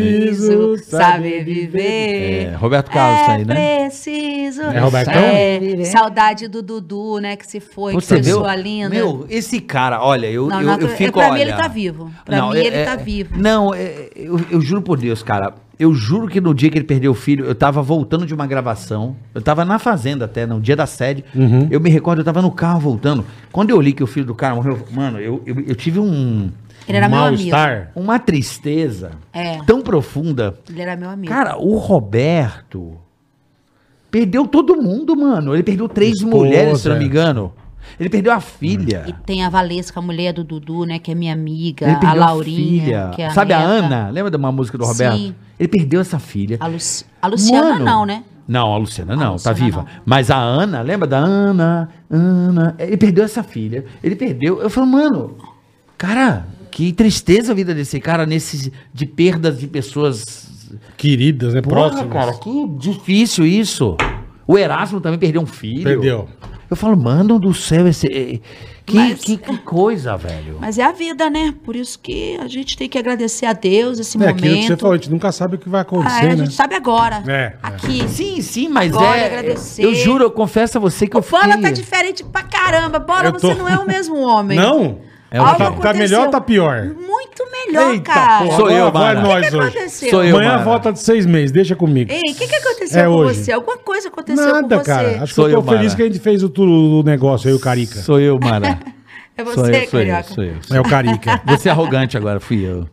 preciso
saber
saber
viver.
viver.
É, Roberto Carlos isso aí, né?
É preciso.
É Robertão?
É, saudade do Dudu, né? Que se foi,
Pô, Você
que
viu?
pessoa linda.
Meu, esse cara, olha, eu,
né? Não,
eu,
não,
eu
é-
fico,
pra
olha...
mim ele tá vivo. Pra mim
é-
ele
é-
tá vivo.
Não, é- é- eu, eu juro por Deus, cara. Eu juro que no dia que ele perdeu o filho, eu tava voltando de uma gravação. Eu tava na fazenda até, no dia da sede. Eu me recordo, eu tava no carro voltando. Quando eu li que o filho do cara morreu, mano, eu, eu, eu tive um.
Ele era meu amigo.
Mal-estar.
Uma tristeza
É.
tão profunda.
Ele era meu amigo.
Cara, o Roberto perdeu todo mundo, mano. Ele perdeu três
Esposa.
mulheres, se eu não me engano. Ele perdeu a filha.
E tem a Valesca, a mulher do Dudu, né? Que é minha amiga.
Ele
a
perdeu a
Laurinha.
filha.
Que é a
Sabe a
neta.
Ana? Lembra de uma música do
Sim.
Roberto? Ele perdeu essa filha.
A, Luci- a Luciana
Mano.
não, né?
Não, a Luciana não,
Luciana
tá viva.
não.
Mas a Ana, lembra da Ana? Ana. Ele perdeu essa filha. Ele perdeu. Eu falo, mano, cara, que tristeza a vida desse cara nesse de perdas de pessoas.
Queridas, né?
Porra,
Próximas.
cara, que difícil isso. O Erasmo também perdeu um filho.
Perdeu.
Eu falo, mano do céu, esse. eh, Que,
Mas-
que, que coisa, velho.
Mas é a vida, né? Por isso que a gente tem que agradecer a Deus esse
É
momento.
aquilo que você falou, a gente nunca sabe o que vai
Ah, é,
acontecer,
A
né?
gente sabe agora.
É,
Aqui.
Sim, sim, mas
Olha,
é.
agradecer.
Eu juro, eu confesso a você que
O
eu fiquei.
Bola tá diferente pra caramba. Bola,
Eu tô-
você não é o mesmo homem.
Não?
É o
Olha
quê?
o que
Tá melhor ou tá pior?
Muito melhor,
Eita,
cara.
porra.
O
Sou
Agora
eu,
vai
Mara.
nós
que
hoje.
aconteceu?
Sou eu.
Amanhã
Mara.
volta de seis meses, deixa comigo.
Ei, o que, que aconteceu
É
com
hoje.
você? Alguma coisa aconteceu
Nada,
com você. É
cara. Acho que
Sou
eu tô
eu, Mara.
feliz que a gente fez o, tu- o negócio aí, o Carica.
Sou eu, Mara.
É
sou
você,
eu, sou eu,
Carioca.
sou eu.
É o Carica.
Você é arrogante agora, fui eu.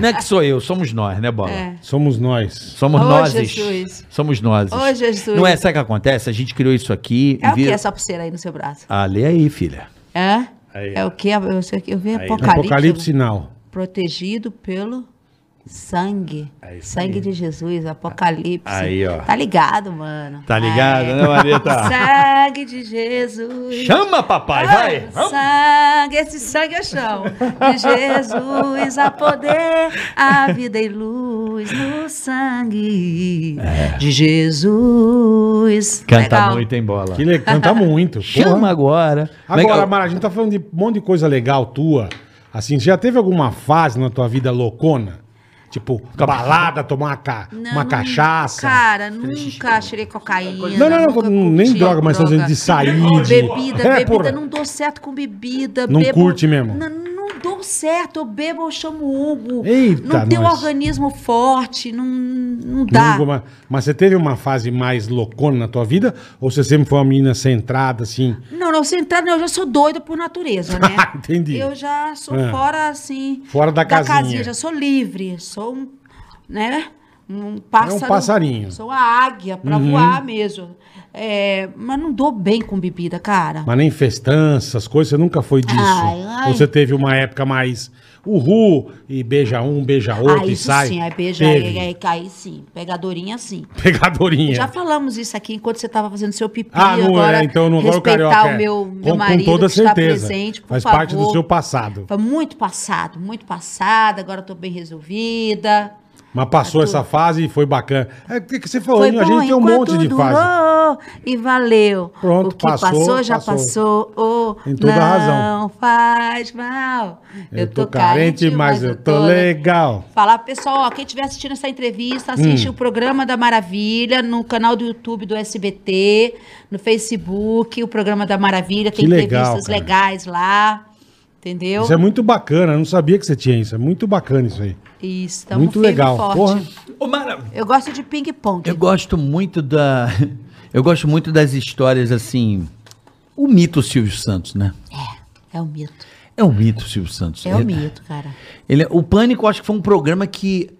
Não é que sou eu, somos nós, né, Bola?
É.
Somos nós.
Somos
Ô,
nós.
Jesus.
Somos nós.
Ô, Jesus.
Não é, sabe o que acontece? A gente criou isso aqui
É o que
vira-
essa pulseira aí no seu braço?
Ah, lê aí, filha.
Hã?
Aí.
É o que? Eu, sei que eu vi apocalipse. né?
Apocalipse sinal.
Protegido pelo sangue.
É
sangue de Jesus, apocalipse.
Aí, ó.
Tá ligado, mano.
Tá ligado,
É.
né, Marieta?
Sangue de Jesus.
Chama, papai, vai.
Ah, Sangue, esse sangue é chão. De Jesus há poder, a vida e luz no sangue
É.
de Jesus.
Canta
Legal.
muito em bola.
Que ele canta muito.
Chama
porra.
agora. é
Agora, Mara, a gente tá falando de um monte de coisa legal tua. Assim, já teve alguma fase na tua vida loucona? Tipo, balada, tomar uma, ca-
Não,
uma
não-
cachaça?
Cara, nunca tirei cocaína.
Não, não, não,
nunca
nem
curti
droga, mas tô dizendo de sair,
Não,
de-
Bebida,
É,
bebida,
porra.
não dou certo com bebida.
Não curte mesmo?
Não, não dou certo, eu bebo, eu chamo o Hugo.
Eita,
Não tenho
nós.
organismo forte, não, não dá.
Nunca, mas, mas você teve uma fase mais loucona na tua vida? Ou você sempre foi uma menina centrada, assim?
Não, não, se entrar, não, eu já sou doida por natureza, né?
Entendi.
Eu já sou
Ah.
fora, assim...
Fora da casinha.
já sou livre, sou, um, né? um pássaro.
É passarinho. Uhum.
Sou a águia para voar mesmo. É, mas não dou bem com bebida, cara.
Mas nem festanças, coisas, você nunca foi disso.
Ai, ai.
Você teve uma época mais uhul, e beija um, beija outro
Aí
e
Ah, isso
sai.
sim, é aí beija,
Teve.
aí, aí, aí sim, pegadorinha sim.
Pegadorinha.
é- Já falamos isso aqui enquanto você estava fazendo seu pipi.
é. Ah, não
agora,
é, então não agora o
respeitar
carioca. é.
o meu,
com,
meu
com
marido
toda
que
certeza.
está presente, por
Faz
favor.
parte do seu passado.
Foi muito passado, muito passado. Agora estou bem resolvida.
Mas passou
Tá
essa
tudo.
fase e foi bacana. É o que que você falou,
Foi
a
bom
gente tem um monte
enquanto
de fase.
durou e valeu.
Pronto,
o que
passou,
passou, já
passou.
passou. Oh,
Tem toda a
não
razão.
faz mal.
Eu, tô, carente, mas eu tô
le-
legal.
né? Falar pro pessoal, ó, quem estiver assistindo essa entrevista, assiste
Hum.
o programa da Maravilha no canal do YouTube do SBT, no Facebook, o programa da Maravilha, tem
Que legal,
entrevistas
cara.
legais lá. Entendeu?
Isso é muito bacana, eu não sabia que você tinha isso. É muito bacana isso aí.
Isso,
muito
firme e
legal.
forte.
Porra,
Ô, maravilha.
Eu gosto de ping-pong.
Eu gosto muito da. Eu gosto muito das histórias assim. O mito Silvio Santos, né?
É o mito.
É um mito Silvio Santos.
É o
Ele-
mito, cara.
Ele, é, o Pânico, acho que foi um programa que,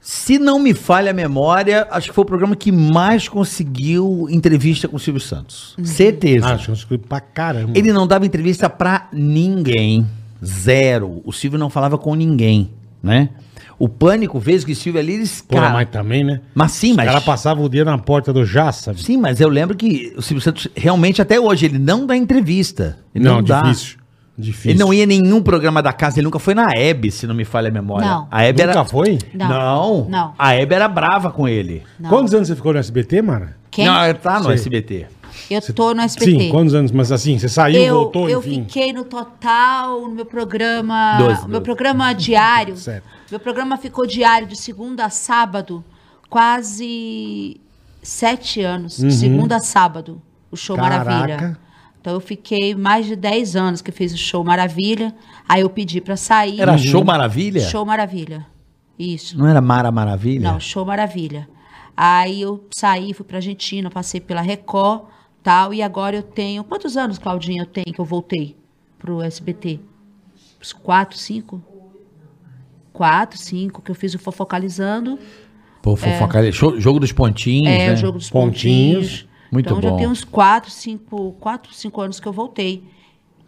se não me falha a memória, acho que foi o programa que mais conseguiu entrevista com o Silvio Santos.
Uhum.
Certeza.
acho que eu Ah, pra caramba.
Ele não dava entrevista pra ninguém. Zero. O Silvio não falava com ninguém, né? O Pânico, vez que o Silvio ali, eles.
Pô,
cara-
mas também, né?
mas sim,
Os
mas.
cara passava o dia na porta do Jaça. bicho.
Sim, mas eu lembro que o Silvio Santos, realmente, até hoje, ele não dá entrevista. Ele não,
Não,
dá.
difícil. Difícil.
Ele não ia em nenhum programa da casa, ele nunca foi na Hebe, se não me falha a memória.
Não.
A Hebe
Nunca
era...
foi?
Não.
Não.
Não.
A Hebe era brava com ele.
Não.
Quantos anos você ficou no SBT, Mara?
Quem?
Não, ela tá no
Sim.
SBT.
Eu tô no SBT.
Sim, quantos anos? Mas assim, você saiu,
eu,
voltou,
eu
enfim.
fiquei no total no meu programa.
Doze,
Meu
doze.
programa diário.
Certo.
Meu programa ficou diário de segunda a sábado, quase sete anos. De segunda a sábado, o show
Caraca.
Maravilha. Então eu fiquei mais de dez anos que fiz o show Maravilha. Aí eu pedi pra sair. Uhum.
Era Show Maravilha?
Show Maravilha. Isso.
Não era Mara Maravilha?
Não, show maravilha. Aí eu saí, fui pra Argentina, passei pela Record, tal, e agora eu tenho. Quantos anos, Claudinha, eu tenho que eu voltei pro SBT? Uns quatro, cinco? Quatro, cinco, que eu fiz o Fofocalizando.
Pô, fofoca, é show- jogo dos pontinhos,
É,
né?
o jogo dos
Pontinhos.
pontinhos.
Muito
então
bom.
já tem uns quatro, cinco, quatro, cinco anos que eu voltei.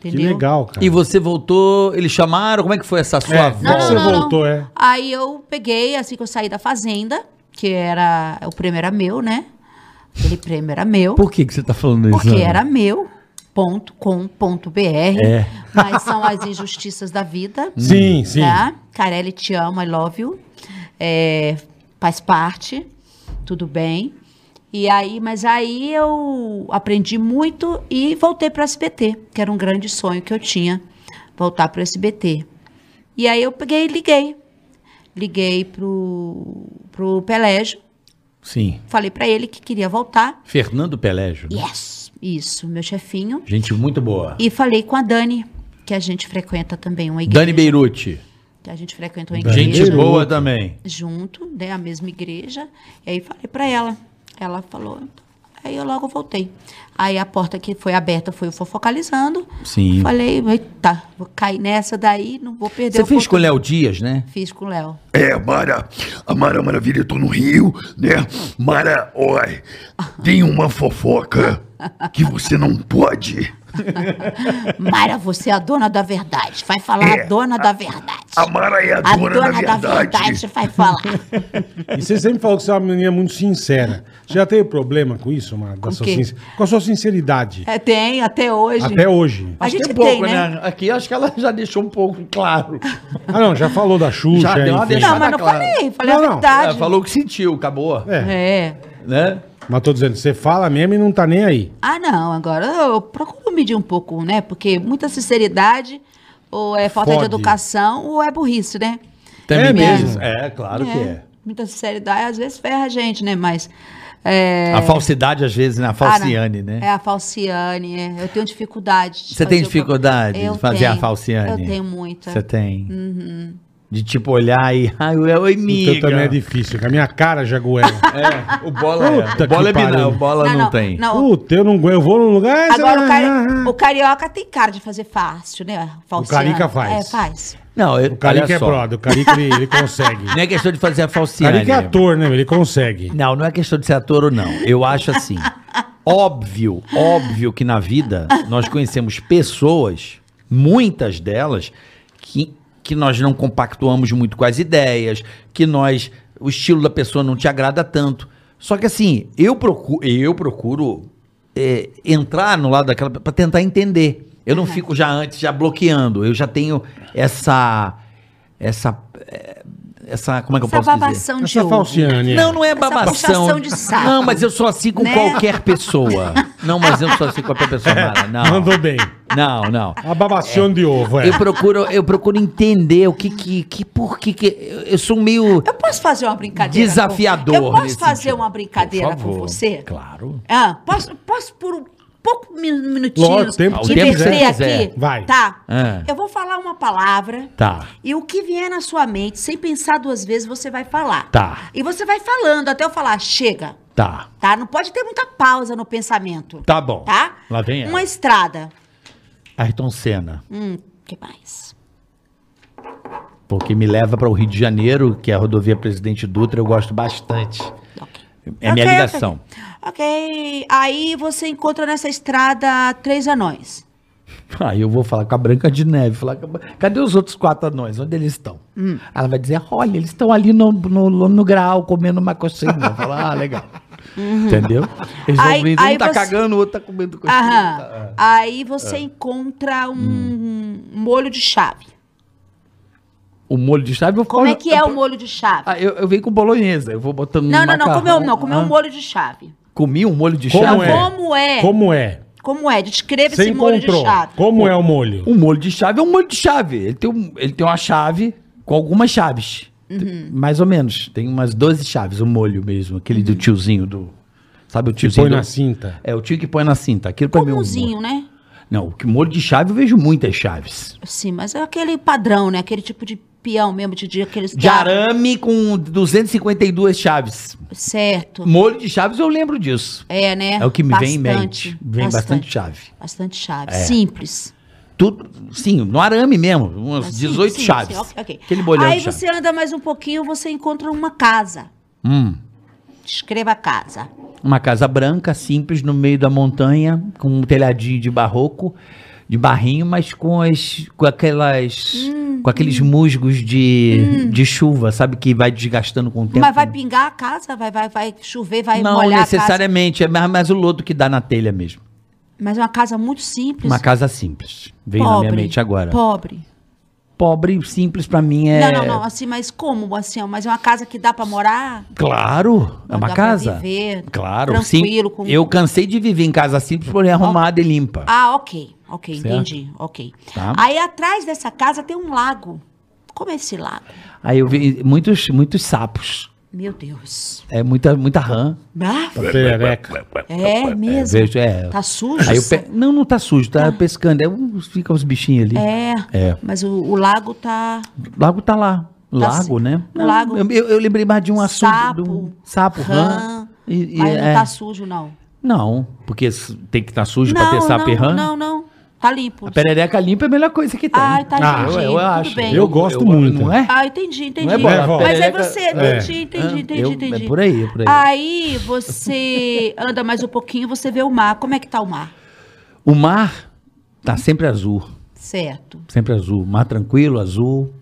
Que
Entendeu?
legal, cara.
E você voltou, eles chamaram, como Tá. é que foi essa sua Hum.
É,
volta?
como é que você voltou, é?
Aí eu peguei, assim que eu saí da fazenda, que era. O prêmio era meu, né? Aquele prêmio era meu.
Por que, que você tá falando isso?
Porque
Ana?
era meu. Ponto com ponto BR,
É.
mas são as injustiças da vida.
Sim, sim.
Tá? Carelli te ama, I love you. É, faz parte, tudo bem. E aí, mas aí eu aprendi muito e voltei para SBT, que era um grande sonho que eu tinha, voltar para SBT. E aí eu peguei e liguei. Liguei pro, pro Pelégio,
Sim.
falei para ele que queria voltar.
Fernando Pelégio. né?
Yes, isso, meu chefinho.
Gente muito boa.
E falei com a Dani, que a gente frequenta também uma igreja.
Dani Beirute.
Que a gente frequenta uma
Dani
igreja.
Gente
Beirute.
boa também.
Junto, né? A mesma igreja. E aí falei pra ela. Ela falou. Aí eu logo voltei. Aí a porta que foi aberta foi o fofocalizando.
Sim.
Falei, eita, vou cair nessa daí, não vou perder
Você fez com o
oportunidade."
Léo Dias, né?
Fiz com o Léo.
É, Mara, a Mara é Maravilha, eu tô no Rio, né? Mara, oi, tem uma fofoca que você não pode.
Mara, você é a dona da verdade. Vai falar
É,
a dona da verdade.
A Mara é a,
A
dona, da verdade.
vai falar.
E você sempre falou que você é uma menina muito sincera. Você já teve problema com isso, Mara? Com,
quê?
com a sua sinceridade.
É, tem, até hoje.
Até hoje.
A gente
é
tem,
pouco,
né?
Aqui acho que ela já deixou um pouco claro.
Ah, não, já falou da Xuxa.
Já deu uma
enfim.
deixada.
Não, mas não
Claro.
falei, falei
Não,
a
não,
verdade.
É, falou o que sentiu, acabou.
É,
É.
Né?
mas tô dizendo, você fala mesmo e não tá nem aí.
Ah, não, agora eu procuro medir um pouco, né? Porque muita sinceridade, ou é falta
Fode.
de educação, ou é burrice, né?
Também
é
mesmo?
mesmo. É, claro que é.
Muita sinceridade às vezes ferra a gente, né? Mas. É...
A falsidade, às vezes, né? A falciane,
Ah, não.
né?
É a falciane, é. Eu tenho dificuldade. de
Você tem
fazer o
dificuldade
pro-
de
Eu
fazer a
tenho.
falciane?
Eu tenho muita.
Você tem.
Uhum.
De tipo olhar e. Ai, oi, oi, miga.
Então também é difícil, com a minha cara já goela.
É, o bola é.
Puta
O bola
que
é binal,
pariu.
o bola não, tem. Uh, é
Não,
Puta, eu não aguento, eu vou num lugar...
Agora, o,
ah,
cari-
ah, ah.
o carioca tem cara de fazer fácil, né? Falciane.
O carica faz.
É, faz.
Não, eu,
O Carica
olha
é
só.
brother, o Carica ele, ele consegue.
Não é questão de fazer a
O
falsinha.
Carica é ator, né? meu? Ele consegue.
Não, não é questão de ser ator ou não. Eu acho assim. óbvio, óbvio que na vida nós conhecemos pessoas, muitas delas, que, que nós não compactuamos muito com as ideias, que nós. O estilo da pessoa não te agrada tanto. Só que assim, eu procuro, eu procuro é, entrar no lado daquela. pra tentar entender. Eu não fico já antes, já bloqueando. Eu já tenho essa. Essa. é, Essa. Como é que
Essa
eu posso dizer?
babação de
Essa
ovo.
Falciane. é.
Não, não é
Essa
babação.
puxação de saco.
Não, mas eu sou assim com
Né?
qualquer pessoa. Não, mas eu sou assim com qualquer pessoa, Mara. Não.
Mandou bem.
Não, não.
A babacione de ovo, é.
Eu procuro, eu procuro entender o que que, que por que que eu eu sou meio
Eu posso fazer uma brincadeira? com-
desafiador.
Eu posso
nesse
fazer
sentido.
uma brincadeira
Por favor.
com você?
Claro.
Ah, posso, posso por um pouco min-
Lógico,
minutinhos
tempo que
me
tempo
meter
quiser.
aqui?
Vai.
Tá.
Ah.
Eu vou falar uma palavra
Tá.
e o que vier na sua mente, sem pensar duas vezes, você vai falar.
Tá.
E você vai falando até eu falar, chega.
Tá.
Tá? Não pode ter muita pausa no pensamento.
Tá bom.
Tá?
Lá vem ela.
Uma estrada.
Ayrton Senna,
Hum, que mais?
porque me leva para o Rio de Janeiro, que é a rodovia Presidente Dutra, eu gosto bastante.
Ok.
É a minha
Ok,
ligação.
Ok. Ok. Aí você encontra nessa estrada três anões.
Aí eu vou falar com a Branca de Neve, falar, com a- cadê os outros quatro anões? Onde eles estão?
Hum.
Ela vai dizer, olha, eles estão ali no, no, no grau, comendo uma coxinha. Eu falo, ah, legal. Entendeu? Eles vão
Uhum. Aí-
vindo, um
aí
tá
você-
cagando, o outro tá comendo coxinha. tá-
Aham. Aí você encontra um molho de chave.
O molho de chave... Eu
Como é que é o molho de chave?
Ah, eu, eu venho com bolonhesa, eu vou botando
não, não, não,
macarrão.
comeu, não, comeu
Ah,
um molho de chave.
Comi um molho de
Como
chave?
é?
Como é? Como,
Como é?
é? Descreva
Você
esse molho de
encontrou.
chave.
Como é o molho?
Um molho de chave é um molho de chave. Ele tem, um- ele tem uma chave com algumas chaves.
Uhum.
Tem- Mais ou menos. Tem umas 12 chaves, o molho mesmo. Aquele
Uhum.
do tiozinho do. Sabe o tiozinho?
Põe
do-
na cinta.
É, o tio que põe na cinta. Aquilo pra mim é um molho.
Comumzinho, né?
Não, o que- molho de chave eu vejo muitas chaves.
Sim, mas é aquele padrão, né? Aquele tipo de peão mesmo, de, de aqueles...
De arame com 252 chaves.
Certo.
Molho de chaves eu lembro disso.
É, né?
É o que me vem em mente. Vem bastante, chave.
Bastante chave. Simples.
Tudo, sim, no arame mesmo. Umas
Ah, Sim,
18
sim,
chaves.
sim, ok, ok.
Aquele molhão
Aí
de chave.
você anda mais um pouquinho, você encontra uma casa.
Hum.
Descreva a casa.
Uma casa branca, simples, no meio da montanha, com um telhadinho de barroco, de barrinho, mas com as com aquelas
Hum.
com aqueles musgos de, de chuva, sabe que vai desgastando com o tempo.
Mas vai pingar a casa? Vai, vai, vai chover, vai
um não
molhar a casa?
necessariamente, é mais, mais o lodo que dá na telha mesmo.
Mas é uma casa muito simples.
Uma casa simples. Veio na minha mente agora.
Pobre.
Pobre, simples pra mim é
Não, não, não. Assim, mas como? Assim, ó, mas é uma casa que dá pra morar?
Claro, é
Não
uma
dá pra
casa.
viver
claro,
tranquilo,
sim.
com-
Eu cansei de viver em casa simples, porém arrumada e limpa.
Ah, ok. Ok,
Certo.
entendi. Ok.
Tá.
Aí atrás dessa casa tem um lago. Como é esse lago?
Aí eu vi muitos muitos sapos.
Meu Deus.
É muita, muita rã.
Ah,
Perereca.
é mesmo.
Vejo, é.
Tá sujo?
Aí eu pe- Não, não tá sujo, tá pescando. É, um- fica os bichinhos ali.
É.
É.
Mas o, o lago tá.
Lago tá lá. Lago,
se-
né? Não,
Lago.
Eu, eu- eu lembrei mais de um assunto.
Sapo,
de um sapo, rã.
rã,
E- e
mas não
é-
tá sujo, não.
Não, porque s- tem que estar sujo
não,
pra ter sapo e rã.
não, não, não. Tá limpo.
A perereca limpa é a melhor coisa que tem.
Ai, tá
Ah,
lindo.
eu, eu
tudo
acho.
bem.
Eu gosto muito.
Não é?
Ah, entendi, entendi.
Não é bola,
É, vó.
Mas aí
perereca-
você.
É.
Entendi, entendi, entendi,
Eu-
entendi. Ah.
É por aí, é por aí.
Aí você anda mais um pouquinho, você vê o mar. Como é que tá o mar?
O mar tá sempre azul.
Certo.
Sempre azul. Mar tranquilo, azul,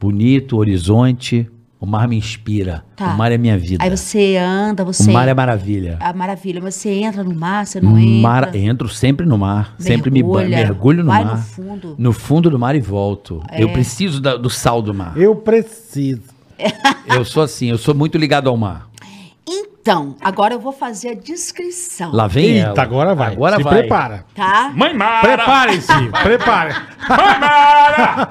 bonito, horizonte. O mar me inspira.
Tá.
O mar é minha vida.
Aí você anda,
o
você.
mar é maravilha.
Ah, maravilha. Mas você entra no mar, você não entra.
Mar, entro sempre no mar. Sempre me banho.
Mergulha,
Mergulho no
vai
mar.
no fundo. É.
No fundo do mar e volto. Eu preciso da- do sal do mar.
Eu preciso.
Eu sou assim, eu sou muito ligado ao mar.
Então, agora eu vou fazer a descrição.
Lá vem
Eita,
ela.
agora vai.
Agora
Se
vai.
prepara.
Tá?
Mãe Mara!
Preparem-se, preparem.
Mãe Mara!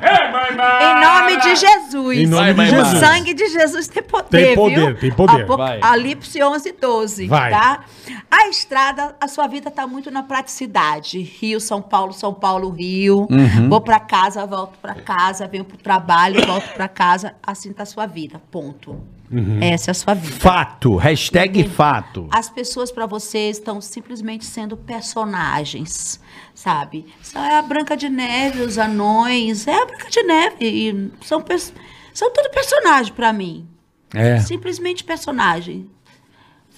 Ei, Mãe Mara!
Em nome de Jesus.
Em nome
de
O
Jesus.
sangue de Jesus tem poder,
Tem poder,
viu?
tem poder.
Apo-
Vai.
Apocalipse 11, 12,
Vai.
tá? A estrada, a sua vida tá muito na praticidade. Rio, São Paulo, São Paulo, Rio.
Uhum.
Vou pra casa, volto pra casa, venho pro trabalho, volto pra casa. Assim tá a sua vida, ponto.
Uhum.
Essa é a sua vida.
Fato, hashtag fato.
As pessoas para você estão simplesmente sendo personagens, sabe? Só é a Branca de Neve, os anões, é a Branca de Neve e são pers- são tudo personagem para mim.
É.
Simplesmente personagem.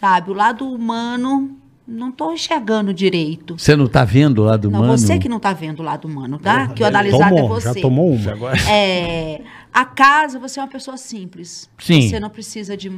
Sabe, o lado humano não tô enxergando direito.
Você não tá vendo lá do
Não,
mano?
você que não tá vendo o lado humano, tá? Que o analisado é
Tomou, um,
você.
já tomou uma.
É, a casa, você é uma pessoa simples.
Sim.
Você não precisa de,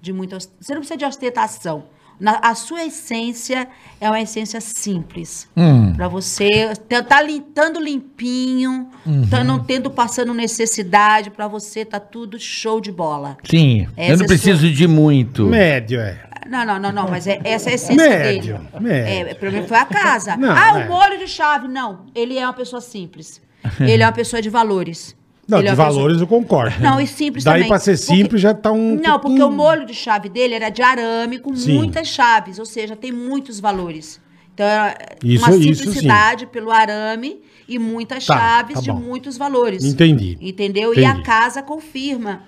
de muita. os- Você não precisa de ostentação. Na- a sua essência é uma essência simples.
Hum.
Pra você tá, tá lim- tando limpinho,
Uhum.
tá não tendo passando necessidade, pra você tá tudo show de bola.
Sim, eu
Essa
não
é
preciso de muito.
Médio, é.
Não, não, não, não, mas é, essa é a essência
Médio,
dele.
médio.
É, pra mim foi a casa.
Não,
ah,
é.
o molho de chave. Não, ele é uma pessoa simples. Ele é uma pessoa de valores.
Não,
Ele é
de
uma pessoa-
valores eu concordo.
Não, e simples
Daí
também.
pra ser simples já tá um...
Não, porque o molho de chave dele era de arame com
Sim.
muitas chaves, ou seja, tem muitos valores. Então, era
Isso-
uma
isso sim.
simplicidade pelo arame e muitas
Tá,
chaves
tá
de
bom.
muitos valores.
Entendi.
Entendeu? E
Entendi.
a casa confirma.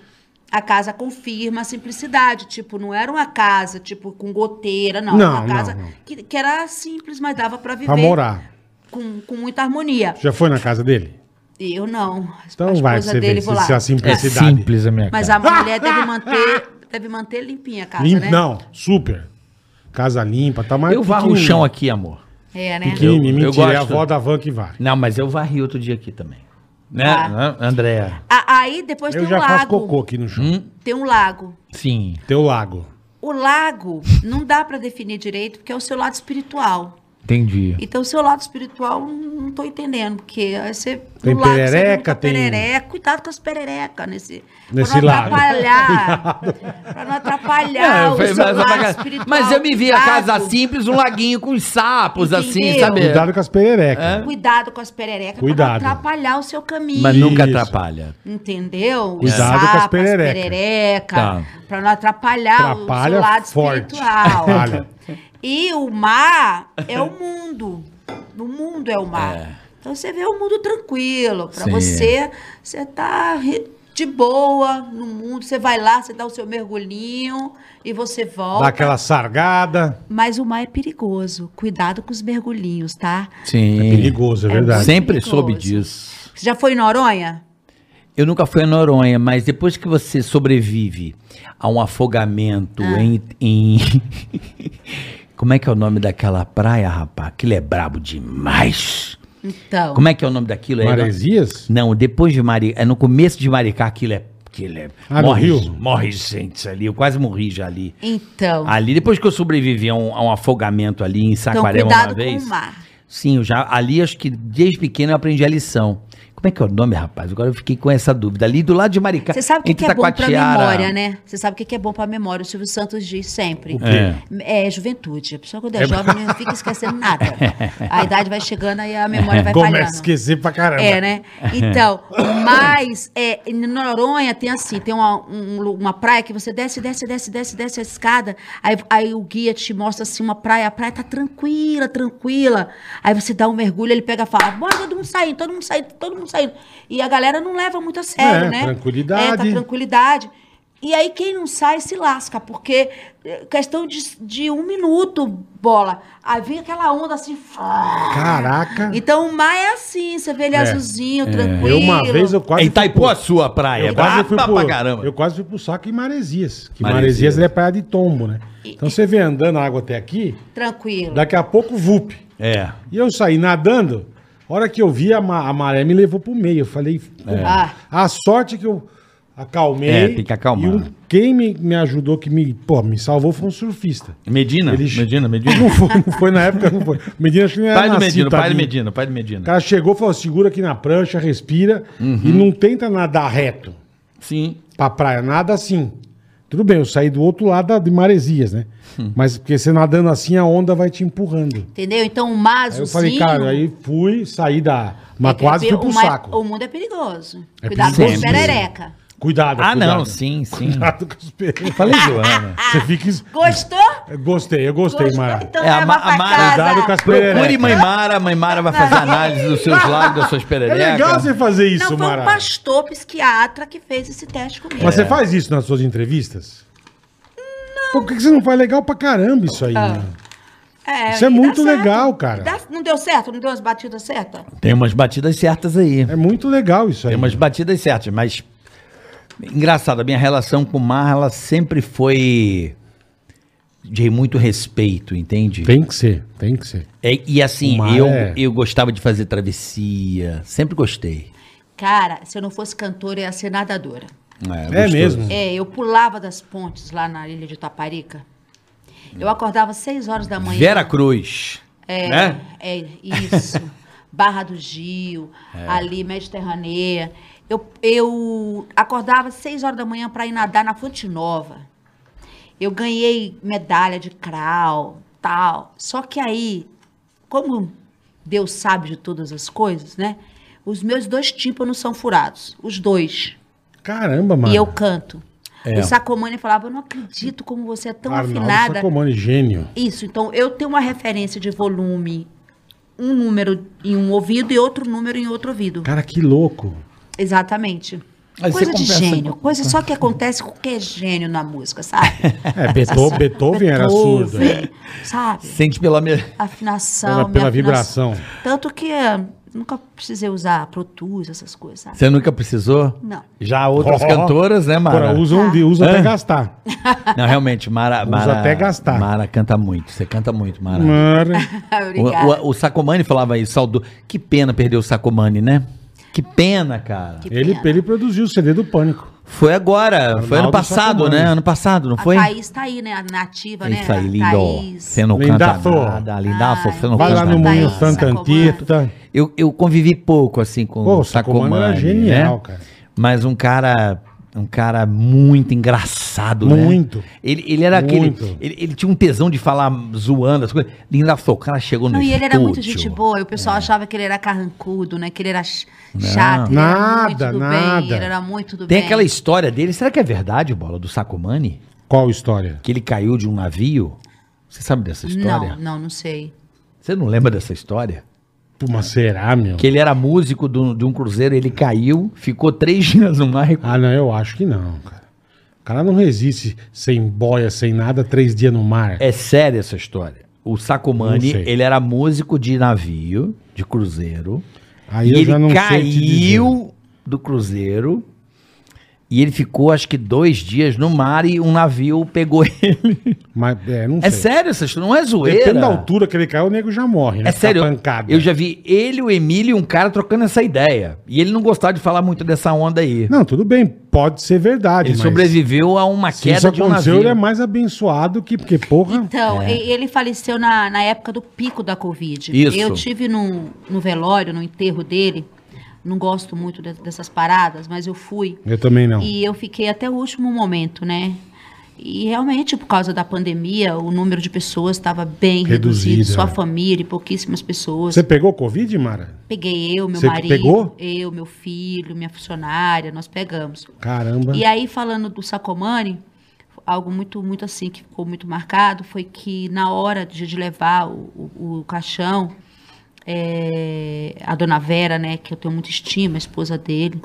A casa confirma a simplicidade. Tipo, não era uma casa, tipo, com goteira, não.
Não,
era
não,
uma casa
não.
Que, que era simples, mas dava pra viver
Pra morar.
Com, com muita harmonia.
Já foi na casa dele?
Eu não.
Então
A
vai pra
esposa
você ver
dele,
se,
vou lá.
se a
É
simplicidade...
simples a minha
Mas
cara.
a mulher deve manter, deve manter limpinha a casa,
Limpa-
né?
Não, super. Casa limpa, tá mais
Eu varro o
pequenininho.
chão aqui, amor.
É, né?
Pequenininho,
Eu- eu
mentira, é a
gosto.
avó da van que vai.
Não, mas eu varri outro dia aqui também. Né,
Ah.
né, Andréa?
A- aí depois
Eu
tem um
já faço cocô
lago.
aqui no chão.
Hum?
Tem um lago.
Sim.
Teu lago.
O lago não dá pra definir direito, porque é o seu lado espiritual.
Entendi.
Então, o seu lado espiritual, não não tô entendendo, porque aí você...
Tem
no lago, você
perereca,
junta
tem-
perereca, cuidado com as pererecas nesse...
Nesse
pra não
lago. É,
atrapalhar, pra não atrapalhar
Não,
é o
foi-
seu
É, mas,
lado
mas-
espiritual.
mas eu me vi a
Lago,
casa
assim,
simples, um laguinho com os sapos, assim,
Entendeu?
sabe?
Cuidado com as pererecas.
É?
Cuidado com as pererecas,
né? Cuidado.
pra não atrapalhar o seu caminho.
Mas nunca
Isso.
atrapalha.
Entendeu?
Cuidado com as perereca.
perereca
Tá.
Pra não atrapalhar Tá, o
Atrapalha
seu lado
forte.
espiritual.
Atrapalha.
E o mar é o mundo. O mundo é o mar. Então você vê o mundo tranquilo. Pra
Sim.
você, você tá re- de boa no mundo. Você vai lá, você dá o seu mergulhinho e você volta.
Dá aquela sargada.
Mas o mar é perigoso. Cuidado com os mergulhinhos, tá?
Sim.
É perigoso, é
É
verdade.
muito-
Sempre
Perigoso.
soube disso.
Você já foi em Noronha?
Eu nunca fui a Noronha, mas depois que você sobrevive a um afogamento
Ah.
em, em- Como é que é o nome daquela praia, rapaz? Aquilo é brabo demais.
Então.
Como é que é o nome daquilo? É-
Maresias?
Não, depois de Maricá. É no começo de Maricá aquilo é. Aquilo é
Ah, no
morre,
Rio?
morre gente ali. Eu quase morri já ali.
Então.
Ali, depois que eu sobrevivi a um, a um afogamento ali em
Então,
Saquarema uma
cuidado
vez.
com o mar.
Sim, eu já ali acho que desde pequeno eu aprendi a lição. Como é que é o nome, rapaz? Agora eu fiquei com essa dúvida. Ali do lado de Maricá.
Você sabe o que,
entre
que é bom pra
Itacoatiara-
memória, né? Você sabe o que, que é bom pra memória. O Silvio Santos diz sempre. É. juventude. A pessoa quando é, jovem não fica esquecendo nada. A idade vai chegando e a memória vai
Começa a
falhando.
esquecer pra caramba.
É, né? Então, mas é, em Noronha tem assim, tem uma, um lu- uma praia que você desce, desce, desce, desce, desce a escada, aí, aí o guia te mostra assim uma praia, a praia tá tranquila, tranquila. Aí você dá um mergulho, ele pega e fala, bora todo mundo saindo, todo mundo saindo, todo mundo saindo. E a galera não leva muito a sério,
É,
né?
tranquilidade.
É, tá tranquilidade. E aí quem não sai se lasca, porque é, questão de, de um minuto, bola. Aí vem aquela onda assim...
Caraca.
Então o mar é assim, você vê ele
É.
azulzinho, tranquilo.
Eu uma vez eu quase.
É
fui
Itaipuaçu a
pro-
praia.
Eu quase, fui
braba
pro,
é pra caramba.
eu quase fui pro saco em Maresias. Que
Maresias.
Maresias, ele é praia de tombo, né? Então você vem andando a água até aqui,
Tranquilo.
daqui a pouco VUP.
É.
E eu saí nadando, a hora que eu vi a, ma- a maré me levou pro meio. Eu falei, pô,
Ah.
a sorte que eu acalmei.
É, tem que acalmar.
E um- quem me, me ajudou, que me, pô, me salvou foi um surfista.
Medina?
Ele-
Medina, Medina.
Não foi, não foi na época, não foi. Medina acho que não era
pai do
nascido,
Medina, pai do
tadinho.
Medina, pai do
O
Medina.
cara chegou e falou: segura aqui na prancha, respira
Uhum.
e não tenta nadar reto
Sim.
pra praia, nada assim. Tudo bem, eu saí do outro lado da- de Maresias, né?
Hum.
Mas porque você nadando assim, a onda vai te empurrando.
Entendeu? Então o mar
Aí eu
azulzinho...
falei, cara, aí fui, saí da.
é
Mas
que
quase
é
fui
pe-
pro
o mar-
saco.
O mundo é perigoso.
É
Cuidado com os
perigoso.
perereca.
Cuidado,
Ah,
cuidado.
não, sim, sim.
Cuidado com os
Eu
perigos.
falei Joana.
Você fica... es-
Ah, Gostou?
Gostei, eu gostei,
Gostou?
Mara.
Então
É, a
leva
Ma- a
pra
Mara-
Cuidado com
casa.
as
Procure
pererecas.
Mãe Mara, Mãe Mara vai fazer análise dos seus lábios, das suas
É
pererecas.
legal você fazer
Não,
isso,
foi um
Mara.
pastor psiquiatra que fez esse teste comigo.
É.
Mas você faz isso nas suas entrevistas? Não. Por que que você não faz legal pra caramba isso aí?
Ah.
né? Isso é
e dá
muito
certo.
legal, cara.
Dá- não deu certo? Não deu as batidas certas?
Tem umas batidas certas aí.
É muito legal isso aí.
Tem umas batidas certas, mas. Engraçado, a minha relação com o Mar, ela sempre foi de muito respeito, entende?
Tem que ser, tem que ser.
É, e assim,
O Mar
eu,
é-
eu gostava de fazer travessia, sempre gostei.
Cara, se eu não fosse cantora, eu ia ser nadadora.
É
gostoso.
mesmo.
É, eu pulava das pontes lá na ilha de Itaparica. Eu acordava às 6 horas da manhã.
Vera Cruz.
É,
Né?
é isso. Barra do Gil,
É.
ali, Mediterrânea. Eu, eu acordava às 6 horas da manhã para ir nadar na Fonte Nova. Eu ganhei medalha de crawl, tal. Só que aí, como Deus sabe de todas as coisas, né? Os meus dois tímpanos são furados, os dois.
Caramba, mano.
E eu canto.
É.
O Sacomani falava, eu não acredito como você é tão
Arnaldo
afinada.
Sacomani, gênio.
Isso, então eu tenho uma referência de volume, um número em um ouvido e outro número em outro ouvido.
Cara, que louco.
Exatamente.
Aí você
coisa de
conversa-
gênio, coisa só que acontece com quem é gênio na música, sabe?
É, Beetho- Beethoven, era surdo.
Beethoven, Sabe?
Sente pela minha.
Afinação.
Pela-
minha
pela
afinação.
vibração.
Tanto que eh, nunca precisei usar Pro Tools, essas coisas, sabe?
Você nunca precisou?
Não.
Já outras
Ó,
cantoras, né, Mara?
Agora, usa, um,
Tá.
de- usa até gastar.
Não, realmente, Mara, Mara.
até gastar.
Mara canta muito. Você canta muito, Mara.
Mara.
O,
Obrigada.
o- o Sacomani falava isso, saudou. Que pena perder o Sacomani, né? Que pena, cara.
Que
Ele,
pena.
ele produziu o CD do Pânico.
Foi agora, foi ano
Arnaldo
passado,
Sacomani.
né? Ano passado, não foi?
A Thaís tá aí, né? A nativa,
É
né?
isso aí,
A
lindo.
Thaís.
Você não
Lindafo.
canta nada, Lindafo,
Ai.
você não
Vai
canta
lá no
Tá
nada.
Moinho
aí,
Santa
Sacomani.
Antita.
Eu, eu convivi pouco, assim, com
Pô,
o Sacomani.
era genial,
né?
cara.
Mas um cara. Um cara muito engraçado, né?
Muito.
Ele, ele era
Muito.
aquele. Ele, ele tinha um tesão de falar zoando as coisas. Lindafo, o cara chegou no
Não, e ele era muito
estúdio.
gente boa, e o
É.
pessoal achava que ele era carrancudo, né? Que ele era ch- chato, ele
Nada,
era muito do
nada.
bem, ele era muito do
Tem
bem.
aquela história dele. Será que é verdade, bola, do Sacomani?
Qual história?
Que ele caiu de um navio? Você sabe dessa história?
Não, não, não sei.
Você não lembra dessa história?
Puma, será, meu?
Que ele era músico do- de um cruzeiro, ele caiu, ficou três dias no mar. e-
Ah, não, eu acho que não, cara. O cara não resiste sem boia, sem nada, três dias no mar.
É séria essa história. O Sacomani,
Não sei.
ele era músico de navio, de cruzeiro.
Aí
e
eu
ele
já não sei te dizer.
caiu do cruzeiro. E ele ficou, acho que, dois dias no mar e um navio pegou ele.
Mas, é, não
É
sei.
sério essa história? Não é zoeira?
Depende da altura que ele caiu, o nego já morre, né?
É sério,
Tá
eu-
pancada.
eu já vi ele, o Emílio e um cara trocando essa ideia. E ele não gostava de falar muito dessa onda aí.
Não, tudo bem, pode ser verdade,
ele
mas
sobreviveu a uma
se isso
queda de um
aconteceu, ele
navio.
é mais abençoado que... Porque, porra...
Então, e- ele faleceu na, na época do pico da Covid.
É. Isso.
Eu tive no, no velório, no enterro dele, não gosto muito de- dessas paradas, mas eu fui.
Eu também não.
E eu fiquei até o último momento, né? E realmente, por causa da pandemia, o número de pessoas estava bem reduzido,
Reduzido,
só
é.
a família e pouquíssimas pessoas.
Você pegou Covid, Mara?
Peguei eu, meu
Você que
marido,
pegou?
eu, meu filho, minha funcionária, nós pegamos.
Caramba.
E aí, falando do Sacomani, algo muito, muito assim, que ficou muito marcado, foi que na hora de, de levar o, o, o caixão, é, a dona Vera, né, que eu tenho muita estima, a esposa dele,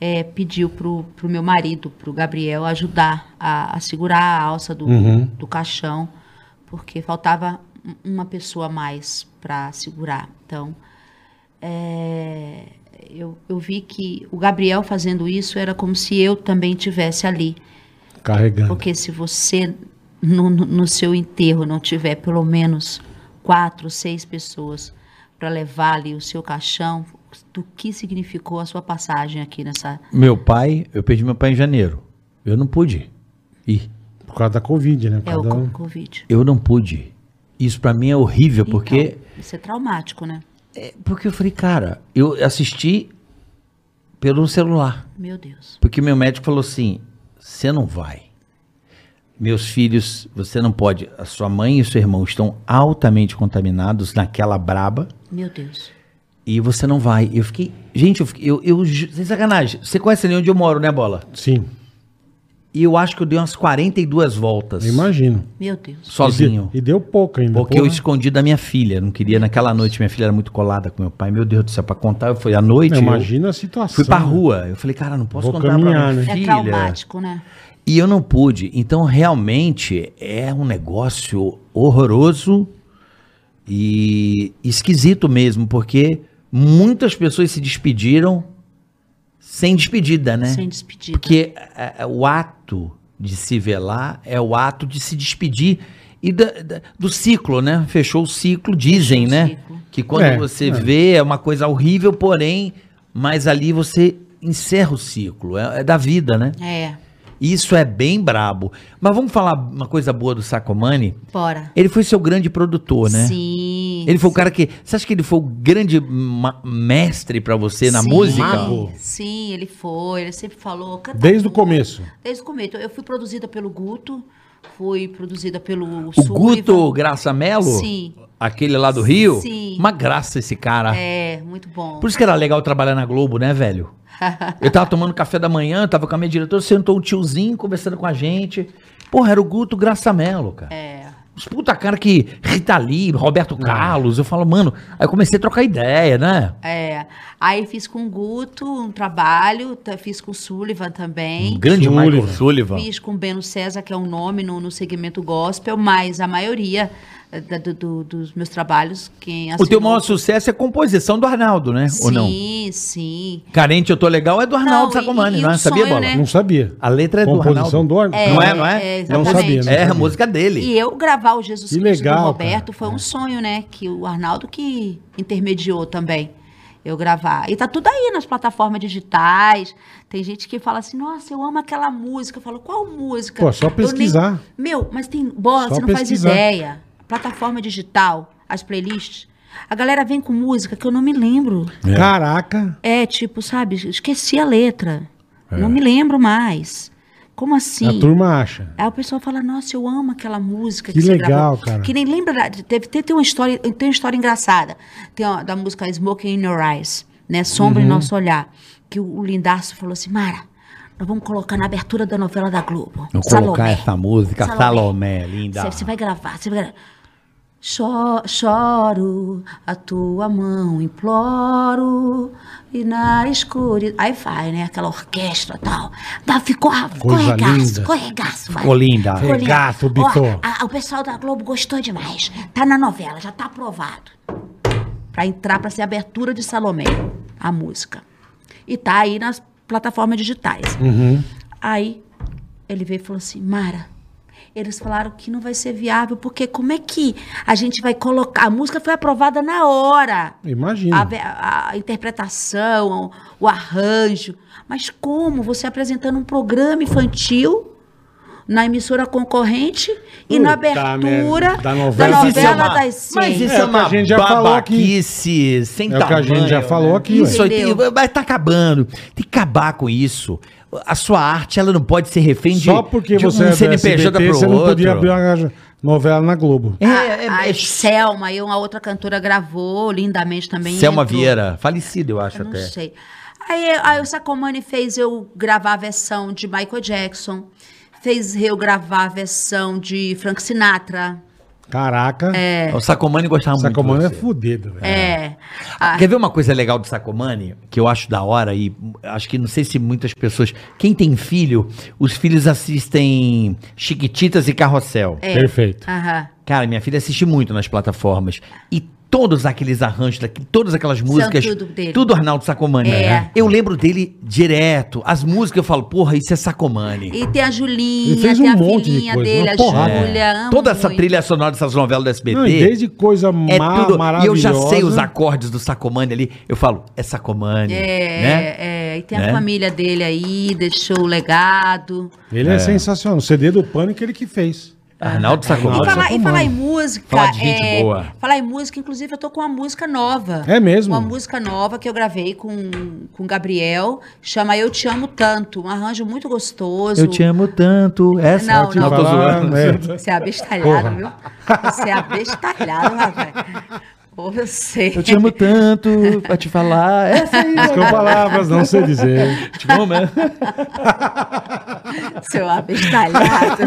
é, pediu pro, pro meu marido, pro Gabriel, ajudar a, a segurar a alça do,
Uhum.
do caixão, porque faltava um- uma pessoa a mais para segurar. Então, é, eu, eu vi que o Gabriel fazendo isso era como se eu também tivesse ali.
Carregando.
Porque se você, no, no- no seu enterro, não tiver pelo menos quatro, seis pessoas para levar ali o seu caixão, do que significou a sua passagem aqui nessa.
Meu pai, eu perdi meu pai em janeiro. Eu não pude ir.
Por causa da Covid, né? Por
É o
causa da-
co- Covid.
Eu não pude. ir. Isso pra mim é horrível, porque
Então, isso é traumático, né?
é, porque eu falei, cara, eu assisti pelo celular.
Meu Deus.
Porque meu médico falou assim: você não vai. Meus filhos, você não pode. A sua mãe e o seu irmão estão altamente contaminados naquela braba.
Meu Deus.
E você não vai. Eu fiquei. Gente, eu fiquei. Eu, eu, ju- sem sacanagem. Você conhece ali onde eu moro, né, Bola?
Sim,
E eu acho que eu dei umas 42 voltas.
eu imagino.
Meu Deus.
Sozinho.
E, de- e deu pouco ainda.
Porque eu
porra.
escondi da minha filha. Eu Não queria naquela noite. Minha filha era muito colada com meu pai. Meu Deus do céu, pra contar. Eu fui à noite.
Não,
eu
Imagina a situação.
Fui pra
né?
rua. Eu falei, cara, não posso
Vou
contar
caminhar,
pra minha
né?
É
filha.
traumático, né?
E eu não pude. Então, realmente, é um negócio horroroso e esquisito mesmo, porque muitas pessoas se despediram sem despedida, né?
Sem despedida.
Porque é, é, o ato de se velar é o ato de se despedir e da- da- do ciclo, né? Fechou o ciclo, dizem,
Fechou o
né?
ciclo.
Que quando
É,
você
é.
vê é uma coisa horrível, porém, mas ali você encerra o ciclo, é, é da vida, né?
É,
Isso é bem brabo. Mas vamos falar uma coisa boa do Sacomani?
bora.
Ele foi seu grande produtor, né?
Sim.
Ele foi o cara que. Você acha que ele foi o grande ma- mestre pra você na
Sim,
música?
Sim, ele foi. Ele sempre falou. canta
Desde o
tudo.
começo.
Desde o começo. Eu fui produzida pelo Guto, fui produzida pelo
O Guto Graça Mello?
Sim.
Aquele lá do Rio?
Sim.
Uma graça esse cara.
É, muito bom.
Por isso que era legal trabalhar na Globo, né, velho? Eu tava tomando café da manhã, tava com a minha diretora, sentou um tiozinho conversando com a gente. Porra, era o Guto Graça Mello, cara.
É.
Os puta cara que Rita Lee, Roberto Carlos, eu falo, mano, aí eu comecei a trocar ideia, né?
É. Aí fiz com o Guto um trabalho, ta- fiz com o Sullivan também.
Um grande
Sullivan.
Michael Sullivan.
Fiz com o Beno César, que é um nome no, no segmento gospel, mas a maioria eh, da- do- do- dos meus trabalhos, quem
O teu
assinou-
maior sucesso é a composição do Arnaldo, né? Ou não?
Sim, sim.
Carente, eu tô legal é do Arnaldo
Não,
Sacomani,
e- e
não é?
o
Sabia,
sonho,
Bola?
né?
Não sabia.
A letra é do
Composição
Arnaldo.
do Arnaldo.
É,
não é, não é?
é,
Não sabia,
exatamente.
né?
É a música dele.
E eu gravar o Jesus
Que
Cristo
legal, É.
do Roberto foi um sonho, né? Que o Arnaldo que intermediou também. Eu gravar. E tá tudo aí nas plataformas digitais. Tem gente que fala assim, nossa, eu amo aquela música. Eu falo, qual música?
Pô, só
Eu nem-
pesquisar.
Meu, mas tem. Bola,
Só
você não
pesquisar.
faz ideia. Plataforma digital, as playlists. A galera vem com música que eu não me lembro.
Caraca.
É, tipo, sabe, esqueci a letra. Não me lembro mais. Como assim?
É. A turma acha.
Aí o pessoal fala, nossa, eu amo aquela música
Que
você
legal,
gravou.
cara.
Que nem lembra, da- teve, tem, tem uma história, tem uma história engraçada. Tem uma, da música Smoking in Your Eyes, né? Sombra em
Uhum.
Nosso Olhar. Que o, o Lindaço falou assim, Mara, nós vamos colocar na abertura da novela da Globo.
Vou colocar
é
essa música, Salomé, linda.
Você vai gravar, você vai gravar. Cho- Choro, a tua mão imploro, e na escuridão. Aí vai, né? Aquela orquestra e tal. Dá, ficou, ficou
Coisa
regaço,
linda.
ficou regaço. vai.
Ficou linda.
Ficou linda.
Regaço, Bitó.
Ó, a- o pessoal da Globo gostou demais. Tá na novela, já tá aprovado. Pra entrar, pra ser a abertura de Salomé, a música. E tá aí nas plataformas digitais. Aí ele veio e falou assim: Mara, eles falaram que não vai ser viável, porque como é que a gente vai colocar. A música foi aprovada na hora. A,
Imagina.
ve- a interpretação, o arranjo. Mas como você apresentando um programa infantil na emissora concorrente e na
Puta
abertura
merda, da
da
novela.
novela,
Mas
isso é uma-
das seis.
Mas isso
É
é,
o que a
uma
gente já falou aqui.
babaquice sem né?
É o que a gente já falou aqui,
Isso
ué.
aí tem,
Entendeu?
vai tá acabando. Tem que acabar com isso. A sua arte, ela não pode ser refém de,
Só porque
de
você
um
é do
CNPJ
SBT,
pro
você não podia abrir
outro.
uma novela na Globo.
É, é,
a,
é-
a Selma e uma outra cantora gravou lindamente também.
Selma
entrou.
Vieira, falecida, eu acho
Eu não
até.
sei. Aí, aí o Sacomani fez eu gravar a versão de Michael Jackson, fez eu gravar a versão de Frank Sinatra.
Caraca. É.
O Sacomani gostava Tá
Sacomano
muito.
é
de você.
fudido, velho.
É. A-
Quer ver uma coisa legal do Sacomani? Que eu acho da hora e acho que não sei se muitas pessoas. Quem tem filho, os filhos assistem Chiquititas e Carrossel.
É.
Perfeito.
Aham.
Cara, minha filha assiste muito nas plataformas. E todos aqueles arranjos, daqui- todas aquelas músicas.
tudo dele.
tudo Arnaldo Sacomani.
É.
né? Eu lembro dele direto. As músicas eu falo, porra, isso é Sacomani.
E tem a
Ele
Julinha,
fez
tem
um
a
monte de
filhinha
coisa,
dele,
uma
a
porrada.
Júlia. é, amo
É. Toda essa
muito.
trilha sonora dessas novelas do SBT.
Não, e desde coisa
É
ma
tudo. E
maravilhosa.
eu já sei os acordes do Sacomani ali. Eu falo, é Sacomani.
É,
né?
é, e tem
Né?
a família dele aí, deixou o legado.
Ele é. sensacional. O CD do Pânico ele que fez.
É, Arnaldo
E
Sacomani.
falar, e falar em música.
Falar de gente
é,
boa.
Falar em música, inclusive eu tô com uma música nova.
É mesmo?
Uma música nova que eu gravei com com o Gabriel, chama Eu Te Amo Tanto. Um arranjo muito gostoso.
Eu te amo tanto. É Essa
Não, é não.
tô
Falar,
zoando.
né?
Você é abestalhado, viu? Você é abestalhado, é rapaz. Oh, eu sei.
Eu te amo tanto pra te falar. Essa aí,
Com palavras, não sei dizer.
te amo, né?
Seu abestalhado.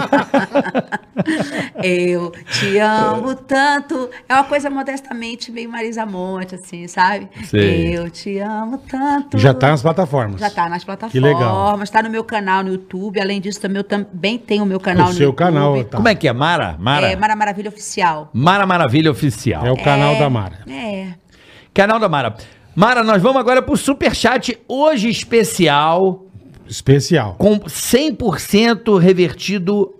eu te amo tanto. É uma coisa modestamente meio Marisa Monte, assim, sabe?
Sei.
Eu te amo tanto.
Já tá nas plataformas.
Já tá nas
Que legal.
plataformas, tá no meu canal no YouTube. Além disso, também, eu também tenho o meu canal
O
no
seu
YouTube.
canal, tá.
Como é que é? Mara? Mara?
É, Mara Maravilha Oficial.
Mara Maravilha Oficial.
É
tá?
o canal da Mara.
É.
Canal da Mara. Mara, nós vamos agora pro Superchat hoje especial,
Especial.
com 100% revertido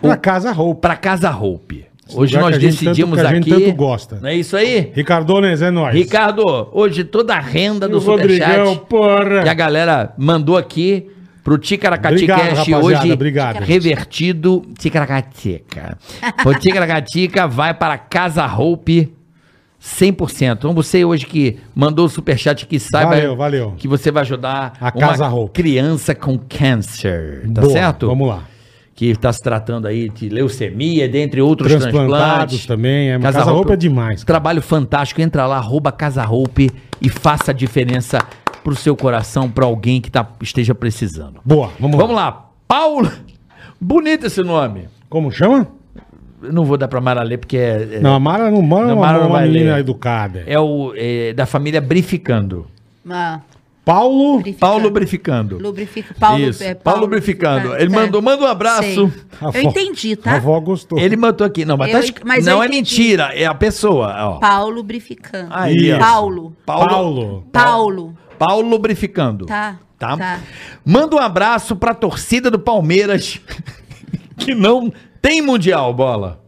Pra Casa Roupa.
pra Casa Roupe. Hoje
lugar
nós
que a gente
decidimos
tanto- que a
aqui.
gente tanto gosta.
Não é isso aí?
Ricardones, é nóis.
Ricardo, hoje toda a renda
E
do
o Rodrigão,
Superchat que a
porra.
galera mandou aqui pro Ticaracati
Obrigado,
Cast
rapaziada,
hoje.
obrigado.
Revertido Ticaracatica. o Ticaracatica vai para Casa Roupe 100%. Então você hoje que mandou o superchat que saiba
Valeu, valeu.
que você vai ajudar
A Casa Roupe.
criança com câncer, tá
Boa,
certo?
Vamos lá.
Que está se tratando aí de leucemia, dentre outros
Transplantados
transplantes.
também. É, Casa, Roupa, é demais.
Trabalho fantástico. Entra lá, arroba Casa Roupe e faça a diferença pro seu coração, pra alguém que tá, esteja precisando.
Boa, vamos,
Vamos
lá.
lá. Paulo. Bonito esse nome.
Como chama?
Eu não vou dar pra Mara ler porque é, é,
Não, a Mara não mora
Não,
uma,
Mara não
uma
vai
menina
ler.
educada.
é o é, da família Brificando.
Uma
Paulo.
lubrificante.
Paulo Brificando.
Lubrifica. Paulo, é.
Isso, Paulo lubrificando. Ele mandou- manda um abraço.
Sei.
A vó-
Eu entendi,
A
tá?
avó gostou.
Ele matou aqui. Não, mas,
Eu
tá
en-
escrito-
mas eu
não é
entendi.
mentira, é a pessoa. ó.
Paulo lubrificando.
Aí, ó.
Paulo.
Paulo.
Paulo.
Paulo.
Paulo Lubrificando.
Tá,
tá.
tá.
Manda um abraço pra torcida do Palmeiras, que não tem mundial, bola.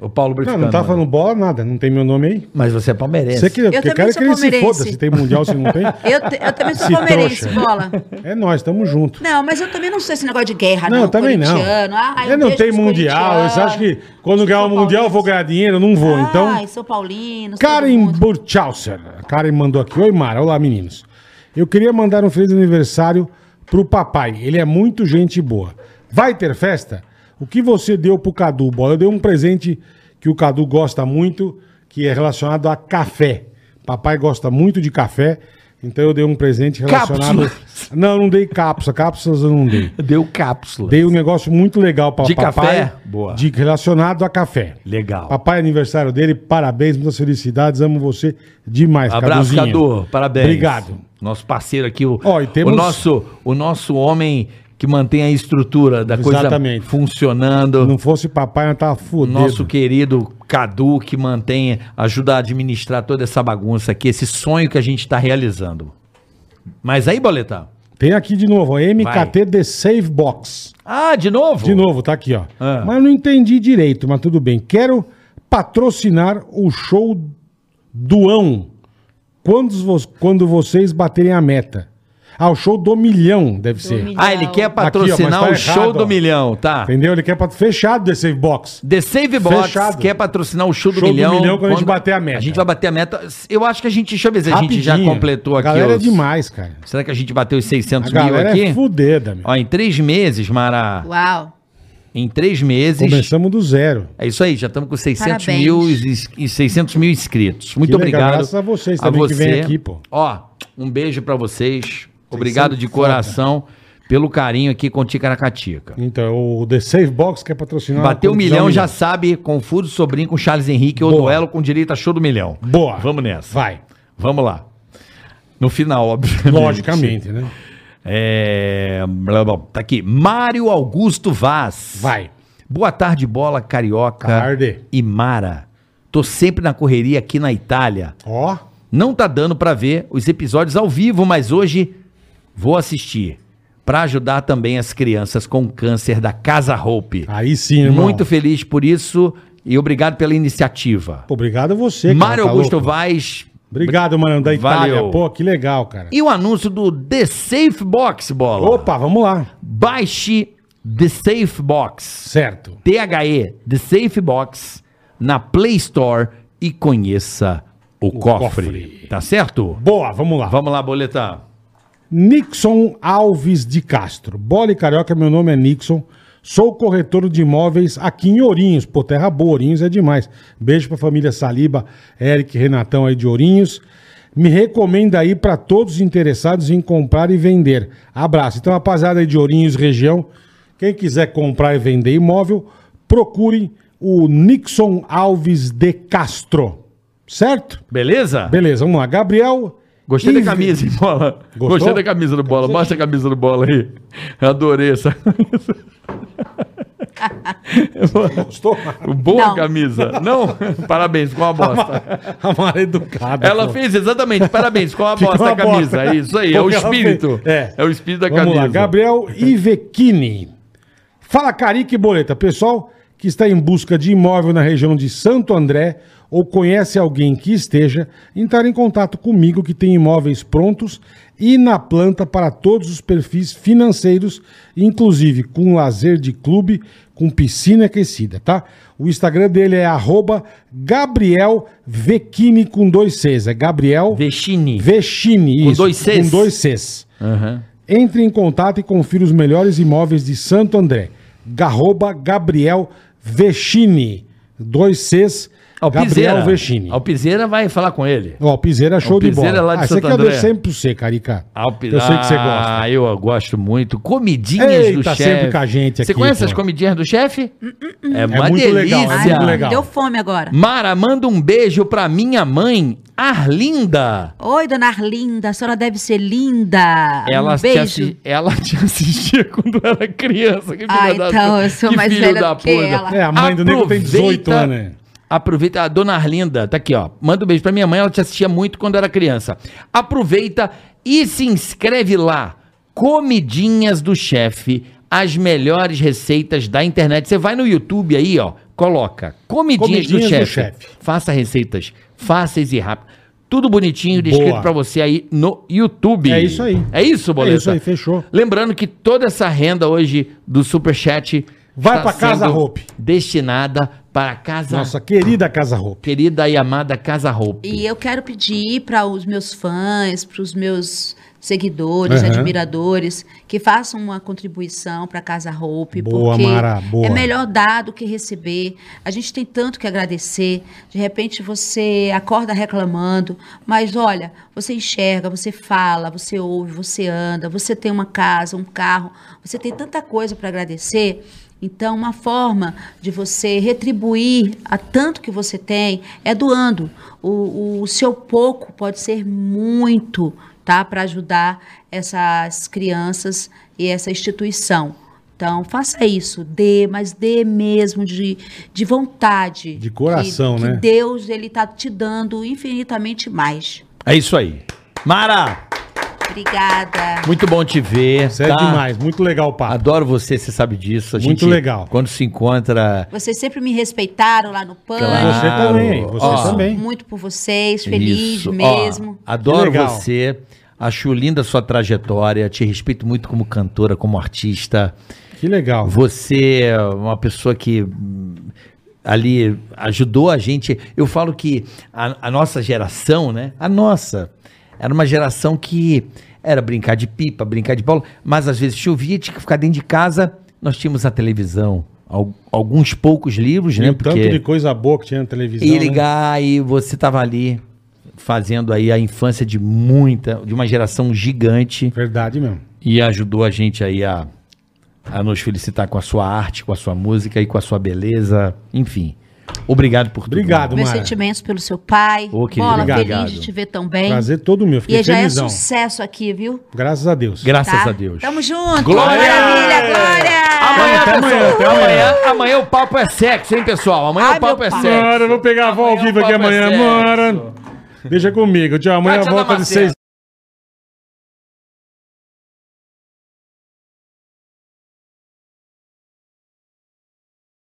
O Paulo
Não,
Lubrificando.
não tá
manda.
falando bola, nada. Não tem meu nome aí.
Mas você é palmeirense.
Você que, eu
também
quero
sou
que ele se
palmeirense.
foda se tem mundial, se não tem.
Eu, te- eu também sou
Se
palmeirense,
trouxa.
bola.
É nós, tamo junto.
Não, mas eu também não sou esse negócio de guerra,
Não,
Ah, não.
também não.
corintiano. Ai,
eu
um
não
beijo
tenho
pros
mundial. Você acha que
corintianos. Ah,
quando ganhar o
Sou
mundial eu vou ganhar dinheiro? Eu Não vou. então.
Ai, São Paulino.
Karen Burchauser. A Karen mandou aqui. Oi, Mara. Olá, meninos. Eu queria mandar um feliz aniversário pro papai. Ele é muito gente boa. Vai ter festa? O que você deu pro Cadu? Bola, eu dei um presente que o Cadu gosta muito, que é relacionado a café. Papai gosta muito de café, então eu dei um presente relacionado.
Cápsulas.
Não, eu não dei cápsula. Cápsulas eu não dei.
Deu cápsula.
Dei um negócio muito legal para
De
papai.
café? Boa.
De, relacionado a café.
Legal.
Papai, aniversário dele, parabéns, muitas felicidades, amo você demais,
Abraço,
Caduzinho.
Cadu. Parabéns.
Obrigado.
Nosso parceiro aqui, o,
Ó, e temos-
o, nosso, o nosso homem que mantém a estrutura da coisa
Exatamente.
funcionando.
Se não fosse papai, eu tava
O
fudido.
nosso querido Cadu, que mantém, ajuda a administrar toda essa bagunça aqui, esse sonho que a gente está realizando. Mas aí, Boleta?
Tem aqui de novo, ó, MKT The Save Box.
Ah, de novo?
De novo, tá aqui, ó.
Ah.
Mas eu não entendi direito, mas tudo bem. Quero patrocinar o show doão. Quando, quando vocês baterem a meta. Ah, o show do milhão, deve ser.
milhão.
Ah, ele quer
ó,
patrocinar
mas tá
o show
errado, ó.
do milhão, tá?
Entendeu? Ele quer pat- fechado The Save Box.
The Save Box
Fechado.
quer patrocinar o show do
Show do
milhão.
milhão quando a gente bater a meta.
A gente vai bater a meta. Eu acho que a gente, deixa eu ver se a gente já
Rapidinho.
completou
A
aqui.
galera
os-
é demais, cara.
Será que a gente bateu os
A
600 mil
galera
aqui?
é fudeda, meu.
Ó, em três meses, Mara.
Uau.
Em três meses.
Começamos do zero.
É isso aí, já estamos com 600
Parabéns.
mil, is- e 600 mil inscritos. Muito
legal,
obrigado.
graças a vocês também que vêm aqui, pô.
Ó, um beijo pra vocês. Obrigado
são
de
foda.
coração pelo carinho aqui com Ticaracatica.
Então, o The Save Box quer patrocinar.
Bateu um
a
milhão,
Ah, produção
já sabe, Confuso Sobrinho com Charles Henrique ou
Boa.
duelo com direito a show do milhão.
Boa.
Vamos nessa.
Vai.
Vamos lá. No final, obviamente.
Logicamente, né?
É... blá, blá, Tá aqui. Mário Augusto Vaz.
Vai.
Boa tarde, bola carioca.
Tarde.
E Mara. Tô sempre na correria aqui na Itália.
Ó.
Não tá dando pra ver os episódios ao vivo, mas hoje vou assistir Pra ajudar também as crianças com câncer da Casa Hope.
Aí sim, Ah, irmão.
Muito feliz por isso e obrigado pela iniciativa.
Pô, Obrigado você, cara.
Mário
tá
Augusto
louco.
Vaz
Obrigado, mano, da Itália.
Valeu.
Pô, que legal, cara.
e o anúncio do The Safe Box, bola.
Opa, vamos lá.
Baixe The Safe Box.
Certo.
THE The Safe Box na Play Store e conheça o, cofre.
cofre.
Tá certo?
Boa, vamos lá.
Vamos lá, boleta.
Nixon Alves de Castro. Bola e Carioca, meu nome é Nixon. Sou corretor de imóveis aqui em Ourinhos. Pô, terra boa, Ourinhos é demais. Beijo pra família Saliba, Eric, Renatão aí de Ourinhos. Me recomenda aí pra todos os interessados em comprar e vender. Abraço. Então, rapaziada aí de Ourinhos, região, quem quiser comprar e vender imóvel, procure o Nixon Alves de Castro. Certo?
Beleza?
Beleza, vamos lá. Gabriel.
Gostei
Ivi-
da camisa, hein, bola?
Gostou?
Gostei da camisa do bola. Mostra a camisa do bola aí. Adorei essa camisa.
Gostou?
Boa
Não.
camisa. Não? Parabéns, ficou uma
Tá
bosta.
A Mara é educada.
Ela
pô.
fez exatamente, parabéns, ficou uma
Ficou
bosta
uma
a camisa.
bosta.
É isso aí, é o
Porque ela
espírito.
fez- É.
o espírito da
Vamos
camisa.
lá, Gabriel Ivechini. Fala, Carica e Boleta. Pessoal que está em busca de imóvel na região de Santo André ou conhece alguém que esteja, entrar em contato comigo que tem imóveis prontos e na planta para todos os perfis financeiros, inclusive com lazer de clube, com piscina aquecida, tá? O Instagram dele é arroba Gabriel Vecchini com dois Cs. É Gabriel
Vechini.
Vechini,
Com
isso.
dois Cs.
Com dois Cs. Entre em contato e confira os melhores imóveis de Santo André. Garroba Gabriel Vechini. Dois Cs.
Alpizeira.
Gabriel Vechini.
Alpizeira vai falar com ele.
Ó, Alpizeira show de
é
Alpizeira
bola.
lá de
ah, você
Santo
quer
André.
ver sempre pro você, Carica.
Alpi-
Eu sei que você gosta.
Ah, eu gosto muito. Comidinhas
Ei,
do
tá
chefe.
sempre com a gente aqui.
Você conhece
pô.
as comidinhas do chefe?
É uma
muito
delícia.
legal, é
Ai,
muito legal.
deu fome agora.
Mara, manda um beijo pra minha mãe, Arlinda.
Oi, dona Arlinda, a senhora deve ser linda.
Ela,
um
te
beijo.
assi- ela te assistia quando era criança. Que filha
Ah,
da-
então, eu sou
que
mais
filho
velha
da
do que
puta.
ela.
É, a mãe do nego tem 18 anos. né?
Aproveita, a dona Arlinda, tá aqui, ó. Manda um beijo pra minha mãe, ela te assistia muito quando era criança. Aproveita e se inscreve lá. Comidinhas do chefe, as melhores receitas da internet. Você vai no YouTube aí, ó, coloca Comidinhas, do
Comidinhas do
chefe.
Chefe.
Faça receitas fáceis e rápidas. Tudo bonitinho,
Boa.
descrito pra você aí no YouTube.
É isso aí.
É isso, Boleta.
É isso aí, fechou.
Lembrando que toda essa renda hoje do Superchat
Vai
está
pra Casa
sendo
Hope.
Destinada para a Casa
Nossa querida Casa Roupa.
querida e amada Casa Hope.
E eu quero pedir para os meus fãs, para os meus seguidores,
Aham.
admiradores, que façam uma contribuição para Casa Roupe,
Boa,
porque
Mara, boa.
é melhor dar do que receber. A gente tem tanto que agradecer. De repente você acorda reclamando, mas olha, você enxerga, você fala, você ouve, você anda, você tem uma casa, um carro, você tem tanta coisa para agradecer. Então, uma forma de você retribuir a tanto que você tem é doando. O, o seu pouco pode ser muito, tá? Para ajudar essas crianças e essa instituição. Então, faça isso. Dê, mas dê mesmo de, de vontade.
De coração,
que,
né?
Que Deus, ele tá te dando infinitamente mais.
É isso aí. Mara,
Obrigada.
muito bom te ver.
Isso é
tá?
demais, muito legal o papo.
Adoro você, você sabe disso. A
Muito
gente,
legal.
Quando se encontra.
Vocês sempre me respeitaram lá no PAN.
Claro.
Você também, você
Ó.
também.
Muito por vocês. Feliz
Isso, ó,
mesmo.
Que
adoro
legal.
você. Acho linda a sua trajetória. Te respeito muito como cantora, como artista.
Que legal.
Você é uma pessoa que hum, ali ajudou a gente. Eu falo que a, a nossa geração, né? A nossa. Era uma geração que era brincar de pipa, brincar de bola, mas às vezes chovia, tinha que ficar dentro de casa. Nós tínhamos a televisão, al- alguns poucos livros,
E
né?
o tanto de coisa boa que tinha na televisão.
E
né?
ligar e você tava ali fazendo aí a infância de muita, de uma geração gigante
né? Verdade mesmo.
e ajudou a gente aí a, a nos felicitar com a sua arte, com a sua música e com a sua beleza, enfim. Obrigado por tudo.
Obrigado,
Meus
Mara.
sentimentos pelo seu pai.
Ô, querido,
Bola,
obrigado.
feliz de te ver tão bem.
Prazer todo meu.
E
Fiquei
já é
felizão.
sucesso aqui, viu?
Graças a Deus.
Graças
Tá?
a Deus.
Tamo junto.
Glória!
Maravilha, glória!
Amanhã,
Até
pessoal,
amanhã, até
amanhã, amanhã o papo é sexo, hein, pessoal? Amanhã
Ai,
o papo
meu
é
pai.
sexo.
eu vou pegar a avó ao
Amanhã o papo é sério.
Mara. Deixa comigo. Tchau, amanhã
Kátia
volta de
Damasceno.
seis